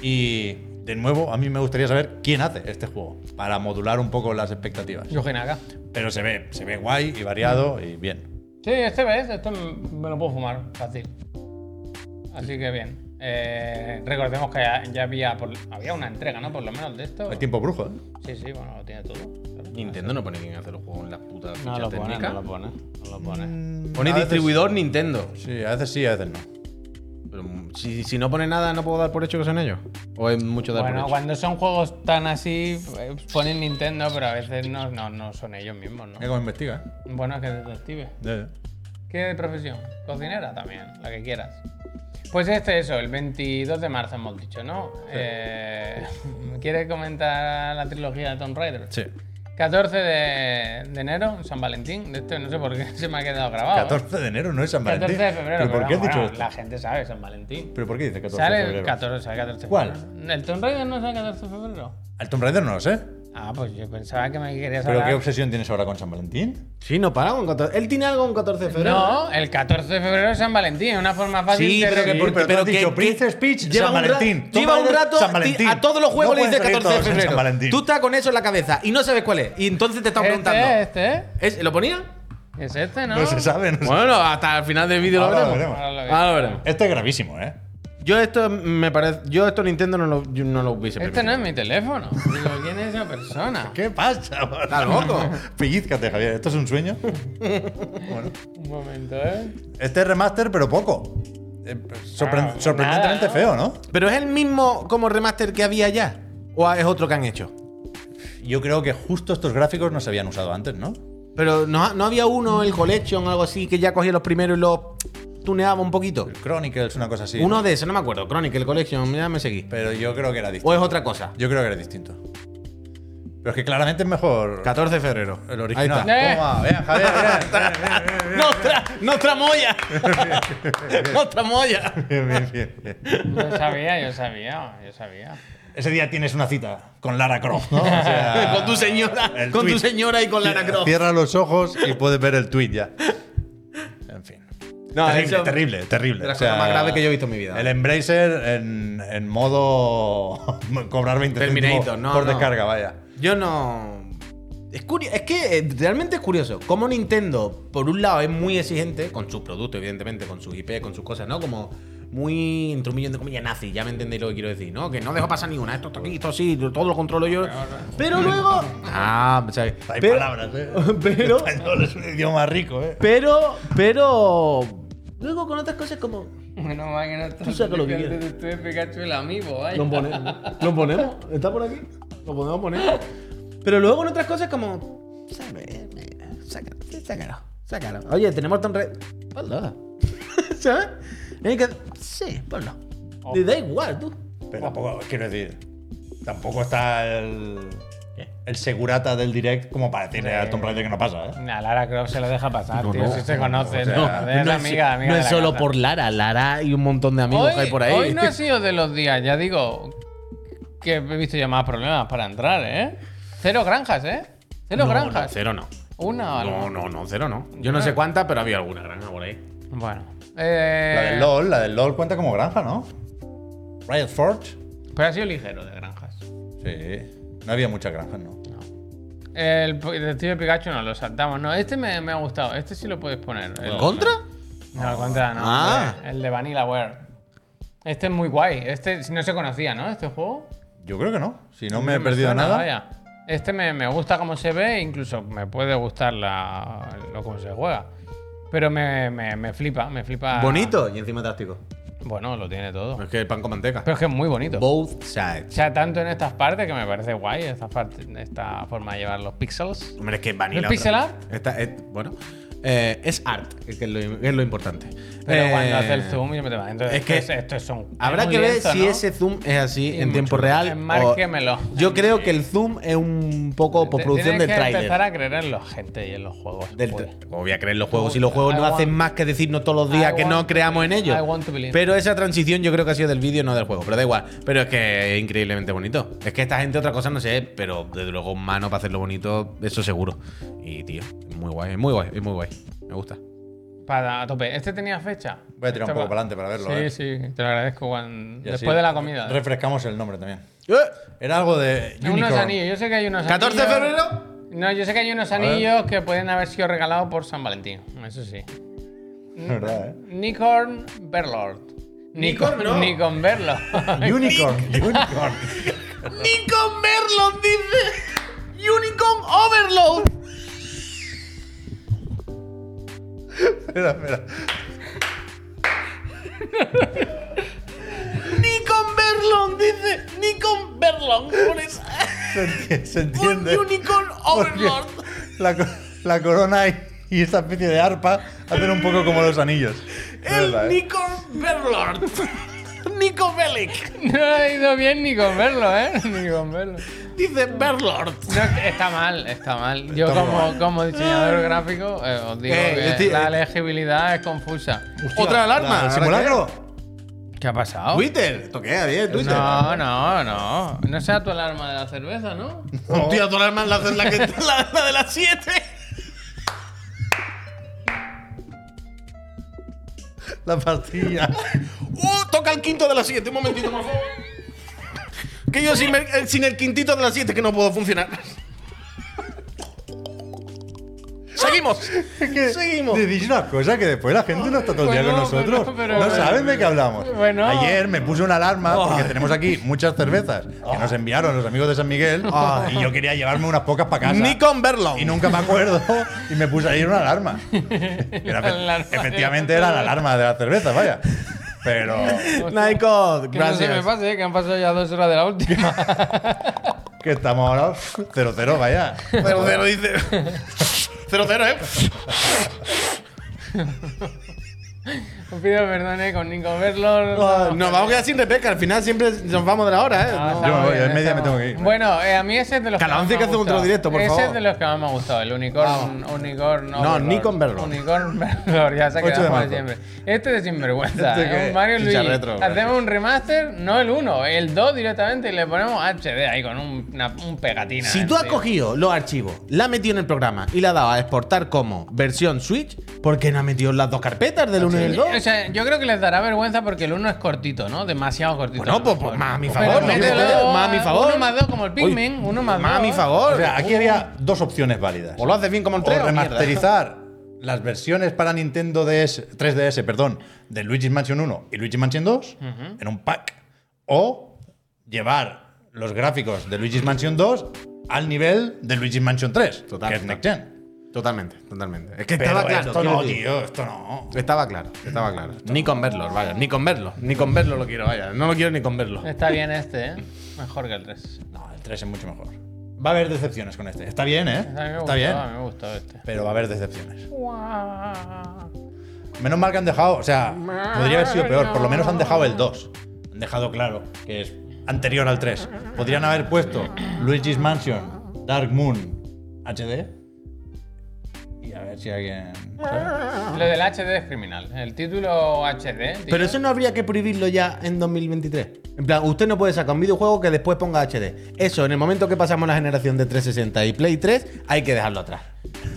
Speaker 1: Y de nuevo, a mí me gustaría saber quién hace este juego para modular un poco las expectativas.
Speaker 2: Yuji Naka.
Speaker 1: Pero se ve, se ve guay y variado y bien.
Speaker 2: Sí, este ves, este me lo puedo fumar fácil. Así que bien. Eh, recordemos que ya, ya había, por- había una entrega, ¿no? Por lo menos de esto.
Speaker 1: El tiempo brujo, ¿eh?
Speaker 2: Sí, sí, bueno, lo tiene todo. claro.
Speaker 3: Nintendo no pone quién hace los juegos en las putas
Speaker 2: No
Speaker 3: fichas
Speaker 2: lo pone,
Speaker 3: técnicas.
Speaker 2: no lo pone. No lo pone.
Speaker 1: Mm, A
Speaker 3: Pone
Speaker 1: veces-
Speaker 3: distribuidor Nintendo.
Speaker 1: Sí, a veces sí, a veces no.
Speaker 3: Pero mm, si, si no pone nada, no puedo dar por hecho que son ellos. O es mucho dar
Speaker 2: Bueno,
Speaker 3: por hecho.
Speaker 2: cuando son juegos tan así, eh, ponen Nintendo, pero a veces no, no, no son ellos mismos, ¿no?
Speaker 1: Hay como investiga, ¿eh?
Speaker 2: Bueno, que detective.
Speaker 1: Ya, ya.
Speaker 2: ¿Qué profesión? Cocinera también, la que quieras. Pues este eso, el 22 de marzo hemos dicho, ¿no? Eh, ¿Quieres comentar la trilogía de Tomb Raider?
Speaker 1: Sí.
Speaker 2: 14 de, de enero, San Valentín. De este no sé por qué se me ha quedado grabado. ¿eh?
Speaker 1: 14 de enero no es San Valentín.
Speaker 2: 14 de febrero.
Speaker 1: ¿Pero por qué
Speaker 2: pero
Speaker 1: has dicho
Speaker 2: bueno,
Speaker 1: esto?
Speaker 2: La gente sabe San Valentín.
Speaker 1: ¿Pero por qué dice 14 de
Speaker 2: Sale el
Speaker 1: febrero?
Speaker 2: 14, sale el 14 de
Speaker 1: ¿Cuál?
Speaker 2: febrero. ¿El Tomb Raider no sale el 14 de febrero?
Speaker 1: Al Tomb Raider no lo sé.
Speaker 2: Ah, pues yo pensaba que me querías
Speaker 1: ¿Pero qué
Speaker 2: hablar.
Speaker 1: obsesión tienes ahora con San Valentín?
Speaker 3: Sí, no para con 14. Él tiene algo con 14 de febrero.
Speaker 2: No, el 14 de febrero es San Valentín, es una forma fácil
Speaker 3: Sí,
Speaker 2: de
Speaker 3: pero que
Speaker 2: revivir.
Speaker 3: por-
Speaker 1: pero,
Speaker 3: pero
Speaker 1: tú has
Speaker 3: que-
Speaker 1: dicho
Speaker 3: que-
Speaker 1: Princess Peach,
Speaker 3: Lleva
Speaker 1: San
Speaker 3: un, ra-
Speaker 1: Valentín. Tomb
Speaker 3: lleva un
Speaker 1: Raider,
Speaker 3: rato
Speaker 1: San
Speaker 3: ti-
Speaker 1: Valentín.
Speaker 3: a todos los juegos
Speaker 1: No
Speaker 3: le dices
Speaker 1: pueden salir
Speaker 3: 14 de
Speaker 1: todos en
Speaker 3: febrero.
Speaker 1: San Valentín.
Speaker 3: Tú estás con eso en la cabeza y no sabes cuál es. Y entonces te estás preguntando.
Speaker 2: Este, este,
Speaker 3: ¿Es- ¿Lo ponía?
Speaker 2: es este, ¿no?
Speaker 1: No se sabe. No se-
Speaker 3: Bueno, hasta el final del vídeo lo
Speaker 1: Ahora lo
Speaker 3: veremos.
Speaker 1: veremos.
Speaker 2: Ahora lo
Speaker 3: Ahora lo veremos.
Speaker 1: Este es gravísimo, ¿eh?
Speaker 3: Yo esto me parece. Yo esto Nintendo no lo, yo no lo hubiese
Speaker 2: Este no es mi teléfono. Digo, ¿quién es esa persona?
Speaker 1: ¿Qué pasa?
Speaker 3: Está loco.
Speaker 1: Pellizcate, Javier. ¿Esto es un sueño? bueno.
Speaker 2: Un momento, ¿eh?
Speaker 1: Este es remaster, pero poco. Eh, sorpren-
Speaker 2: Ah,
Speaker 1: sorprendentemente
Speaker 2: nada, ¿no?
Speaker 1: feo, ¿no?
Speaker 3: Pero es el mismo como remaster que había ya. ¿O es otro que han hecho?
Speaker 1: Yo creo que justo estos gráficos no se habían usado antes, ¿no?
Speaker 3: Pero no, no había uno, el Collection o algo así, que ya cogía los primeros y los tuneaba un poquito.
Speaker 1: Chronicles, una cosa así.
Speaker 3: Uno de esos, no me acuerdo. Chronicle, Collection, ya me seguí.
Speaker 1: Pero yo creo que era distinto.
Speaker 3: ¿O es otra cosa?
Speaker 1: Yo creo que era distinto. Pero es que claramente es mejor
Speaker 3: 14 de febrero.
Speaker 1: el original.
Speaker 3: Ahí está.
Speaker 2: Eh.
Speaker 1: Toma, vean, Javier, bien, bien, bien, bien.
Speaker 3: ¡Nostra, nostra moya! ¡Nostra moya!
Speaker 1: Bien, bien, bien, bien.
Speaker 2: Yo sabía, yo sabía, yo sabía.
Speaker 1: Ese día tienes una cita con Lara Croft, ¿no? O sea,
Speaker 3: Con tu señora,
Speaker 1: el
Speaker 3: con tu
Speaker 1: tweet.
Speaker 3: señora y con Lara
Speaker 1: Cier-
Speaker 3: Croft.
Speaker 1: Cierra los ojos y puedes ver el tweet ya. En fin.
Speaker 3: No,
Speaker 1: terrible,
Speaker 3: eso-
Speaker 1: terrible, terrible.
Speaker 3: De las
Speaker 1: O sea,
Speaker 3: cosas más graves que yo he visto en mi vida.
Speaker 1: El Embracer en, en modo cobrar 20 céntimos
Speaker 3: Terminator, no,
Speaker 1: por
Speaker 3: no.
Speaker 1: descarga, vaya.
Speaker 3: Yo no. Es, curio- es que eh, realmente es curioso. Como Nintendo, por un lado, es muy exigente con sus productos, evidentemente, con sus IP, con sus cosas, ¿no? Como muy, entre un millón de comillas, nazi, ya me entendéis lo que quiero decir, ¿no? Que no dejo pasar ninguna. Esto está aquí, esto sí, todo lo controlo yo. Pero luego. Ah, ¿sabes?
Speaker 1: Hay
Speaker 3: Pero-
Speaker 1: palabras, ¿eh?
Speaker 3: pero-
Speaker 1: El español es un idioma rico, ¿eh?
Speaker 3: Pero, pero. Luego con otras cosas como.
Speaker 2: Menos mal que no estás
Speaker 3: Tú saca lo que quieras.
Speaker 2: Tú de Pikachu el amigo, vaya.
Speaker 3: Lo, pone- lo ponemos, está por aquí. Lo podemos poner. Pero luego en otras cosas como. "Sabe, me- Sácalo, sí, sácalo, sácalo. Oye, tenemos tan red. Ponlo. ¿Sabes? Y que- Sí, ponlo. Te da igual, tú.
Speaker 1: Pero tampoco, quiero decir, tampoco está el, el segurata del direct como para decirle a Tom Raider que no pasa, ¿eh?
Speaker 2: A Lara Croft se lo deja pasar, tío.
Speaker 3: no.
Speaker 2: si se conoce,
Speaker 1: O sea,
Speaker 2: ¿no?
Speaker 1: no
Speaker 2: Es amiga, amiga. de la casa.
Speaker 3: Lara, Lara y un montón de
Speaker 2: hoy, Hoy no ha sido de los días, ya digo, que he visto ya más problemas para entrar, ¿eh? Cero granjas, ¿eh? Cero granjas. Ah,
Speaker 3: cero no.
Speaker 2: Una o algo.
Speaker 3: no, no, cero no. Yo no sé cuántas, pero había alguna granja por ahí.
Speaker 2: Bueno.
Speaker 1: La
Speaker 2: Eh,
Speaker 1: del LOL, la del LOL cuenta como granja, ¿no? Riot Forge.
Speaker 2: pero ha sido ligero de granjas.
Speaker 1: Sí. No había muchas granjas, ¿no?
Speaker 2: No. El p- detective Pikachu no lo saltamos. No, este me, me ha gustado. Este sí lo puedes poner. El- No, el contra no.
Speaker 3: Ah.
Speaker 2: hombre. El de Vanillaware. Este es muy guay. Este si no se conocía, ¿no? Este juego.
Speaker 1: Yo creo que no. Si no me he
Speaker 2: me
Speaker 1: perdido
Speaker 2: Mm, suena,
Speaker 1: nada.
Speaker 2: vaya. Este me, me gusta cómo se ve, incluso me puede gustar la, lo cómo se juega. Pero me, me- me flipa, me flipa.
Speaker 3: Bonito y encima táctico.
Speaker 2: Bueno, lo tiene todo.
Speaker 3: Es que el pan con manteca.
Speaker 2: Pero es que es muy bonito.
Speaker 3: Both sides.
Speaker 2: O sea, tanto en estas partes que me parece guay esta, parte- esta forma de llevar los pixels.
Speaker 3: Hombre, es que es vanilla.
Speaker 2: ¿Es
Speaker 3: otra
Speaker 2: pixel
Speaker 3: vez.
Speaker 2: art?
Speaker 3: Esta- es- bueno, eh, es art, es, que es, lo, es lo importante.
Speaker 2: Pero
Speaker 3: Eh,
Speaker 2: cuando hace el zoom, yo me te va. Entonces,
Speaker 3: es que-
Speaker 2: esto, es- esto es un.
Speaker 3: Habrá
Speaker 2: es
Speaker 3: que
Speaker 2: un
Speaker 3: ver
Speaker 2: lienzo,
Speaker 3: si
Speaker 2: ¿no?
Speaker 3: ese zoom es así
Speaker 2: Sí,
Speaker 3: en
Speaker 2: mucho.
Speaker 3: tiempo real. o-
Speaker 2: Enmárquemelo.
Speaker 3: Yo creo que el zoom es un poco postproducción
Speaker 2: Tienes
Speaker 3: del
Speaker 2: que empezar
Speaker 3: tráiler.
Speaker 2: a creer en la gente y en los juegos.
Speaker 3: Del
Speaker 2: joder.
Speaker 3: tra- ¿Cómo voy a creer en los juegos si los juegos
Speaker 2: I
Speaker 3: no
Speaker 2: want-
Speaker 3: hacen más que decirnos todos los días
Speaker 2: I
Speaker 3: que no
Speaker 2: want-
Speaker 3: creamos en ellos?
Speaker 2: I want to believe.
Speaker 3: Pero esa transición yo creo que ha sido del vídeo, no del juego. Pero da igual. Pero es que es increíblemente bonito. Es que esta gente otra cosa no sé, pero desde luego mano para hacerlo bonito, eso seguro. Y tío, es muy guay, es muy guay, es muy guay. Me gusta.
Speaker 2: Para a tope. ¿Este tenía fecha?
Speaker 1: Voy a tirar un
Speaker 2: Esto
Speaker 1: poco
Speaker 2: va-
Speaker 1: para adelante para verlo,
Speaker 2: Sí,
Speaker 1: eh.
Speaker 2: sí, te lo agradezco. Juan.
Speaker 1: Y así
Speaker 2: Después de la comida.
Speaker 1: Refrescamos el nombre también. Era algo de Unicorn.
Speaker 2: Unos anillos, yo sé que hay unos
Speaker 3: 14 de
Speaker 2: anillos-
Speaker 3: febrero.
Speaker 2: No, yo sé que hay unos
Speaker 1: ver.
Speaker 2: anillos que pueden haber sido regalados por San Valentín, eso sí.
Speaker 1: Es verdad, ¿eh?
Speaker 2: Nicorn Berlord.
Speaker 3: Nicorn no.
Speaker 2: Nikon Berlord.
Speaker 1: Unicorn. Unicorn.
Speaker 3: Nikon Merlon dice Unicorn Overload.
Speaker 1: espera, espera.
Speaker 3: Nikon Merlon dice Nikon Merlon. Por eso.
Speaker 1: Se enti- Se
Speaker 3: Un
Speaker 1: entiende.
Speaker 3: Unicorn
Speaker 1: Porque
Speaker 3: Overlord.
Speaker 1: La, co- la corona y, y esta especie de arpa hacen un poco como los anillos.
Speaker 3: el
Speaker 1: verdad, ¿eh?
Speaker 3: Nico Berlord. Nico Bellic.
Speaker 2: No lo he ido bien ni con verlo, ¿eh? Ni con verlo.
Speaker 3: Dice Berlord.
Speaker 2: No, es que está mal, está mal. Yo
Speaker 1: Está muy
Speaker 2: como, como diseñador gráfico eh, os digo
Speaker 3: Eh,
Speaker 2: que
Speaker 3: yo estoy-
Speaker 2: la legibilidad es confusa.
Speaker 1: Hostia,
Speaker 3: Otra alarma.
Speaker 1: la-
Speaker 3: ¿Ahora
Speaker 1: ¿Simulacro?
Speaker 2: ¿Qué ha pasado?
Speaker 3: Twitter. Esto queda bien, Twitter.
Speaker 2: No, no, no. No sea tu alarma de la cerveza, ¿no?
Speaker 1: Oh.
Speaker 3: Hostia, tu alarma es la, la, que- la- la de las 7.
Speaker 1: La pastilla.
Speaker 3: Uh, toca el quinto de las 7. Un momentito, por favor. Que yo sin, el- sin el quintito de las 7 que no puedo funcionar. Seguimos. Seguimos.
Speaker 1: Decís una cosa que después la gente no está todo el día con
Speaker 2: Bueno,
Speaker 1: nosotros.
Speaker 2: pero- pero-
Speaker 1: no
Speaker 2: pero-
Speaker 1: saben de qué hablamos.
Speaker 2: Bueno. Oh.
Speaker 1: Ayer me puse una alarma porque tenemos aquí muchas cervezas que nos enviaron los amigos de San Miguel
Speaker 2: Oh.
Speaker 1: y yo quería llevarme unas pocas para casa.
Speaker 3: Nikon Berlong.
Speaker 1: Ah, y nunca me acuerdo y me puse ahí una alarma. Era efe-
Speaker 2: alarma.
Speaker 1: efectivamente era la alarma de la cerveza, vaya. Pero
Speaker 3: Nikon,
Speaker 2: Que no se me
Speaker 3: gracias.
Speaker 2: pase, que han pasado ya dos horas de la última.
Speaker 1: que estamos ahora 0-0, vaya.
Speaker 3: Cero cero dice. Cero cero, eh.
Speaker 2: Os pido perdón eh, con Nico Verlo.
Speaker 3: Nos vamos a quedar sin repesca. Al final siempre nos vamos de la hora, eh.
Speaker 2: Ah,
Speaker 3: No.
Speaker 2: está
Speaker 1: Yo me
Speaker 2: muy
Speaker 1: voy,
Speaker 2: bien,
Speaker 1: en media
Speaker 2: está
Speaker 1: me
Speaker 2: muy
Speaker 1: tengo
Speaker 2: bien.
Speaker 1: que ir.
Speaker 2: Bueno, eh, a mí ese es de los
Speaker 3: Cada once
Speaker 2: que
Speaker 3: que
Speaker 2: más me ha
Speaker 3: hace otro
Speaker 2: gustado.
Speaker 3: directo, por
Speaker 2: ese
Speaker 3: favor.
Speaker 2: es de los que más me ha gustado, el unicorn,
Speaker 3: Vamos.
Speaker 2: unicorn
Speaker 3: No,
Speaker 2: overlord.
Speaker 3: Nikon Verlord.
Speaker 2: Unicorn Verlord, ya se ha
Speaker 1: Ocho de
Speaker 2: quedado de
Speaker 1: marzo.
Speaker 2: siempre. Este de sinvergüenza,
Speaker 3: Este
Speaker 2: es
Speaker 3: que-
Speaker 2: un Mario
Speaker 3: Chicha
Speaker 2: Luigi.
Speaker 3: retro, gracias.
Speaker 2: Hacemos un remaster, no el 1, el 2 directamente y le ponemos HD ahí con un, una- un pegatina.
Speaker 3: Si
Speaker 2: eh,
Speaker 3: tú has
Speaker 2: tío.
Speaker 3: cogido los archivos, la has metido en el programa y la has dado a exportar como versión Switch, ¿por qué no has metido las dos carpetas del 1 y el 2?
Speaker 2: O sea, yo creo que les dará vergüenza porque el 1 es cortito, ¿no? Demasiado cortito.
Speaker 3: Bueno,
Speaker 2: a lo
Speaker 3: pues-
Speaker 2: mejor.
Speaker 3: pues más a mi
Speaker 2: Pero
Speaker 3: favor,
Speaker 1: ¿no?
Speaker 2: mételo
Speaker 3: Más a mi favor.
Speaker 2: Uno más dos como el
Speaker 3: Uy,
Speaker 2: Pikmin, uno más,
Speaker 3: más a
Speaker 2: dos.
Speaker 3: mi favor.
Speaker 1: O sea, aquí había dos opciones válidas.
Speaker 3: o lo haces bien como el 3
Speaker 1: o remasterizar las versiones para Nintendo DS, 3DS, perdón, de Luigi's Mansion 1 y Luigi's Mansion 2 en un pack. O llevar los gráficos de Luigi's Mansion 2 al nivel de Luigi's Mansion 3,
Speaker 3: Total,
Speaker 1: que es
Speaker 3: total.
Speaker 1: Next Gen.
Speaker 3: Totalmente, totalmente. Es que
Speaker 1: Pero
Speaker 3: estaba claro.
Speaker 1: esto
Speaker 3: quiero
Speaker 1: no,
Speaker 3: decir.
Speaker 1: tío, esto no.
Speaker 3: Estaba claro, estaba claro. Ni con verlo, vaya, ni con verlo. Ni con verlo lo quiero, vaya. No lo quiero ni con verlo.
Speaker 2: Está bien este, ¿eh? Mejor que el 3.
Speaker 1: No, el 3 es mucho mejor. Va a haber decepciones con este. Está bien, ¿eh?
Speaker 2: A mí me
Speaker 1: Está
Speaker 2: gustó,
Speaker 1: bien,
Speaker 2: a mí me gustó este.
Speaker 1: pero va a haber decepciones. Menos mal que han dejado, o sea, podría haber sido peor. Por lo menos han dejado el 2. Han dejado claro que es anterior al 3. Podrían haber puesto Luigi's Mansion, Dark Moon, HD. Y a ver si alguien. ¿sabes?
Speaker 2: Lo del HD es criminal. El título HD. tío.
Speaker 3: Ah. Pero eso no habría que prohibirlo ya en 2023. En plan, usted no puede sacar un videojuego que después ponga HD. Eso, en el momento que pasamos la generación de 360 y Play 3, hay que dejarlo atrás.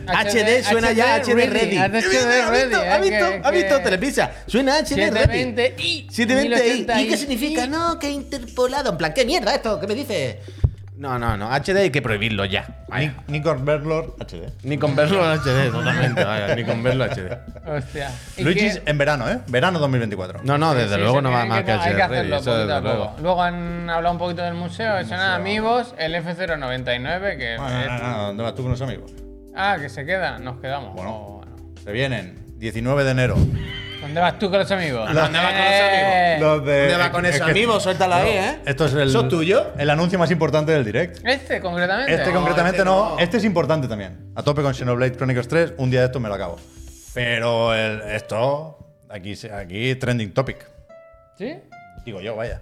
Speaker 3: HD, suena ya HD ready.
Speaker 2: HD
Speaker 3: ¿Ha visto?
Speaker 2: ready,
Speaker 3: ¿Ha
Speaker 2: eh,
Speaker 3: visto?
Speaker 2: que-
Speaker 3: ¿Ha visto
Speaker 2: que-
Speaker 3: Telepizza? Suena HD ready.
Speaker 2: 720 y
Speaker 3: 720i.
Speaker 2: 1080i.
Speaker 3: ¿Y qué significa? No, que interpolado. En plan, ¿qué mierda esto? ¿Qué me dices? No, no, no. HD hay que prohibirlo ya. Vaya.
Speaker 1: Nic- Nicor Berlord, HD.
Speaker 3: Ni con verlo en HD, totalmente. vaya, ni con verlo en HD.
Speaker 2: Hostia. ¿Y
Speaker 1: Luigi's
Speaker 2: qué-
Speaker 1: en verano, ¿eh? Verano 2024.
Speaker 3: No, no, desde
Speaker 2: sí,
Speaker 3: luego
Speaker 2: se
Speaker 3: no va
Speaker 2: tiene
Speaker 3: más que
Speaker 2: Hay que
Speaker 3: HD. ready,
Speaker 2: hacerlo
Speaker 3: eso
Speaker 2: poquito a
Speaker 3: desde
Speaker 2: poco.
Speaker 3: luego.
Speaker 2: Luego han hablado un poquito del museo. Son amigos. El F099, que.
Speaker 1: No, no, no, no, ¿dónde vas tú con los amigos?
Speaker 2: Ah, que se queda. Nos quedamos.
Speaker 1: Bueno.
Speaker 2: Oh, bueno.
Speaker 1: Se vienen, 19 de enero. Eh,
Speaker 2: ¿Dónde vas tú con los amigos? Eh,
Speaker 3: ¿Dónde vas con los amigos?
Speaker 1: Los de-
Speaker 3: ¿Dónde va con
Speaker 1: es
Speaker 3: eso,
Speaker 1: que-
Speaker 3: amigo? Suéltala ahí, ¿eh?
Speaker 1: Esto es el.
Speaker 3: ¿Eso es tuyo?
Speaker 1: El anuncio más importante del direct.
Speaker 2: Este, concretamente.
Speaker 1: Este concretamente
Speaker 3: este
Speaker 1: no.
Speaker 3: no.
Speaker 1: Este es importante también. A tope con Xenoblade Chronicles 3. Un día de estos me lo acabo. Pero el- esto. Aquí, se- aquí trending topic.
Speaker 2: ¿Sí?
Speaker 1: Digo yo, vaya.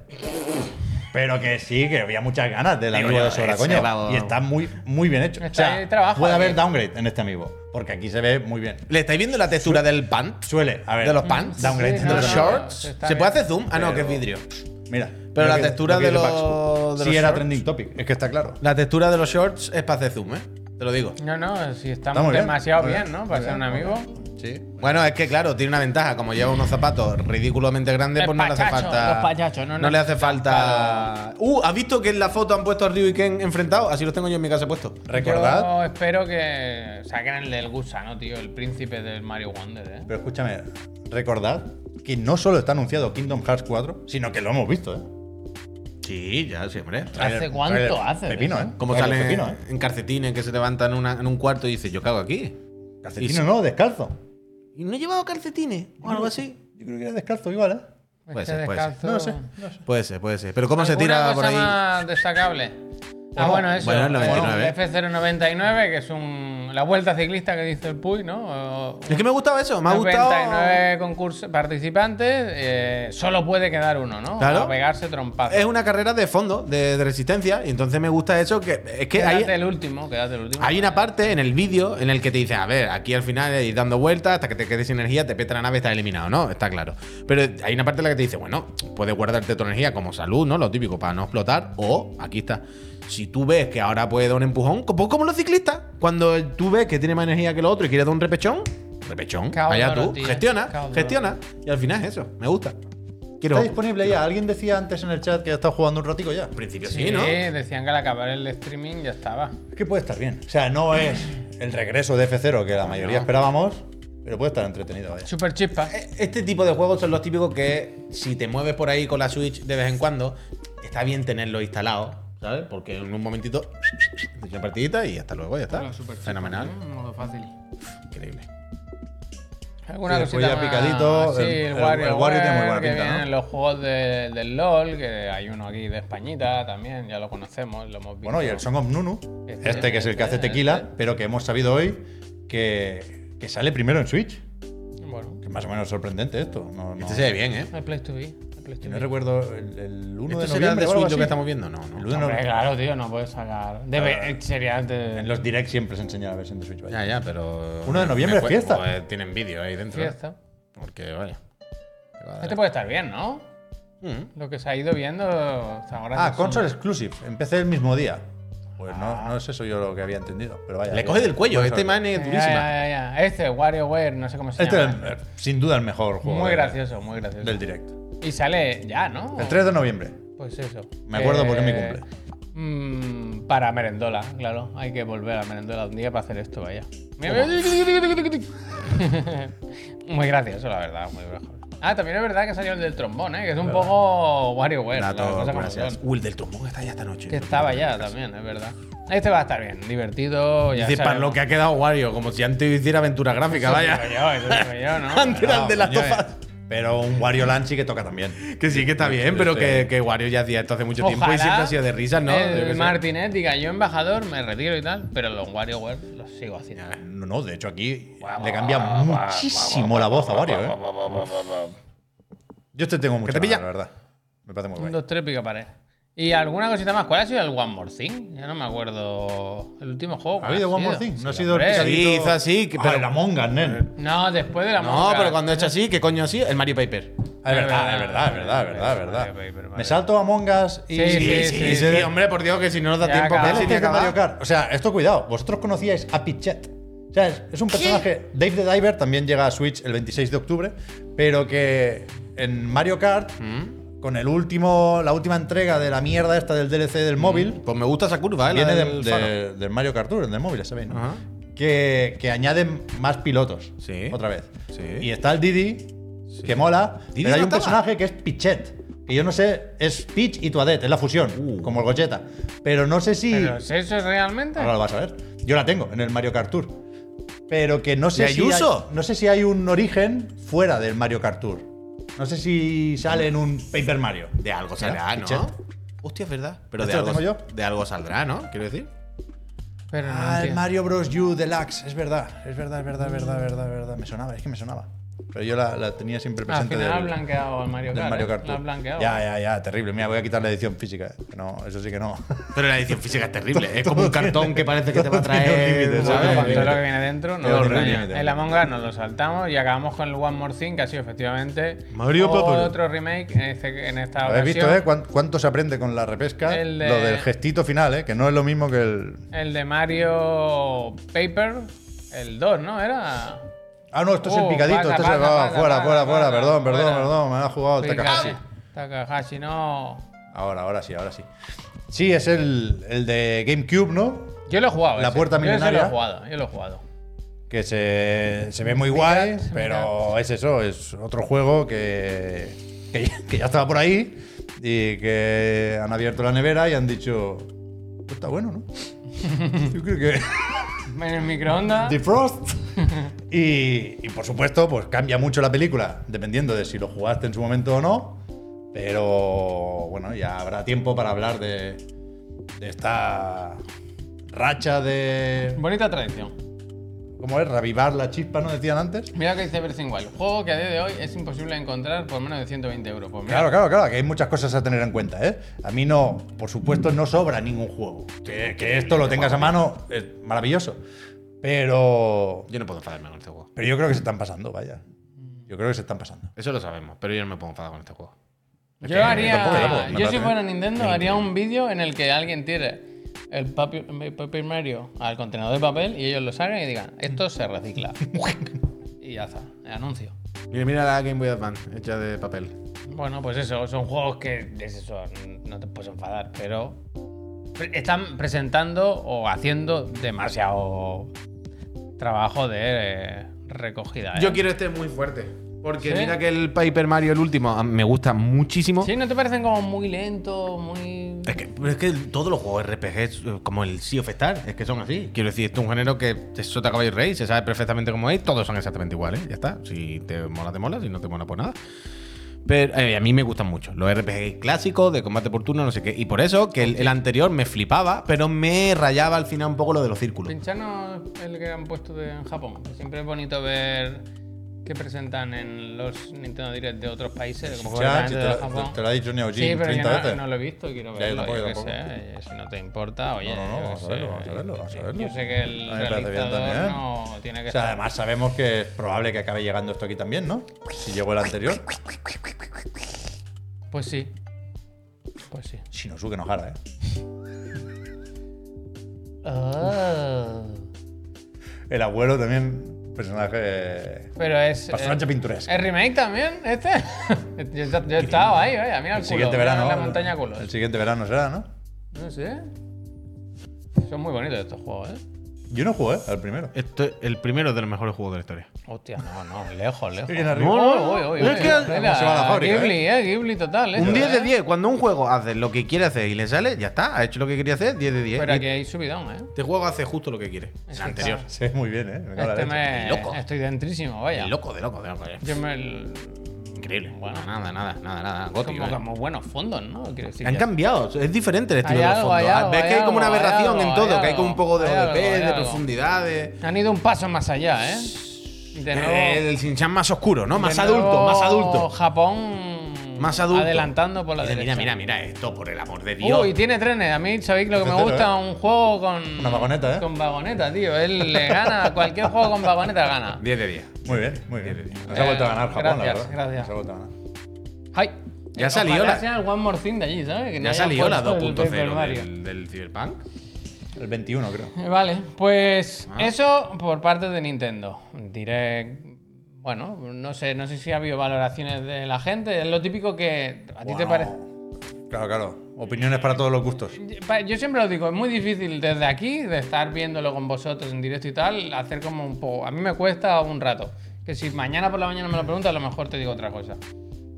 Speaker 1: Pero que sí, que había muchas ganas del
Speaker 3: Digo
Speaker 1: amigo
Speaker 3: yo,
Speaker 1: de Sora,
Speaker 3: ese,
Speaker 1: coño.
Speaker 3: vamos.
Speaker 1: Y está muy, muy bien hecho.
Speaker 2: Está
Speaker 1: o sea,
Speaker 2: ahí, trabaja
Speaker 1: puede haber
Speaker 2: bien.
Speaker 1: downgrade en este amigo. Porque aquí se ve muy bien.
Speaker 3: ¿Le estáis viendo la textura del pant?
Speaker 1: Suele. A ver.
Speaker 3: ¿De los pants?
Speaker 1: Downgrade.
Speaker 2: Sí,
Speaker 3: ¿De
Speaker 2: no,
Speaker 3: los
Speaker 2: no,
Speaker 3: shorts?
Speaker 2: no, está
Speaker 3: ¿Se
Speaker 2: bien.
Speaker 3: puede hacer zoom? Ah, no,
Speaker 1: Pero-
Speaker 3: que es vidrio.
Speaker 1: Mira. lo
Speaker 3: Pero la
Speaker 1: que-
Speaker 3: textura
Speaker 1: lo que
Speaker 3: de
Speaker 1: dice
Speaker 3: los-
Speaker 1: Pax.
Speaker 3: de
Speaker 1: Sí,
Speaker 3: los
Speaker 1: era
Speaker 3: shorts.
Speaker 1: trending topic. Es que está claro.
Speaker 3: La textura de los shorts es para hacer zoom, ¿eh? Te lo digo.
Speaker 2: No, no, sí,
Speaker 1: Está
Speaker 2: estamos
Speaker 1: muy bien,
Speaker 2: demasiado
Speaker 1: muy
Speaker 2: bien,
Speaker 1: bien,
Speaker 2: ¿no?
Speaker 1: muy
Speaker 2: Para ser un
Speaker 1: bien,
Speaker 2: amigo.
Speaker 3: Sí. Bueno, es que claro, tiene una ventaja. Como lleva unos zapatos ridículamente grandes,
Speaker 2: El
Speaker 3: pues no le hace
Speaker 2: pachacho,
Speaker 3: falta.
Speaker 2: los pachachos, no, no.
Speaker 3: le hace falta. Uh, ¿has visto que en la foto han puesto a Ryu y Ken enfrentados? Así los tengo yo en mi casa puesto.
Speaker 1: Recordad.
Speaker 2: Yo espero que saquen el del gusano, tío, el príncipe del Mario Wonder, ¿eh?
Speaker 1: Pero escúchame, recordad que no solo está anunciado Kingdom Hearts 4, sino que lo hemos visto, ¿eh?
Speaker 3: Sí, ya, sí, hombre.
Speaker 2: ¿Hace cuánto hace de
Speaker 1: Pepino,
Speaker 2: eso?
Speaker 1: ¿eh?
Speaker 3: Como
Speaker 1: Trailer
Speaker 3: salen
Speaker 1: Pepino, ¿eh?
Speaker 3: en calcetines que se levantan en, una- en un cuarto y dice yo cago aquí.
Speaker 1: Calcetino no, descalzo.
Speaker 3: ¿Y no he llevado calcetines o algo así?
Speaker 1: Yo creo que era descalzo igual, ¿eh?
Speaker 3: Puede ser, puede ser.
Speaker 1: No lo sé, no sé.
Speaker 3: Puede ser, puede ser. Pero ¿cómo se tira
Speaker 2: ¿Alguna
Speaker 3: por
Speaker 2: cosa
Speaker 3: ahí?
Speaker 2: más destacable? Ah,
Speaker 1: Bueno,
Speaker 2: bueno, eso.
Speaker 3: bueno, el
Speaker 2: eh,
Speaker 3: 99.
Speaker 2: F099, que es un con la vuelta ciclista que dice el Puy, ¿no? O-
Speaker 3: Es que me ha gustado eso, me ha gustado.
Speaker 2: 99 concursos, participantes, eh, solo puede quedar uno, ¿no?
Speaker 3: Claro.
Speaker 2: A pegarse trompado.
Speaker 3: Es una carrera de fondo, de, de resistencia, y entonces me gusta eso. que Es que hay,
Speaker 2: Quédate el último, quédate el último.
Speaker 3: hay una parte en el vídeo en el que te dicen, a ver, aquí al final ir dando vueltas hasta que te quedes sin energía, te peta la nave, estás eliminado, ¿no? Está claro. Pero hay una parte en la que te dice, bueno, puedes guardarte tu energía como salud, ¿no? Lo típico, para no explotar, o aquí está. Si tú ves que ahora puedes dar un empujón, pues como, como los ciclistas, cuando tú ves que tiene más energía que el otro y quieres dar un repechón, repechón,
Speaker 2: Cabrón,
Speaker 3: allá tú,
Speaker 2: tío.
Speaker 3: gestiona,
Speaker 2: Cabrón.
Speaker 3: gestiona. Y al final es eso, me gusta. Quiero.
Speaker 1: Está disponible ya. Alguien decía antes en el chat que ha estado jugando un ratico ya.
Speaker 3: En principio
Speaker 2: Sí,
Speaker 3: sí ¿no?
Speaker 2: decían que al acabar el streaming ya estaba.
Speaker 1: Es que puede estar bien. O sea, no es el regreso de F0 que la mayoría esperábamos, pero puede estar entretenido. ¿eh? vaya.
Speaker 2: Super chispa.
Speaker 3: Este tipo de juegos son los típicos que si te mueves por ahí con la Switch de vez en cuando, está bien tenerlo instalado, ¿sabes? Porque en un momentito te echa una partidita y hasta luego, ya está. Fenomenal.
Speaker 2: Un modo fácil.
Speaker 3: Increíble.
Speaker 2: Alguna
Speaker 1: Y
Speaker 2: cosita
Speaker 1: después ya
Speaker 2: más. Ah,
Speaker 1: picadito,
Speaker 2: Sí,
Speaker 1: el-
Speaker 2: el,
Speaker 1: el-
Speaker 2: Wario,
Speaker 1: el Wario tiene muy buena
Speaker 2: que
Speaker 1: pinta, ¿no?
Speaker 2: vienen los juegos de- del LOL, que hay uno aquí de Españita también, ya lo conocemos, lo hemos visto.
Speaker 1: Bueno, y el Song of Nunu,
Speaker 2: Este,
Speaker 1: este, que es el que hace
Speaker 2: este,
Speaker 1: tequila,
Speaker 2: este.
Speaker 1: pero que hemos sabido hoy que, que sale primero en Switch.
Speaker 2: Bueno,
Speaker 1: Que es más o menos sorprendente esto. No, no-
Speaker 3: Este se ve bien, ¿eh?
Speaker 2: el Play to Be. el Play to
Speaker 1: no
Speaker 2: Be.
Speaker 1: recuerdo el, el 1
Speaker 3: ¿Esto
Speaker 1: de
Speaker 3: será este el
Speaker 1: noviembre.
Speaker 3: de
Speaker 1: o algo
Speaker 3: Switch lo
Speaker 1: así.
Speaker 3: que estamos viendo? No,
Speaker 1: El 1
Speaker 3: no.
Speaker 1: de
Speaker 2: Hombre,
Speaker 1: noviembre.
Speaker 2: claro, tío, no puedes sacar. Debe, sería de
Speaker 1: Ah, En los directs siempre se enseña la versión de Switch. vaya.
Speaker 3: Ya, ya, pero.
Speaker 1: Uno de noviembre
Speaker 3: me
Speaker 1: es
Speaker 3: cue-
Speaker 1: fiesta.
Speaker 3: joder, tienen vídeo ahí dentro. ¿eh?
Speaker 2: fiesta.
Speaker 3: Porque, vaya.
Speaker 2: Este puede estar bien, ¿no?
Speaker 3: Mm.
Speaker 2: Lo que se ha ido viendo hasta ahora.
Speaker 1: Ah,
Speaker 2: es-
Speaker 1: console exclusive. Empecé el mismo día. Pues no, no es eso yo lo que había entendido. Pero vaya.
Speaker 3: Le
Speaker 1: bien.
Speaker 3: coge del cuello,
Speaker 1: Bueno,
Speaker 3: este man es
Speaker 2: Ya,
Speaker 3: durísima.
Speaker 2: ya, ya, ya. Este, WarioWare, no sé cómo se
Speaker 1: Este es
Speaker 2: llama.
Speaker 1: el- sin duda el mejor juego.
Speaker 2: muy
Speaker 1: de-
Speaker 2: gracioso, muy gracioso.
Speaker 1: Del direct.
Speaker 2: Y sale ya, ¿no?
Speaker 1: El 3 de noviembre.
Speaker 2: Pues eso.
Speaker 1: Me acuerdo porque
Speaker 2: me
Speaker 1: es mi cumple.
Speaker 2: para merendola, claro. Hay que volver a merendola un día para hacer esto, vaya. Mira, muy gracioso, la verdad, muy mejor. Ah, también es verdad que salió el del trombón, ¿eh? que es un poco WarioWare. la
Speaker 3: Datos,
Speaker 2: cosa como
Speaker 3: gracias.
Speaker 2: son.
Speaker 3: Uy, el del trombón está ya esta noche.
Speaker 2: Que estaba ya también, es verdad. Este va a estar bien, divertido. Ya
Speaker 3: Dice, para lo
Speaker 2: sabemos.
Speaker 3: que ha quedado Wario, como si antes hiciera aventura gráfica, vaya.
Speaker 2: Eso digo yo, eso digo yo, ¿no?
Speaker 3: Antes era el de las
Speaker 1: coño,
Speaker 3: tofas.
Speaker 1: eh. Pero un Wario Land sí que toca también.
Speaker 3: Que sí, que está bien, pero que, que Wario ya hacía esto hace mucho tiempo y
Speaker 2: Ojalá Eh,
Speaker 3: siempre ha sido de risas, ¿no? Yo qué sé.
Speaker 2: El Martinet diga, yo embajador, me retiro y tal, pero los WarioWare los sigo haciendo.
Speaker 1: No, no, de hecho aquí le cambia muchísimo la voz a Wario, ¿eh? Yo este tengo mucho
Speaker 3: te pilla.
Speaker 1: la verdad. Me parece muy
Speaker 2: Un,
Speaker 1: guay.
Speaker 2: dos, tres, pica pared. Y alguna cosita más. ¿Cuál ha sido el One More Thing? Ya no me acuerdo. El último juego.
Speaker 1: ¿Ha
Speaker 2: ¿cuál
Speaker 1: habido One More Thing? No ha sido el Ah,
Speaker 2: hombre.
Speaker 1: picadillo.
Speaker 3: Sí, hizo así, que-
Speaker 1: Pero
Speaker 3: pero-
Speaker 1: la monga, nen.
Speaker 2: No, después de la
Speaker 3: No,
Speaker 2: mosca.
Speaker 3: pero cuando he hecho así, ¿qué coño así? El Mario Paper.
Speaker 1: Ah, Es verdad, es verdad, es verdad, es verdad, es
Speaker 2: Vale, vale, vale,
Speaker 1: verdad.
Speaker 2: vale.
Speaker 1: Me salto a Mongas y.
Speaker 2: Sí, sí, sí, sí,
Speaker 1: se-
Speaker 2: sí,
Speaker 3: hombre, por Dios, que si no nos da
Speaker 2: Ya
Speaker 3: tiempo,
Speaker 2: acaba.
Speaker 3: que
Speaker 1: Este
Speaker 3: se
Speaker 1: es
Speaker 3: ni
Speaker 1: de Mario
Speaker 3: acaba.
Speaker 1: Kart. O sea, esto cuidado. Vosotros conocíais a Pichet. O sea, es, es un personaje. Dave the Diver también llega a Switch el 26 de octubre. Pero que en Mario Kart,
Speaker 2: Mm.
Speaker 1: con el último, la última entrega de la mierda esta del DLC del móvil,
Speaker 3: Pues me gusta esa curva, ¿eh? la
Speaker 1: viene de-
Speaker 3: del
Speaker 1: de-
Speaker 3: faro.
Speaker 1: del Mario Kart Tour, del móvil, sabéis, ¿no?
Speaker 3: Ajá.
Speaker 1: Que, que añaden más pilotos.
Speaker 3: Sí.
Speaker 1: Otra vez.
Speaker 3: Sí.
Speaker 1: Y está el Didi, que mola.
Speaker 3: Didi
Speaker 1: pero hay
Speaker 3: no
Speaker 1: un
Speaker 3: estaba.
Speaker 1: personaje que es Pichet. Que yo no sé, es Peach y Toadette, es la fusión,
Speaker 3: Uh.
Speaker 1: como el Gocheta. Pero no sé si.
Speaker 2: ¿Pero es eso realmente?
Speaker 1: Ahora lo vas a ver. Yo la tengo en el Mario Kart Tour. Pero que no
Speaker 3: ¿Y
Speaker 1: sé
Speaker 3: hay
Speaker 1: si
Speaker 3: uso?
Speaker 1: Hay, no sé si hay un origen fuera del Mario Kart Tour. No sé si sale en un Paper Mario.
Speaker 3: De algo saldrá,
Speaker 1: Mira,
Speaker 3: Pues ¿no?
Speaker 1: Pichet.
Speaker 3: Hostia, es verdad. Pero de
Speaker 1: ¿Este lo
Speaker 3: algo,
Speaker 1: tengo yo?
Speaker 3: de algo saldrá, ¿no? Quiero decir.
Speaker 2: Pero no
Speaker 1: Ah, el
Speaker 2: entiendo.
Speaker 1: Mario Bros. U Deluxe. Es verdad, es verdad, es verdad, es verdad, es verdad, es verdad. Me sonaba, es que me sonaba. Pero yo la, la tenía siempre
Speaker 2: Al
Speaker 1: presente del,
Speaker 2: final ha blanqueado al Mario
Speaker 1: del
Speaker 2: Kart.
Speaker 1: Mario
Speaker 2: ¿eh?
Speaker 1: Kart
Speaker 2: Lo ha
Speaker 1: Tour.
Speaker 2: blanqueado.
Speaker 1: Ya, ya, ya, terrible. Mira, voy a quitar la edición física. eh. No, eso sí que no.
Speaker 3: Pero la edición física es terrible. es como un cartón que parece que te va a
Speaker 1: tiene un
Speaker 3: traer.
Speaker 1: límite,
Speaker 2: Bueno, con
Speaker 1: ¿sabes?
Speaker 2: todo
Speaker 3: ¿sabes?
Speaker 2: lo que viene dentro, no
Speaker 1: Pero
Speaker 2: lo
Speaker 1: no hay
Speaker 2: extraña.
Speaker 1: límite.
Speaker 2: El Among Us nos lo saltamos y acabamos con el One More Thing, que ha sido efectivamente
Speaker 3: Mario Papel.
Speaker 2: otro remake en este- en esta
Speaker 1: Habéis
Speaker 2: ocasión.
Speaker 1: visto, ¿eh? Cuán- Cuánto se aprende con la repesca.
Speaker 2: El de-
Speaker 1: Lo del gestito final, ¿eh? Que no es lo mismo que el.
Speaker 2: El de Mario Paper, el 2, ¿no? Era.
Speaker 1: Ah, no, esto es el
Speaker 2: Oh,
Speaker 1: picadito.
Speaker 2: pasa,
Speaker 1: esto se
Speaker 2: pasa,
Speaker 1: va
Speaker 2: pasa,
Speaker 1: fuera,
Speaker 2: pasa,
Speaker 1: fuera, fuera.
Speaker 2: pasa,
Speaker 1: perdón, perdón,
Speaker 2: fuera.
Speaker 1: perdón. Me ha jugado el Takahashi.
Speaker 2: Pikachu. Takahashi, no.
Speaker 1: Ahora, ahora sí, ahora sí. Sí, es el, el de GameCube, ¿no?
Speaker 2: Yo lo he jugado.
Speaker 1: La
Speaker 2: ese.
Speaker 1: puerta
Speaker 2: Yo ese
Speaker 1: milenaria.
Speaker 2: lo he jugado, yo lo he jugado.
Speaker 1: Que se, se ve muy guay,
Speaker 2: Mirad,
Speaker 1: pero es eso, es otro juego que, que, ya- que ya estaba por ahí y que han abierto la nevera y han dicho, "Esto está bueno, ¿no? Yo creo que...
Speaker 2: En el microondas.
Speaker 1: Defrost. y, y por supuesto, pues cambia mucho la película, dependiendo de si lo jugaste en su momento o no. Pero bueno, ya habrá tiempo para hablar de, de esta racha de,
Speaker 2: Bonita tradición.
Speaker 1: ¿Cómo es? Revivar la chispa, ¿no decían antes?
Speaker 2: Mira lo que dice Everything Wild. Juego que a día de hoy es imposible encontrar por menos de 120 euros. Pues mira,
Speaker 1: Claro, claro, claro, que hay muchas cosas a tener en cuenta, ¿eh? A mí no, por supuesto, no sobra ningún juego. Que, que esto lo tengas a mano es maravilloso. Pero.
Speaker 4: Yo no puedo enfadarme con este juego.
Speaker 1: Pero yo creo que se están pasando, vaya. Yo creo que se están pasando.
Speaker 4: Eso lo sabemos, pero yo no me puedo enfadar con este juego. Es que
Speaker 2: yo haría.
Speaker 4: tampoco, tampoco, me
Speaker 2: yo si
Speaker 4: parece-
Speaker 2: fuera Nintendo, haría un vídeo en el que alguien tire el papi- el Paper Mario al contenedor de papel y ellos lo saquen y digan, esto se recicla. y ya está, el anuncio.
Speaker 4: Mira, mira la Game Boy Advance, hecha de papel.
Speaker 2: Bueno, pues eso, son juegos que es eso, no te puedes enfadar, pero pre- están presentando o haciendo demasiado trabajo de eh, recogida. ¿eh?
Speaker 4: Yo quiero este muy fuerte. Porque
Speaker 2: ¿Sí?
Speaker 4: mira que el Paper Mario, el último, a- me gusta muchísimo.
Speaker 2: Sí, ¿no te parecen como muy lentos, muy...
Speaker 4: Es que
Speaker 3: Pero es que todos los juegos
Speaker 4: eh,
Speaker 3: RPG, como el Sea of Stars, es que son así.
Speaker 4: Quiero decir, esto es un género que es sota caballo y rey, se sabe perfectamente cómo es, todos son exactamente iguales, ya está. Si te mola, te mola, si no te mola, pues nada. Pero eh, a mí me gustan mucho los RPG clásicos, de combate por turno, no sé qué. Y por eso que el, el anterior me flipaba, pero me rayaba al final un poco lo de los círculos.
Speaker 2: Pinchanos el que han puesto de- en Japón. que Siempre es bonito ver qué presentan en los Nintendo Direct de otros países. Como
Speaker 1: Ya,
Speaker 2: concretamente
Speaker 1: si te,
Speaker 2: de
Speaker 1: lo-
Speaker 2: Japón.
Speaker 1: te- te lo ha dicho Neo Geo
Speaker 2: Sí, pero yo
Speaker 1: 30
Speaker 2: no,
Speaker 1: veces.
Speaker 2: no lo he visto y quiero
Speaker 1: Ya, yo
Speaker 2: verlo.
Speaker 1: tampoco,
Speaker 2: yo
Speaker 1: yo
Speaker 2: qué
Speaker 1: tampoco.
Speaker 2: sé, eh, si no te importa, oye.
Speaker 1: No, no, no,
Speaker 2: yo
Speaker 1: vamos
Speaker 2: qué
Speaker 1: a verlo,
Speaker 2: sé.
Speaker 1: vamos a verlo, vamos a verlo.
Speaker 2: Yo sé que
Speaker 1: A mí me
Speaker 2: el
Speaker 1: parece bien
Speaker 2: realizador
Speaker 1: también.
Speaker 2: no tiene que
Speaker 1: O sea,
Speaker 2: estar-
Speaker 1: además sabemos que es probable que acabe llegando esto aquí también, ¿no? Si llegó el anterior.
Speaker 2: Pues sí. Pues sí.
Speaker 1: Shinosuke Nohara, ¿eh? Ah. El abuelo también, personaje.
Speaker 2: Pero es.
Speaker 1: Personaje
Speaker 2: eh,
Speaker 1: pintoresco.
Speaker 2: ¿Es remake también? ¿Este? yo, he- yo he estado ahí, vaya. Mira
Speaker 1: El
Speaker 2: el, culo.
Speaker 1: siguiente
Speaker 2: mira
Speaker 1: verano.
Speaker 2: La montaña culo.
Speaker 1: El siguiente verano será, ¿no?
Speaker 2: No sé. Son muy bonitos estos juegos, ¿eh?
Speaker 1: Yo no jugué al primero.
Speaker 4: Esto es Este, el primero de los mejores juegos de la historia.
Speaker 2: Hostia, no, no, lejos, lejos.
Speaker 1: bien arriba. Oh,
Speaker 2: Uy, uy, uy,
Speaker 4: Es
Speaker 2: uy.
Speaker 4: que-
Speaker 2: Mira,
Speaker 1: se va la fábrica,
Speaker 2: Ghibli, eh, Ghibli total, eh.
Speaker 4: Un 10 de 10, cuando un juego hace lo que quiere hacer y le sale, ya está, ha hecho lo que quería hacer, 10 de 10.
Speaker 2: Pero
Speaker 4: Y
Speaker 2: aquí hay subidón, eh.
Speaker 4: Este juego hace justo lo que quiere.
Speaker 2: Es
Speaker 4: El anterior.
Speaker 2: que
Speaker 1: Sí, muy bien, ¿eh? Me cago en la
Speaker 2: Este
Speaker 1: leche.
Speaker 2: me...
Speaker 4: Loco.
Speaker 2: Estoy dentrísimo, vaya.
Speaker 4: El loco, de loco, de loco. eh.
Speaker 2: Yo me...
Speaker 4: Increíble.
Speaker 2: Bueno.
Speaker 4: Bueno, nada, nada, nada, nada. gótico,
Speaker 2: Como,
Speaker 4: eh.
Speaker 2: como buenos fondos, ¿no? Quiero decir
Speaker 4: Han
Speaker 2: que-
Speaker 4: cambiado, es diferente el estilo
Speaker 2: Hay
Speaker 4: de los
Speaker 2: algo,
Speaker 4: fondos. Ah,
Speaker 2: hay algo,
Speaker 4: Ves
Speaker 2: hay
Speaker 4: que hay como una
Speaker 2: algo, hay
Speaker 4: aberración
Speaker 2: algo,
Speaker 4: en todo,
Speaker 2: hay
Speaker 4: que hay como un poco de
Speaker 2: algo, hay
Speaker 4: ODP,
Speaker 2: algo, hay
Speaker 4: de
Speaker 2: algo.
Speaker 4: profundidades.
Speaker 2: Han ido un paso más allá, eh. De nuevo...
Speaker 4: Eh, El Shinchan más oscuro, ¿no?
Speaker 2: de
Speaker 4: Más
Speaker 2: nuevo
Speaker 4: adulto, más adulto.
Speaker 2: Japón...
Speaker 4: Más adulto.
Speaker 2: Adelantando por la
Speaker 4: Dice,
Speaker 2: derecha.
Speaker 4: Mira, mira, mira esto, por el amor de Dios.
Speaker 2: Uy, tiene trenes. A mí, sabéis lo que me
Speaker 1: Tercero,
Speaker 2: gusta un juego con.
Speaker 1: Una vagoneta, ¿eh?
Speaker 2: Con vagoneta, tío. Él le gana. Cualquier juego con vagoneta gana.
Speaker 4: 10 de 10.
Speaker 1: Muy bien, muy bien. Nos
Speaker 2: Eh,
Speaker 1: ha vuelto a ganar Japón, la
Speaker 2: gracias,
Speaker 1: verdad.
Speaker 2: gracias.
Speaker 1: Nos ha vuelto a ganar.
Speaker 2: ¡Ay!
Speaker 4: Ya
Speaker 2: Eh,
Speaker 4: salió la-
Speaker 2: Gracias al One More Thing de allí, ¿sabes? Que no
Speaker 4: Ya
Speaker 2: hayan
Speaker 4: salió la
Speaker 2: puesto el Paper
Speaker 4: 2.0
Speaker 2: Mario.
Speaker 4: del, del Cyberpunk.
Speaker 1: El 21, creo.
Speaker 2: Eh, Vale, pues
Speaker 4: Ah.
Speaker 2: eso por parte de Nintendo. Diré. Bueno, no sé, no sé si ha habido valoraciones de la gente. Es lo típico que. ¿A ti te
Speaker 1: Bueno,
Speaker 2: parece?
Speaker 1: Claro, claro. Opiniones para todos los gustos.
Speaker 2: Pa- Yo siempre lo digo, es muy difícil desde aquí, de estar viéndolo con vosotros en directo y tal, hacer como un poco. A mí me cuesta un rato. Que si mañana por la mañana me lo preguntas, a lo mejor te digo otra cosa.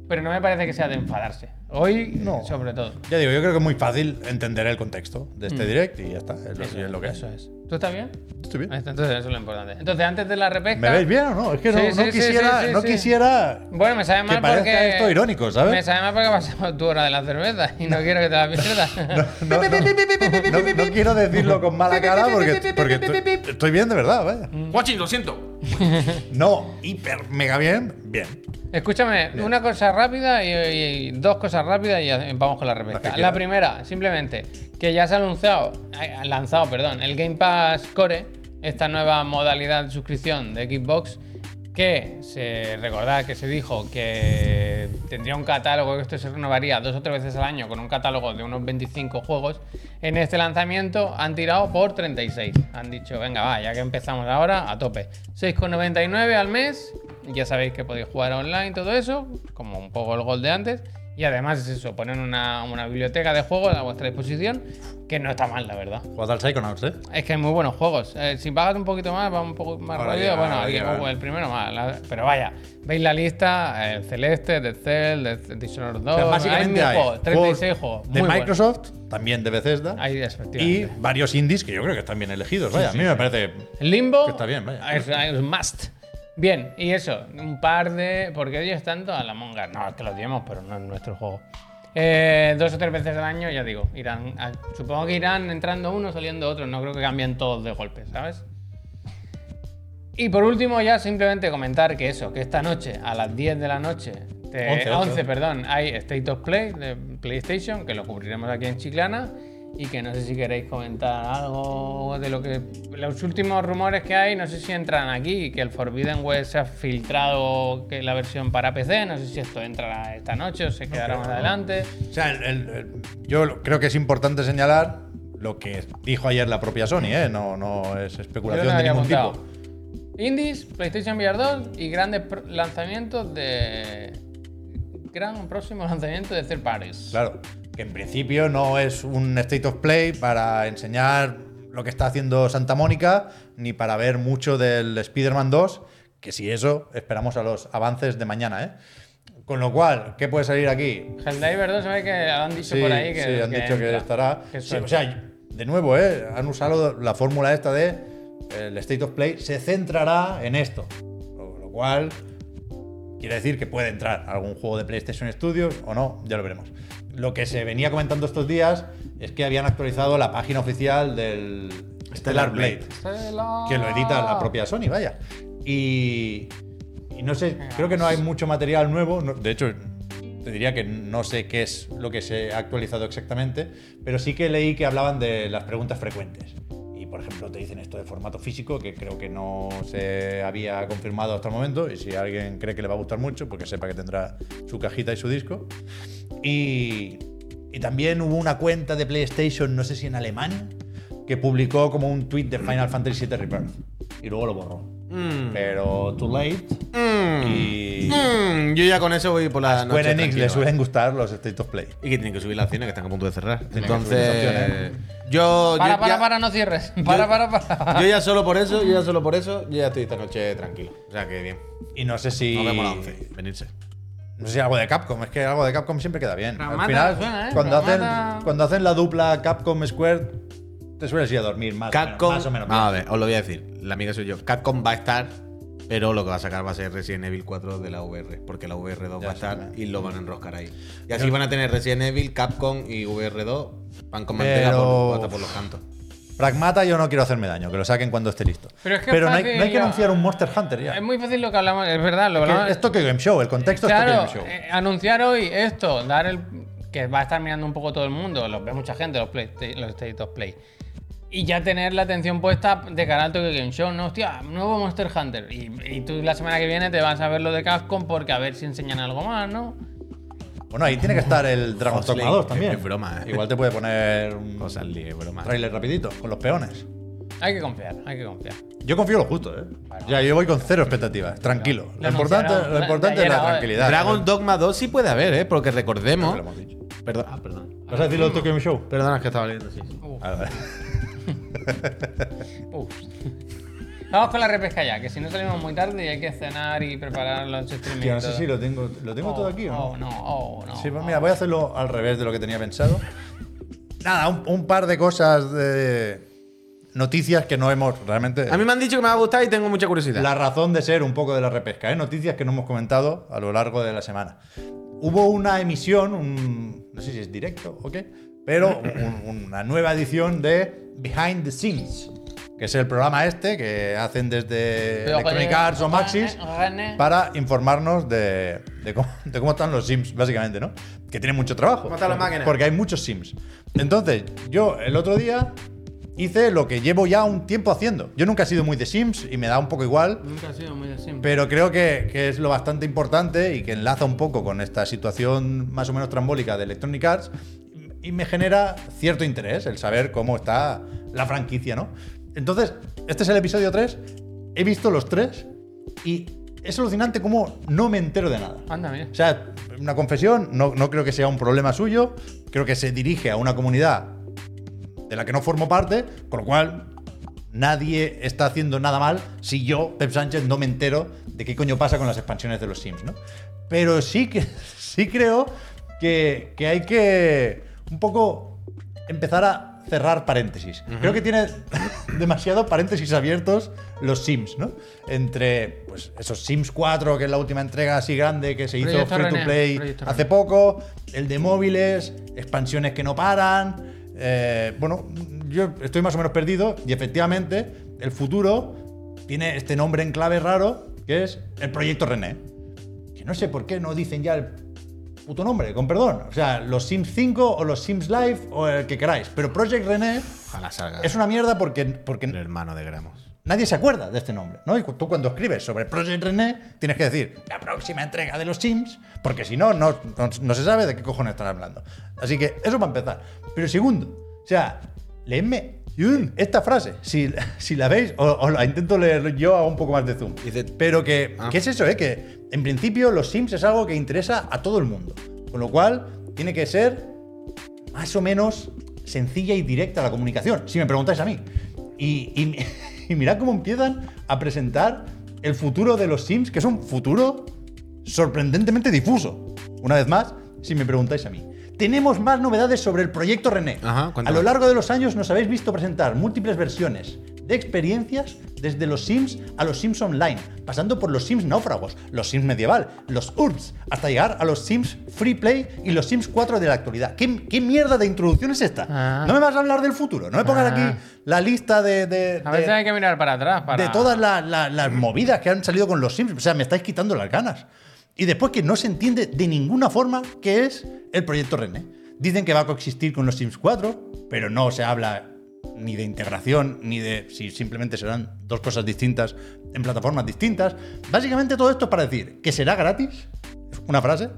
Speaker 2: Pero no me parece que sea de enfadarse. Hoy,
Speaker 1: No.
Speaker 2: sobre todo.
Speaker 1: Ya digo, yo creo que es muy fácil entender el contexto de este direct y ya está. Es lo, es lo que es.
Speaker 2: Mm. Eso es. ¿Tú estás bien?
Speaker 1: Estoy bien.
Speaker 2: Ahí está, Entonces, eso es lo importante. Entonces, antes de la repesca.
Speaker 1: ¿Me veis bien o no? Es que no,
Speaker 2: Sí,
Speaker 1: no
Speaker 2: sí, sí,
Speaker 1: quisiera,
Speaker 2: sí, sí,
Speaker 1: no
Speaker 2: sí.
Speaker 1: quisiera
Speaker 2: Bueno, me sabe
Speaker 1: Que
Speaker 2: mal
Speaker 1: parezca
Speaker 2: porque.
Speaker 1: esto irónico, ¿sabes?
Speaker 2: Me sabe mal porque pasamos tu hora de la cerveza y no quiero que te la pierdas.
Speaker 1: No, no, no- no quiero decirlo con mala cara porque, porque estoy, estoy bien de verdad, vaya.
Speaker 2: Mm.
Speaker 4: Watching, lo siento.
Speaker 1: No, hiper, mega bien, bien.
Speaker 2: Escúchame, una cosa rápida y, y dos cosas rápidas y ya vamos con la repesca.
Speaker 1: Las que
Speaker 2: La
Speaker 1: quieras.
Speaker 2: primera, simplemente, que ya se ha anunciado, eh, ha lanzado, perdón, el Game Pass Core, esta nueva modalidad de suscripción de Xbox, que se recordad que se dijo que tendría un catálogo, que esto se renovaría dos o tres veces al año con un catálogo de unos 25 juegos. En este lanzamiento han tirado por 36. Han dicho, venga, va, ya que empezamos ahora, a tope. 6,99 al mes. Ya sabéis que podéis jugar online, todo eso, como un poco el gol de antes. Y además es eso, ponen una, una biblioteca de juegos a vuestra disposición, que no está mal, la verdad.
Speaker 1: Jugad al Psychonauts, ¿eh?
Speaker 2: Es que hay muy buenos juegos. Eh, si pagas un poquito más, va un poco más
Speaker 1: Ahora
Speaker 2: rápido.
Speaker 1: llega,
Speaker 2: bueno,
Speaker 1: ahora
Speaker 2: aquí
Speaker 1: llega.
Speaker 2: como el primero más. la- pero vaya, veis la lista: el Celeste, The Cell, The Dishonored 2.
Speaker 1: O sea,
Speaker 2: Oh, hay
Speaker 1: básicamente
Speaker 2: mil
Speaker 1: hay
Speaker 2: juegos, 36 juegos.
Speaker 1: de
Speaker 2: muy buenos.
Speaker 1: Microsoft, también de Bethesda,
Speaker 2: Ahí,
Speaker 1: y
Speaker 2: efectivamente.
Speaker 1: varios indies que yo creo que están bien elegidos, vaya. a mí me parece...
Speaker 2: Limbo.
Speaker 1: Que está bien, vaya.
Speaker 2: Es, es un must. Bien, y eso, un par de. ¿Por qué ellos tanto a la monga? No, es que lo odiamos, pero no es nuestro juego. Eh, dos o tres veces al año, ya digo, irán. ah, a- supongo que irán entrando uno, saliendo otro. No creo que cambien todos de golpe, ¿sabes? Y por último, ya simplemente comentar que eso, que esta noche, a las 10 de la noche, te-
Speaker 1: 11,
Speaker 2: 11, perdón, hay State of Play de PlayStation, que lo cubriremos aquí en Chiclana. Y que no sé si queréis comentar algo de lo que. Los últimos rumores que hay, no sé si entran aquí, que el Forbidden West se ha filtrado que la versión para PC, no sé si esto entrará esta noche o se quedará más adelante.
Speaker 1: O sea, el- el- el- yo lo- creo que es importante señalar lo que dijo ayer la propia Sony, ¿eh? No, no es
Speaker 2: Yo
Speaker 1: especulación
Speaker 2: no
Speaker 1: de
Speaker 2: había
Speaker 1: ningún
Speaker 2: apuntado.
Speaker 1: tipo.
Speaker 2: Indies, PlayStation VR 2 y grandes pro- lanzamientos de. Gran próximo lanzamiento de Third Parties.
Speaker 1: Claro, que en principio no es un state of play para enseñar lo que está haciendo Santa Mónica, ni para ver mucho del Spider-Man 2, que si eso, esperamos a los avances de mañana, ¿eh? Con lo cual, ¿qué puede salir aquí?
Speaker 2: Helldiver 2, ¿sabes que han dicho
Speaker 1: Sí,
Speaker 2: por ahí que.
Speaker 1: sí, han dicho que
Speaker 2: entra.
Speaker 1: estará.
Speaker 2: Qué
Speaker 1: Sí, o
Speaker 2: suerte.
Speaker 1: sea, de nuevo, ¿eh? han usado la fórmula esta de eh, el State of Play se centrará en esto. Lo, lo cual quiere decir que puede entrar algún juego de PlayStation Studios o no, ya lo veremos. Lo que se venía comentando estos días es que habían actualizado la página oficial del Stellar Blade
Speaker 2: Cela.
Speaker 1: que lo edita
Speaker 2: Ah.
Speaker 1: la propia Sony, vaya. Y, y no sé, creo que no hay mucho material nuevo. no- de hecho, te diría que no sé qué es lo que se ha actualizado exactamente, pero sí que leí que hablaban de las preguntas frecuentes. Y por ejemplo, te dicen esto de formato físico, que creo que no se había confirmado hasta el momento. Y si alguien cree que le va a gustar mucho, porque sepa que tendrá su cajita y su disco. Y, y también hubo una cuenta de PlayStation, no sé si en Alemania, que publicó como un tweet de Final Fantasy VII Rebirth. Y luego lo borró.
Speaker 3: Mm.
Speaker 1: Pero too late. Eh, Mm. Y
Speaker 2: Eh.
Speaker 4: Mm, yo ya con eso voy por la noche.
Speaker 1: Square Enix
Speaker 4: tranquilo. eh.
Speaker 1: le suelen gustar los State of Play.
Speaker 4: Y que tienen que subir las acciones que están a punto de cerrar.
Speaker 1: subir las
Speaker 4: Entonces, yo,
Speaker 2: Para,
Speaker 4: yo
Speaker 2: para,
Speaker 4: ya,
Speaker 2: para, no cierres. Para, para, para.
Speaker 4: yo ya solo por eso, yo ya solo por eso, yo ya estoy esta noche tranquilo. O sea que bien.
Speaker 1: Y no sé si.
Speaker 4: Nos vemos a las 11. Venirse.
Speaker 1: No sé si algo de Capcom, es que algo de Capcom siempre queda bien.
Speaker 2: Ramata
Speaker 1: Al final,
Speaker 2: suena, ¿eh?
Speaker 1: cuando,
Speaker 2: Ramata.
Speaker 1: hacen, cuando hacen la dupla Capcom Square, te sueles ir a dormir más, o menos-
Speaker 4: Capcom.
Speaker 1: más o menos. bien.
Speaker 4: a ver, os lo voy a decir. La amiga soy yo. Capcom va a estar, pero lo que va a sacar va a ser Resident Evil 4 de la VR. Porque la VR2
Speaker 1: Ya,
Speaker 4: va a
Speaker 1: sí,
Speaker 4: estar
Speaker 1: claro.
Speaker 4: y lo van a enroscar ahí. Y así van a tener Resident Evil, Capcom y VR2. Van con
Speaker 1: Pero-
Speaker 4: mantega por, hasta por los cantos.
Speaker 1: Pragmata, yo no quiero hacerme daño, que lo saquen cuando esté listo.
Speaker 2: Pero es que
Speaker 1: no, hay,
Speaker 2: fácil,
Speaker 1: no hay que
Speaker 2: ya. Em,
Speaker 1: anunciar un Monster Hunter ya.
Speaker 2: Es muy fácil lo que hablamos, es verdad, lo
Speaker 1: Que
Speaker 2: hablamos.
Speaker 1: es Tokyo Game Show, el contexto
Speaker 2: Claro,
Speaker 1: es Tokyo Game Show.
Speaker 2: eh, anunciar hoy esto, dar el que va a estar mirando un poco todo el mundo, los ve mucha gente, los, play, los State of Play. Y ya tener la atención puesta de cara al Tokyo Game Show, no, hostia, nuevo Monster Hunter. Y, y tú la semana que viene te vas a ver lo de Capcom porque a ver si enseñan algo más, ¿no?
Speaker 1: Bueno, ahí tiene que estar el Dragon's
Speaker 4: Hotline,
Speaker 1: Dogma 2
Speaker 4: es-
Speaker 1: también.
Speaker 4: es broma, ¿eh?
Speaker 1: Igual te puede poner un
Speaker 4: Cosas líes, broma.
Speaker 1: trailer rapidito, con los peones.
Speaker 2: Hay que confiar, hay que confiar.
Speaker 1: Yo confío lo justo, ¿eh? Ya, yo voy con cero expectativas, tranquilo. Lo,
Speaker 2: Lo
Speaker 1: importante,
Speaker 2: anunciaron,
Speaker 1: lo
Speaker 2: de
Speaker 1: importante es
Speaker 2: ayer
Speaker 1: la
Speaker 2: a hoy.
Speaker 1: tranquilidad.
Speaker 4: Dragon
Speaker 1: ¿no?
Speaker 4: Dogma 2 sí puede haber, ¿eh? Porque recordemos.
Speaker 1: Lo hemos dicho.
Speaker 4: Perdón. Ah, perdón.
Speaker 1: ¿Vas a decir lo de Tokyo Game Show?
Speaker 4: Perdona, es que estaba leyendo, sí.
Speaker 1: A ver.
Speaker 2: Uf. Vamos con la repesca ya, que si no salimos muy tarde y hay que cenar y preparar los streaming.
Speaker 1: Tío,
Speaker 2: y
Speaker 1: no sé
Speaker 2: todo.
Speaker 1: si lo tengo, ¿lo tengo
Speaker 2: Oh,
Speaker 1: todo aquí o no.
Speaker 2: oh, no, oh, no.
Speaker 1: Sí, pues mira, voy a hacerlo al revés de lo que tenía pensado. Nada, un, un par de cosas de noticias que no hemos realmente.
Speaker 4: A mí me han dicho que me va a gustar y tengo mucha curiosidad.
Speaker 1: La razón de ser un poco de la repesca, ¿eh? noticias que no hemos comentado a lo largo de la semana. Hubo una emisión, un- no sé si es directo o qué, pero un- una nueva edición de Behind the Scenes, que es el programa este que hacen desde
Speaker 2: Pero, eh,
Speaker 1: Electronic
Speaker 2: joder,
Speaker 1: Arts o
Speaker 2: joder,
Speaker 1: Maxis
Speaker 2: joder.
Speaker 1: para informarnos de, de cómo, de cómo están los Sims, básicamente, ¿no? Que tienen mucho trabajo.
Speaker 4: ¿Cómo están las máquinas?
Speaker 1: Porque hay muchos Sims. Entonces, yo el otro día hice lo que llevo ya un tiempo haciendo. Yo nunca he sido muy de Sims y me da un poco igual,
Speaker 2: Nunca ha sido muy de simple.
Speaker 1: pero creo que, que es lo bastante importante y que enlaza un poco con esta situación más o menos trambólica de Electronic Arts y me genera cierto interés el saber cómo está la franquicia, ¿no? Entonces, este es el episodio 3, he visto los tres y es alucinante cómo no me entero de nada.
Speaker 2: Anda, mira.
Speaker 1: O sea, una confesión, no, no creo que sea un problema suyo, creo que se dirige a una comunidad de la que no formo parte, con lo cual nadie está haciendo nada mal si yo, Pep Sánchez, no me entero de qué coño pasa con las expansiones de los Sims, ¿no? Pero sí que sí creo que, que hay que un poco empezar a cerrar paréntesis. Creo que tiene demasiado paréntesis abiertos los Sims, ¿no? Entre pues esos Sims 4, que es la última entrega así grande que se hizo
Speaker 2: Proyecto
Speaker 1: free
Speaker 2: René,
Speaker 1: to play
Speaker 2: Proyecto
Speaker 1: hace
Speaker 2: René.
Speaker 1: poco, el de móviles, expansiones que no paran. eh, bueno, yo estoy más o menos perdido y efectivamente el futuro tiene este nombre en clave raro, que es el Proyecto René. Que no sé por qué no dicen ya el puto nombre, con perdón. O sea, los Sims 5 o los Sims Live o el que queráis. Pero Project René
Speaker 4: Ojalá salga.
Speaker 1: es una mierda porque, porque
Speaker 4: el hermano de Gramos.
Speaker 1: Nadie se acuerda de este nombre, ¿no? Y cu- tú cuando escribes sobre Project René tienes que decir la próxima entrega de los Sims, porque si no, no, no- no se sabe de qué cojones están hablando. Así que eso para empezar. Pero segundo, o sea, leedme esta frase. Si, si la veis, o, o la intento leer yo, hago un poco más de zoom.
Speaker 3: Dice-
Speaker 1: Pero que, ¿qué es eso, eh? Que en principio los Sims es algo que interesa a todo el mundo. Con lo cual, tiene que ser más o menos sencilla y directa la comunicación, si me preguntáis a mí. Y, y, y mirad cómo empiezan a presentar el futuro de los Sims, que es un futuro sorprendentemente difuso. Una vez más, si me preguntáis a mí. Tenemos más novedades sobre el proyecto René.
Speaker 4: Ajá, cuéntame.
Speaker 1: a lo largo de los años nos habéis visto presentar múltiples versiones de experiencias desde los Sims a los Sims Online, pasando por los Sims Náufragos, los Sims Medieval, los URBS, hasta llegar a los Sims Free Play y los Sims 4 de la actualidad. ¿Qué, qué mierda de introducción es esta?
Speaker 2: Ah.
Speaker 1: No me vas a hablar del futuro, no me pongas
Speaker 2: Ah.
Speaker 1: aquí la lista de... de-
Speaker 2: A veces
Speaker 1: de-
Speaker 2: hay que mirar para atrás. Para...
Speaker 1: de todas la- la- las movidas que han salido con los Sims. O sea, me estáis quitando las ganas. Y después que no se entiende de ninguna forma qué es el proyecto René. Dicen que va a coexistir con los Sims 4, pero no se habla ni de integración, ni de si simplemente serán dos cosas distintas en plataformas distintas. Básicamente todo esto es para decir que será gratis, es una frase,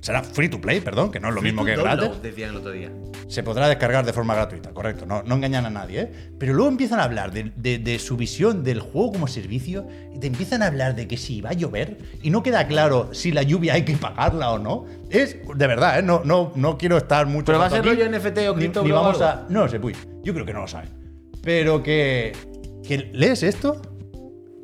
Speaker 1: será free to play, perdón, que no es lo mismo que gratis
Speaker 3: Decían el otro día.
Speaker 1: se podrá descargar de forma gratuita, correcto, no, no engañan a nadie, ¿eh? Pero luego empiezan a hablar de, de- de su visión del juego como servicio y te empiezan a hablar de que si va a llover y no queda claro si la lluvia hay que pagarla o no. Es, de verdad, ¿eh? no, no, no quiero estar mucho...
Speaker 3: Pero va a
Speaker 1: rato
Speaker 3: ser
Speaker 1: aquí,
Speaker 3: rollo NFT o
Speaker 1: ni-
Speaker 3: cripto,
Speaker 1: ni
Speaker 3: bro,
Speaker 1: vamos
Speaker 3: o
Speaker 1: a... No lo sé, Puy, yo creo que no lo saben. Pero que, que lees esto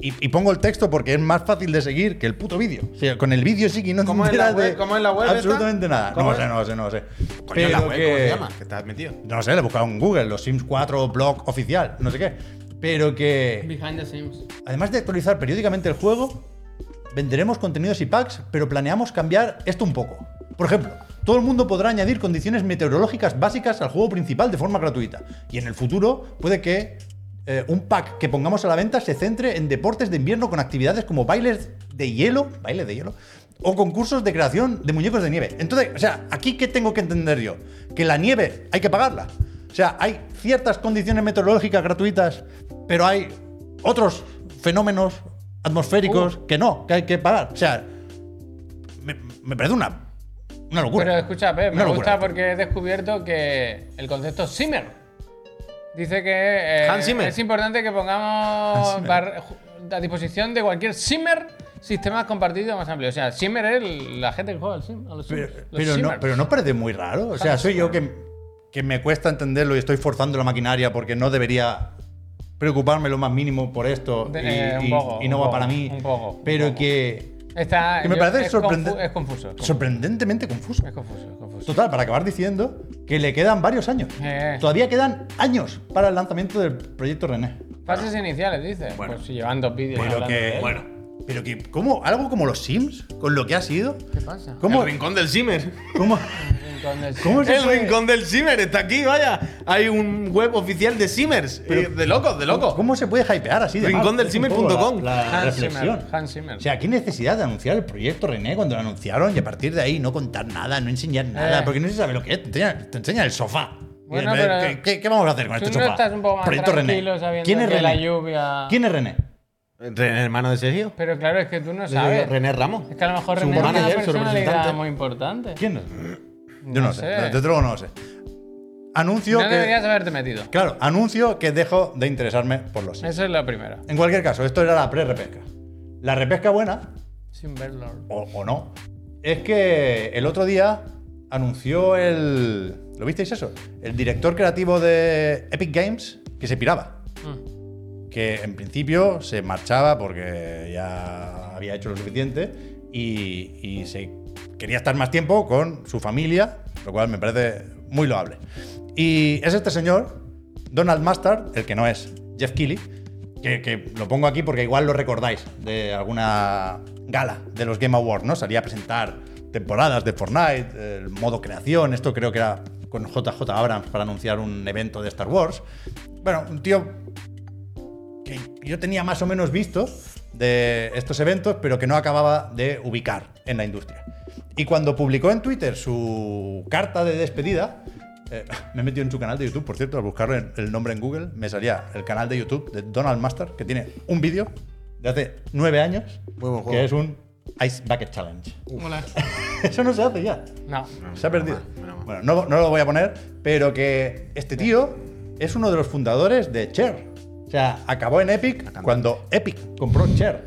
Speaker 1: y, y pongo el texto porque es más fácil de seguir que el puto vídeo. O sea, con el vídeo sí que no te
Speaker 4: ¿Cómo es la
Speaker 1: enteras
Speaker 4: web?
Speaker 1: de
Speaker 4: ¿Cómo es la web esta?
Speaker 1: Absolutamente nada.
Speaker 4: ¿Cómo
Speaker 1: No
Speaker 4: es?
Speaker 1: sé, no sé, no sé.
Speaker 4: Coño, la
Speaker 1: Pero
Speaker 4: web,
Speaker 1: que-
Speaker 4: ¿cómo se llama? Que estás metido.
Speaker 1: no sé, le he buscado en Google, los Sims 4 blog oficial, no sé qué. Pero que,
Speaker 2: Behind the Sims.
Speaker 1: además de actualizar periódicamente el juego, venderemos contenidos y packs, pero planeamos cambiar esto un poco. Por ejemplo, todo el mundo podrá añadir condiciones meteorológicas básicas al juego principal de forma gratuita. Y en el futuro puede que eh, un pack que pongamos a la venta se centre en deportes de invierno con actividades como bailes de hielo, bailes de hielo, o concursos de creación de muñecos de nieve. Entonces, o sea, aquí qué tengo que entender yo? Que la nieve hay que pagarla. O sea, hay ciertas condiciones meteorológicas gratuitas, pero hay otros fenómenos atmosféricos
Speaker 2: Uh.
Speaker 1: que no, que hay que pagar. O sea, me, me parece una, una locura.
Speaker 2: Pero escucha, Pep, me
Speaker 1: Una locura.
Speaker 2: gusta porque he descubierto que el concepto Zimmer dice que eh,
Speaker 4: Hans Zimmer.
Speaker 2: es importante que pongamos bar- ju- a disposición de cualquier Zimmer sistemas compartidos más amplios. O sea, Zimmer es el- la gente que juega al Sim, a los
Speaker 1: Pero,
Speaker 2: Sims, los
Speaker 1: pero no,
Speaker 2: Zimmer.
Speaker 1: pero no parece muy raro. O sea, soy yo que, que me cuesta entenderlo y estoy forzando la maquinaria porque no debería preocuparme lo más mínimo por esto y,
Speaker 2: Eh, un
Speaker 1: y-
Speaker 2: poco,
Speaker 1: y no
Speaker 2: un
Speaker 1: va
Speaker 2: poco,
Speaker 1: para mí.
Speaker 2: un poco, un
Speaker 1: pero
Speaker 2: poco.
Speaker 1: que
Speaker 2: Está,
Speaker 1: que me
Speaker 2: yo-
Speaker 1: parece
Speaker 2: es, confu-
Speaker 1: sorprendente-
Speaker 2: es confuso. Es confuso.
Speaker 1: sorprendentemente confuso.
Speaker 2: Es confuso, es confuso.
Speaker 1: Total, para acabar diciendo que le quedan varios años.
Speaker 2: Eh.
Speaker 1: Todavía quedan años para el lanzamiento del proyecto René.
Speaker 2: Fases iniciales, dice. Bueno, pues si llevan dos vídeos.
Speaker 1: Pero
Speaker 2: hablando de
Speaker 1: que,
Speaker 2: él.
Speaker 1: bueno, pero que, ¿cómo? ¿Algo como los Sims? ¿Con lo que ha sido?
Speaker 2: ¿Qué pasa?
Speaker 1: ¿Cómo?
Speaker 4: El rincón del Zimmer.
Speaker 1: ¿Cómo?
Speaker 2: Rincón del
Speaker 1: ¿Cómo
Speaker 2: Sim.
Speaker 1: se
Speaker 4: El
Speaker 1: puede-
Speaker 4: rincón del Zimmer está aquí, vaya. Hay un web oficial de Simmers.
Speaker 1: Pero-
Speaker 4: Eh, de locos, de locos.
Speaker 1: ¿Cómo se puede hypear así de mal?
Speaker 4: Rincondelzimmer.com.
Speaker 1: La, la
Speaker 2: Hans
Speaker 1: reflexión.
Speaker 2: Zimmer. Hans Zimmer.
Speaker 1: O sea, ¿qué necesidad de anunciar el proyecto René cuando lo anunciaron y a partir de ahí no contar nada, no enseñar nada?
Speaker 2: Eh.
Speaker 1: Porque no se sabe lo que es. Te enseña, te enseña el sofá.
Speaker 2: Bueno,
Speaker 1: Y en vez-
Speaker 2: pero-
Speaker 1: ¿qué, qué- qué vamos a hacer con
Speaker 2: Tú
Speaker 1: este
Speaker 2: no
Speaker 1: sofá?
Speaker 2: estás un poco más
Speaker 1: proyecto René.
Speaker 2: tranquilo sabiendo
Speaker 1: ¿Quién es
Speaker 2: que
Speaker 1: René?
Speaker 2: la lluvia.
Speaker 1: ¿Quién es René?
Speaker 4: René, hermano de Sergio.
Speaker 2: Pero claro, es que tú no
Speaker 4: De
Speaker 2: sabes.
Speaker 4: René Ramos.
Speaker 2: Es que a lo mejor
Speaker 4: Su
Speaker 2: René es una
Speaker 4: manager, su
Speaker 2: personalidad
Speaker 4: representante.
Speaker 2: muy importante.
Speaker 1: ¿Quién es? Yo no,
Speaker 2: No
Speaker 1: sé.
Speaker 2: sé.
Speaker 1: Desde luego no lo sé. Anuncio
Speaker 2: No
Speaker 1: que.
Speaker 2: deberías haberte metido.
Speaker 1: Claro, anuncio que dejo de interesarme por los Sims.
Speaker 2: Eso es lo primero.
Speaker 1: En cualquier caso, esto era la pre-repesca. La repesca buena
Speaker 2: Sin verlo.
Speaker 1: o, o no. Es que el otro día anunció el. ¿Lo visteis eso? El director creativo de Epic Games que se piraba. Que en principio se marchaba porque ya había hecho lo suficiente y, y se quería estar más tiempo con su familia, lo cual me parece muy loable. Y es este señor, Donald Mustard, el que no es Jeff Keighley, que, que lo pongo aquí porque igual lo recordáis de alguna gala de los Game Awards, ¿no? Salía a presentar temporadas de Fortnite, el modo creación, esto creo que era con JJ Abrams para anunciar un evento de Star Wars. Bueno, un tío que yo tenía más o menos vistos de estos eventos, pero que no acababa de ubicar en la industria. Y cuando publicó en Twitter su carta de despedida, eh, me he metido en su canal de YouTube, por cierto, al buscar el- el nombre en Google, me salía el canal de YouTube de Donald Master, que tiene un vídeo de hace nueve años,
Speaker 3: Muy buen juego.
Speaker 1: que es un Ice Bucket Challenge.
Speaker 2: Hola.
Speaker 1: Eso no se hace ya.
Speaker 2: No.
Speaker 1: Se ha perdido. Bueno, no, no lo voy a poner, pero que este tío es uno de los fundadores de Cher. O sea, acabó en Epic cuando Epic compró Cher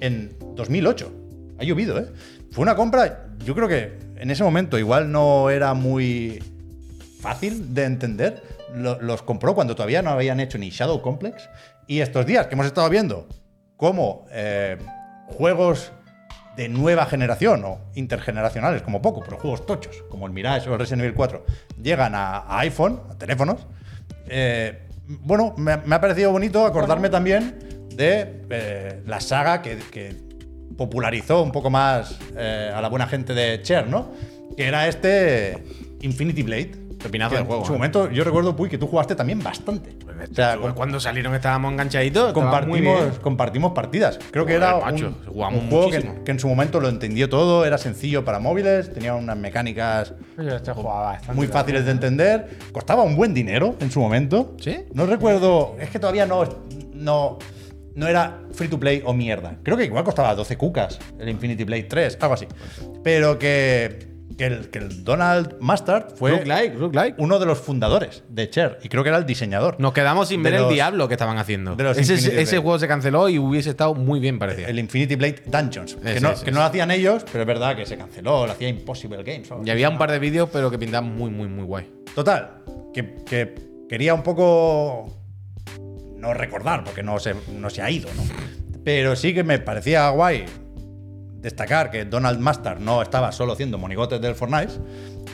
Speaker 1: en 2008. Ha llovido, ¿eh? Fue una compra, yo creo que en ese momento igual no era muy fácil de entender. Lo- los compró cuando todavía no habían hecho ni Shadow Complex. Y estos días que hemos estado viendo cómo eh, juegos de nueva generación o intergeneracionales, como poco, pero juegos tochos, como el Mirage o el Resident Evil 4, llegan a, a iPhone, a teléfonos. eh, bueno, me, me ha parecido bonito acordarme también de eh, la saga que, que popularizó un poco más eh, a la buena gente de Cher, ¿no? Que era este Infinity Blade.
Speaker 4: Pepinazo
Speaker 1: Que
Speaker 4: de juego,
Speaker 1: En su
Speaker 4: ¿eh? Pues
Speaker 1: momento, yo recuerdo, Puy, que tú jugaste también bastante. O sea,
Speaker 4: Yo
Speaker 1: com-
Speaker 4: cuando salieron estábamos enganchaditos. estaba muy
Speaker 1: compartimos,
Speaker 4: bien.
Speaker 1: compartimos partidas. Creo que
Speaker 4: Joder,
Speaker 1: era
Speaker 4: macho,
Speaker 1: un,
Speaker 4: jugamos
Speaker 1: un juego que,
Speaker 4: muchísimo.
Speaker 1: que en su momento lo entendió todo, era sencillo para móviles, tenía unas mecánicas
Speaker 2: Yo este jugaba bastante.
Speaker 1: muy fáciles de entender, costaba un buen dinero en su momento.
Speaker 4: ¿Sí?
Speaker 1: No recuerdo, es que todavía no, no, no era free to play o mierda. Creo que igual costaba 12 cucas el Infinity Blade 3, algo así. Pero que, que, el, que el Donald Mustard fue
Speaker 4: Roguelike, roguelike.
Speaker 1: uno de los fundadores de Cher y creo que era el diseñador.
Speaker 4: Nos quedamos sin
Speaker 1: De
Speaker 4: ver
Speaker 1: los-
Speaker 4: el diablo que estaban haciendo.
Speaker 1: de los Infinity
Speaker 4: Ese, ese
Speaker 1: Blade.
Speaker 4: juego se canceló y hubiese estado muy bien, parecía.
Speaker 1: El Infinity Blade Dungeons. que
Speaker 4: Ese,
Speaker 1: no,
Speaker 4: ese,
Speaker 1: que no lo hacían ellos, pero es verdad que se canceló, lo hacía Impossible Games. o algo
Speaker 4: Y había un par de vídeos, pero que pintaban muy, muy, muy guay.
Speaker 1: Total, que, que quería un poco no recordar, porque no se, no se ha ido, ¿no? Pero sí que me parecía guay destacar que Donald Mustard no estaba solo haciendo monigotes del Fortnite,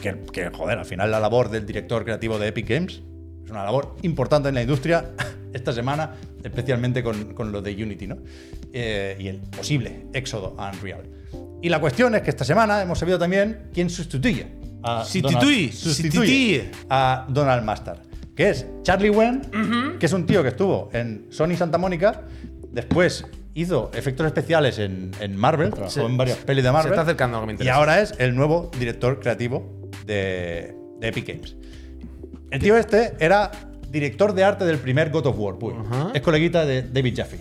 Speaker 1: que, que, joder, al final la labor del director creativo de Epic Games es una labor importante en la industria esta semana, especialmente con, con lo de Unity, ¿no? Eh, y el posible éxodo a Unreal. Y la cuestión es que esta semana hemos sabido también quién sustituye a
Speaker 4: Sustituye,
Speaker 1: Donald, sustituye
Speaker 4: sustituye.
Speaker 1: a Donald Mustard, que es Charlie Wen, que es un tío que estuvo en Sony Santa Mónica, después hizo efectos especiales en, en Marvel, trabajó
Speaker 4: Se-
Speaker 1: en varias pelis de
Speaker 4: se
Speaker 1: Marvel.
Speaker 4: está acercando a lo que me
Speaker 1: Y
Speaker 4: interesa.
Speaker 1: ahora es el nuevo director creativo de, de Epic Games. El tío este era director de arte del primer God of War, pues. Es coleguita de David Jaffe.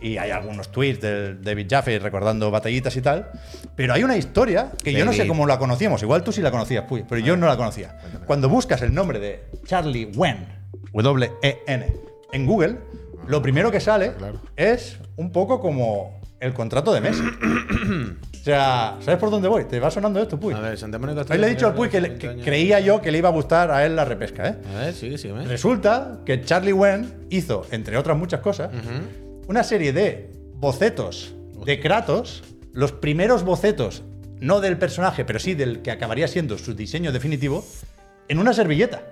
Speaker 1: Y hay algunos tweets de David Jaffe recordando batallitas y tal. Pero hay una historia que yo no sé
Speaker 4: David.
Speaker 1: cómo la conocíamos. Igual tú sí la conocías, Puy, pero yo no la conocía. Cuando buscas el nombre de Charlie Wen, W-E-N, en Google,
Speaker 4: Ah,
Speaker 1: lo primero que sale es un poco como el contrato de Messi. o sea, ¿sabes por dónde voy? ¿Te va sonando esto, Puy?
Speaker 4: A ver, Santa Mónica está-
Speaker 1: Hoy le he dicho al Puy que, le- que creía yo que le iba a gustar a él la repesca, ¿eh?
Speaker 4: A ver, sigue, sigue. ¿eh?
Speaker 1: Resulta que Charlie Wen hizo, entre otras muchas cosas, una serie de bocetos de Kratos, los primeros bocetos, no del personaje, pero sí del que acabaría siendo su diseño definitivo, en una servilleta.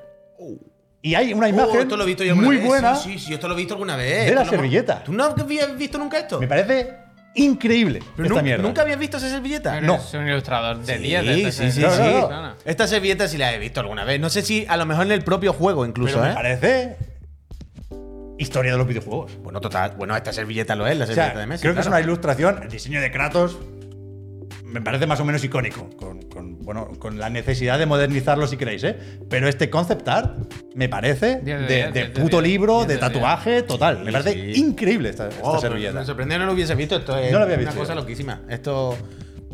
Speaker 1: Y hay una imagen
Speaker 4: Oh, esto lo he visto yo alguna
Speaker 1: muy
Speaker 4: vez.
Speaker 1: buena.
Speaker 4: Sí, sí, sí, esto lo he visto alguna
Speaker 1: De la
Speaker 4: vez. Esto lo hemos-
Speaker 1: servilleta.
Speaker 4: ¿Tú no habías visto nunca esto?
Speaker 1: Me parece increíble
Speaker 4: Pero
Speaker 1: esta
Speaker 4: nunca,
Speaker 1: mierda.
Speaker 4: ¿Nunca habías visto esa servilleta?
Speaker 2: Pero
Speaker 1: No.
Speaker 2: Es un ilustrador de
Speaker 4: Sí,
Speaker 2: 10.
Speaker 4: sí, sí,
Speaker 1: No, no,
Speaker 4: sí.
Speaker 1: no.
Speaker 2: Claro.
Speaker 4: Esta servilleta sí la he visto alguna vez. No sé si a lo mejor en el propio juego incluso,
Speaker 1: pero me
Speaker 4: ¿eh?
Speaker 1: parece historia de los videojuegos.
Speaker 4: Bueno, total. Bueno, esta servilleta lo es, la
Speaker 1: O
Speaker 4: servilleta
Speaker 1: sea,
Speaker 4: de Messi.
Speaker 1: creo que es
Speaker 4: claro.
Speaker 1: una ilustración. El diseño de Kratos me parece más o menos icónico. Con, con, bueno, con la necesidad de modernizarlo, si queréis, ¿eh? Pero este concept art me parece de,
Speaker 2: Diez de diez,
Speaker 1: de
Speaker 2: diez de
Speaker 1: puto
Speaker 2: diez,
Speaker 1: libro,
Speaker 2: diez
Speaker 1: de
Speaker 2: de
Speaker 1: tatuaje, total. me
Speaker 4: Sí,
Speaker 1: parece
Speaker 4: sí.
Speaker 1: increíble esta, esta
Speaker 4: Oh, pero
Speaker 1: servilleta.
Speaker 4: Me sorprendió no lo hubiese visto. Esto es
Speaker 1: No lo había
Speaker 4: una
Speaker 1: visto
Speaker 4: cosa
Speaker 1: yo.
Speaker 4: loquísima. Esto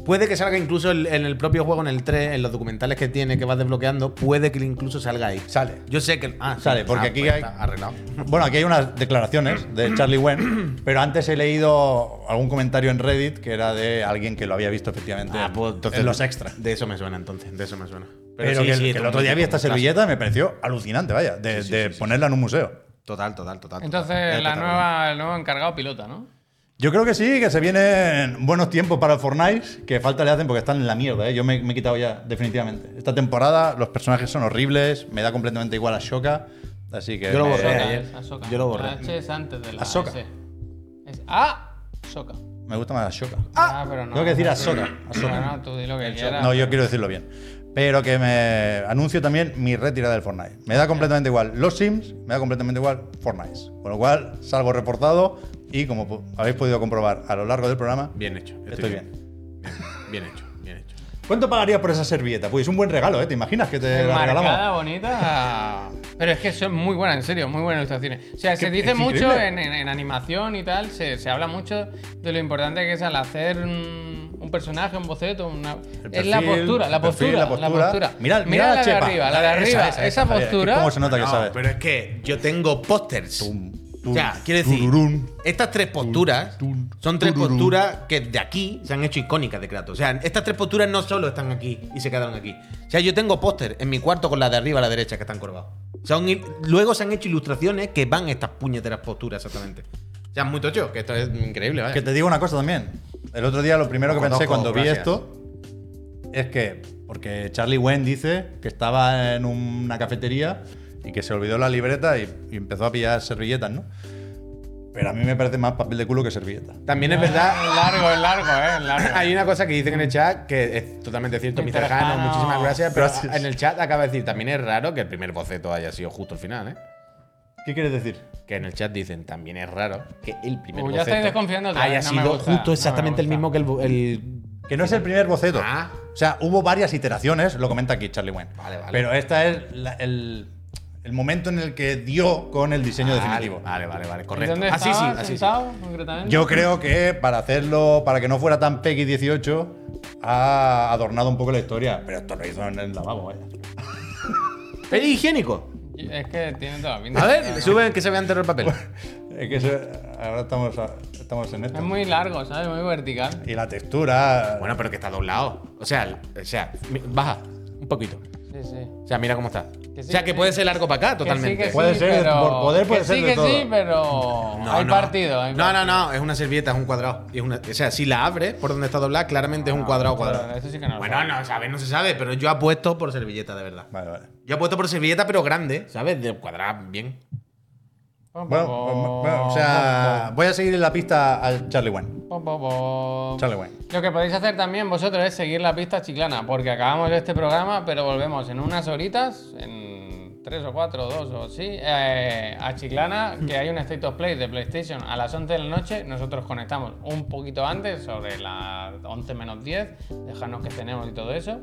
Speaker 4: puede que salga incluso en, en el propio juego, en el 3, en los documentales que tiene, que vas desbloqueando, puede que incluso salga ahí.
Speaker 1: Sale.
Speaker 4: Yo sé que. Ah, sí.
Speaker 1: Sale, porque aquí
Speaker 4: pues
Speaker 1: hay-
Speaker 4: está Arreglado.
Speaker 1: Bueno, aquí hay unas declaraciones de Charlie Wen, pero antes he leído algún comentario en Reddit que era de alguien que lo había visto efectivamente
Speaker 4: Ah,
Speaker 1: en-
Speaker 4: pues, entonces-
Speaker 1: en los extras.
Speaker 4: De eso me suena entonces, de eso me suena.
Speaker 1: Pero,
Speaker 4: sí,
Speaker 1: que, el-
Speaker 4: sí,
Speaker 1: que
Speaker 4: esto
Speaker 1: el
Speaker 4: es
Speaker 1: otro
Speaker 4: un
Speaker 1: día vi esta
Speaker 4: clásico.
Speaker 1: servilleta y me pareció alucinante, vaya, de,
Speaker 4: sí,
Speaker 1: de
Speaker 4: sí, sí,
Speaker 1: ponerla en un museo.
Speaker 4: Total, total, total. total.
Speaker 2: Entonces,
Speaker 4: Este
Speaker 2: la
Speaker 4: está
Speaker 2: nueva, el nuevo encargado pilota, ¿no?
Speaker 1: Yo creo que sí, que se vienen buenos tiempos para el Fortnite, que falta le hacen porque están en la mierda, ¿eh? Yo me, me he quitado ya, definitivamente. Esta temporada los personajes son horribles, me da completamente igual a Shoka, así que...
Speaker 4: Yo lo
Speaker 1: me-
Speaker 4: borré.
Speaker 2: Ahsoka,
Speaker 4: ayer.
Speaker 2: es Ahsoka.
Speaker 4: Yo lo borré.
Speaker 2: La H es antes de la
Speaker 1: Ahsoka.
Speaker 2: S. Es A. Soca.
Speaker 1: Me gusta más a Shoka.
Speaker 2: Ah, pero no.
Speaker 1: Tengo que decir
Speaker 2: no,
Speaker 1: Ahsoka,
Speaker 2: no,
Speaker 1: Ahsoka.
Speaker 2: No, tú di lo que quieras.
Speaker 1: No, yo quiero decirlo bien. Pero que me anuncio también mi retirada del Fortnite. Me da completamente igual los Sims, me da completamente igual Fortnite. Con lo cual salgo reforzado y como po- habéis podido comprobar a lo largo del programa,
Speaker 3: Bien hecho.
Speaker 1: estoy bien.
Speaker 3: Bien hecho, bien hecho.
Speaker 1: ¿Cuánto pagarías por esa servilleta? Pues un buen regalo, ¿eh? ¿Te imaginas que te la
Speaker 2: Marcada,
Speaker 1: regalamos?
Speaker 2: bonita. Pero es que son muy buenas, en serio, muy buenas ilustraciones. O sea, se
Speaker 1: que
Speaker 2: dice
Speaker 1: es
Speaker 2: mucho
Speaker 1: increíble.
Speaker 2: en, en- en animación y tal, se, se habla mucho de lo importante que es al hacer un, un personaje, un boceto, una,
Speaker 1: El
Speaker 2: es la
Speaker 1: perfil,
Speaker 2: postura, la
Speaker 1: el perfil, la
Speaker 2: postura,
Speaker 1: postura. Mira-
Speaker 2: Mira,
Speaker 1: mira la
Speaker 2: la, de
Speaker 1: chepa.
Speaker 2: arriba, la de
Speaker 1: Esa,
Speaker 2: arriba, esa,
Speaker 1: esa, esa, Javier, que
Speaker 2: postura.
Speaker 1: cómo se nota que
Speaker 3: No,
Speaker 1: sabes.
Speaker 3: pero es que yo tengo pósters.
Speaker 1: Tum,
Speaker 3: O
Speaker 1: tum,
Speaker 3: sea, quiero decir,
Speaker 1: tururún.
Speaker 3: estas tres posturas
Speaker 1: tum,
Speaker 3: son tres
Speaker 1: tururún.
Speaker 3: posturas que de aquí se han hecho icónicas de Kratos. O sea, estas tres posturas no solo están aquí y se quedaron aquí. O sea, yo tengo póster en mi cuarto con la de arriba a la derecha que están corvados. Son il- luego se han hecho ilustraciones que van a estas puñeteras posturas exactamente. O sea, es muy tocho, que esto es increíble, vaya.
Speaker 1: Que te digo una cosa también. El otro día lo primero que
Speaker 3: Lo
Speaker 1: pensé cuando
Speaker 3: conozco,
Speaker 1: vi
Speaker 3: gracias.
Speaker 1: esto es que, porque Charlie Wen dice que estaba en una cafetería y que se olvidó la libreta y, y empezó a pillar servilletas, ¿no? Pero a mí me parece más papel de culo que servilleta.
Speaker 3: También es verdad
Speaker 2: Es largo, es largo, eh, es largo.
Speaker 3: Hay una cosa que dicen en el chat que es totalmente cierto, mi
Speaker 2: Mr.
Speaker 3: cercano,
Speaker 2: Jano.
Speaker 3: muchísimas gracias, pero
Speaker 1: Gracias.
Speaker 3: en el chat acaba de decir, también es raro que el primer boceto haya sido justo al final, ¿eh?
Speaker 1: ¿Qué quieres decir?
Speaker 3: Que en el chat dicen, también es raro que el primer
Speaker 2: Uy, ya
Speaker 3: boceto
Speaker 2: estáis desconfiando otra
Speaker 3: haya
Speaker 2: vez, no me
Speaker 3: sido
Speaker 2: gusta, no
Speaker 3: justo
Speaker 2: me
Speaker 3: exactamente el
Speaker 2: gusta.
Speaker 3: mismo que el, bo- el-
Speaker 1: Que no es el primer boceto.
Speaker 3: Ah.
Speaker 1: O sea, hubo varias iteraciones, lo comenta aquí Charlie Wen.
Speaker 3: Vale, vale.
Speaker 1: Pero esta es la- el, el momento en el que dio con el diseño definitivo.
Speaker 3: Ah, Vale, vale, vale,
Speaker 2: ¿Y
Speaker 3: correcto.
Speaker 2: ¿Dónde
Speaker 3: Ah, sí, sí,
Speaker 2: estabas
Speaker 3: ah, sí, sí.
Speaker 2: sentado, concretamente?
Speaker 1: Yo creo que para hacerlo, para que no fuera tan Peggy 18, ha adornado un poco la historia. Pero esto lo hizo en el lavabo, vaya.
Speaker 3: Es higiénico.
Speaker 2: Es que tiene toda la pinta.
Speaker 3: A
Speaker 2: No, no.
Speaker 3: ver, suben que se vean entero el papel.
Speaker 1: Es que eso- ahora estamos, estamos en esto.
Speaker 2: Es muy largo, ¿sabes? Muy vertical.
Speaker 1: Y la textura.
Speaker 3: Bueno, pero que está doblado. O sea, o sea, mi- baja un poquito.
Speaker 2: Sí, sí.
Speaker 3: O sea, mira cómo está.
Speaker 2: Que sí,
Speaker 3: o sea,
Speaker 2: que
Speaker 3: que
Speaker 2: sí.
Speaker 3: puede ser largo para acá, totalmente.
Speaker 2: Que sí, que
Speaker 1: Puede
Speaker 2: sí,
Speaker 1: ser,
Speaker 2: pero-
Speaker 1: por poder puede
Speaker 2: que
Speaker 1: ser
Speaker 2: sí,
Speaker 1: de
Speaker 2: que
Speaker 1: todo.
Speaker 2: sí, pero
Speaker 3: No,
Speaker 2: hay
Speaker 3: no.
Speaker 2: partido. hay
Speaker 3: No,
Speaker 2: partido.
Speaker 3: no, no, es una servilleta, es un cuadrado. Y es una- o sea, si la abres por donde está doblada, claramente es un cuadrado cuadrado.
Speaker 2: Eso sí que no lo
Speaker 3: Bueno,
Speaker 2: sabe.
Speaker 3: no, sabes, no se sabe, pero yo apuesto por servilleta, de verdad.
Speaker 1: Vale, vale.
Speaker 3: Yo apuesto por servilleta, pero grande, ¿sabes? De cuadrada bien.
Speaker 2: Pom,
Speaker 1: Bueno,
Speaker 2: pom,
Speaker 1: bueno,
Speaker 2: pom,
Speaker 1: bueno, o sea, voy a seguir en la pista al Charlie Wen.
Speaker 2: pom, pom, pom.
Speaker 1: Charlie Wen.
Speaker 2: Lo que podéis hacer también vosotros es seguir la pista chiclana, porque acabamos este programa, pero volvemos en unas horitas, en tres o cuatro, o dos o sí, eh, a Chiclana, que hay un State of Play de PlayStation a las 11 de la noche. Nosotros conectamos un poquito antes, sobre las 11 menos 10, dejarnos que tenemos y todo eso,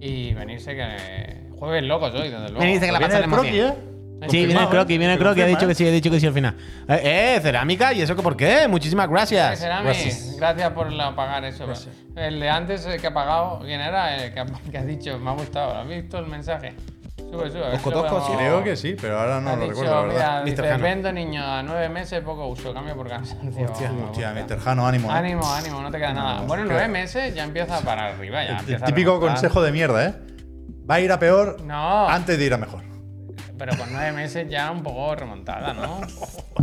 Speaker 2: y venirse que jueves locos hoy, desde luego.
Speaker 3: Venirse que la
Speaker 1: Viene el
Speaker 3: pasaremos
Speaker 1: croquis,
Speaker 3: bien.
Speaker 1: ¿eh?
Speaker 3: Sí, viene el
Speaker 1: Confirmado,
Speaker 3: croquis, viene el
Speaker 1: se
Speaker 3: croquis. Ha
Speaker 1: confirma,
Speaker 3: dicho que
Speaker 1: ¿eh?
Speaker 3: sí, ha dicho que sí al final. Eh, eh, cerámica, ¿y eso que por qué? Muchísimas gracias. Pues,
Speaker 2: Serami, gracias, por la- pagar eso. El de antes eh, que ha pagado, ¿quién era? El que ha, que ha dicho, me ha gustado, ¿has visto el mensaje? Sube, sube. a ver si lo
Speaker 3: Cotoscos,
Speaker 2: podemos-
Speaker 3: sí.
Speaker 1: Creo que sí, pero ahora no
Speaker 2: Ha
Speaker 1: lo
Speaker 2: dicho,
Speaker 1: recuerdo, la verdad.
Speaker 2: mira,
Speaker 3: Mr.
Speaker 2: dice,
Speaker 3: Jano.
Speaker 2: vendo niño a nueve meses, poco uso, cambio por cansancio. Vamos,
Speaker 1: Hostia,
Speaker 2: vamos.
Speaker 1: Mr. Jano, ánimo. ¿eh?
Speaker 2: Ánimo, ánimo, no te queda nada. Bueno, nueve meses ya empieza para arriba, ya.
Speaker 1: El
Speaker 2: empieza a
Speaker 1: típico
Speaker 2: remontar.
Speaker 1: consejo de mierda, ¿eh? Va a ir a peor
Speaker 2: No.
Speaker 1: antes de ir a mejor.
Speaker 2: Pero con nueve meses ya un poco remontada, ¿no?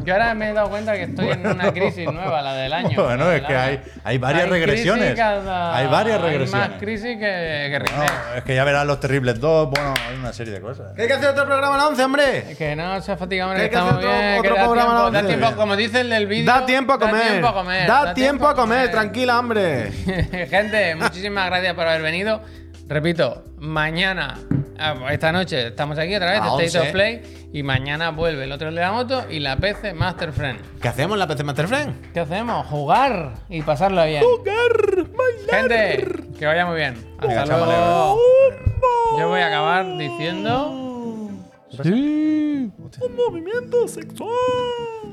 Speaker 2: Yo ahora me he dado cuenta que estoy en una crisis nueva, la del año.
Speaker 1: Bueno,
Speaker 2: la
Speaker 1: es
Speaker 2: del
Speaker 1: que
Speaker 2: año.
Speaker 1: hay- hay varias
Speaker 2: crisis
Speaker 1: regresiones.
Speaker 2: cada-
Speaker 1: Hay varias
Speaker 2: Hay más
Speaker 1: regresiones.
Speaker 2: crisis que, que
Speaker 1: No,
Speaker 2: regresa.
Speaker 1: es que ya verás los terribles dos, bueno, hay una serie de cosas. eh.
Speaker 3: Hay que hacer otro programa a la 11, hombre.
Speaker 2: Que no se fatiga, hombre,
Speaker 3: Hay
Speaker 2: que
Speaker 3: que hacer
Speaker 2: estamos
Speaker 3: otro-
Speaker 2: bien. que
Speaker 3: otro
Speaker 2: da
Speaker 3: programa
Speaker 2: tiempo,
Speaker 3: la
Speaker 2: da
Speaker 3: noche.
Speaker 2: tiempo, como dice el del vídeo.
Speaker 3: Da tiempo a comer.
Speaker 2: Da tiempo a comer.
Speaker 3: Da tiempo a comer, tranquila, hombre.
Speaker 2: Gente, muchísimas gracias por haber venido. Repito, mañana, ah, esta noche estamos aquí otra vez,
Speaker 3: A
Speaker 2: State of
Speaker 3: 11.
Speaker 2: Play, y mañana vuelve el otro de la moto y la PC Master Friend.
Speaker 3: ¿Qué hacemos en la PC Master Friend?
Speaker 2: ¿Qué hacemos? Jugar y pasarlo bien. Gente, que vaya muy bien.
Speaker 1: Venga,
Speaker 2: Hasta
Speaker 1: chavaleo.
Speaker 2: luego. Yo voy a acabar diciendo.
Speaker 3: Sí. Un movimiento sexual.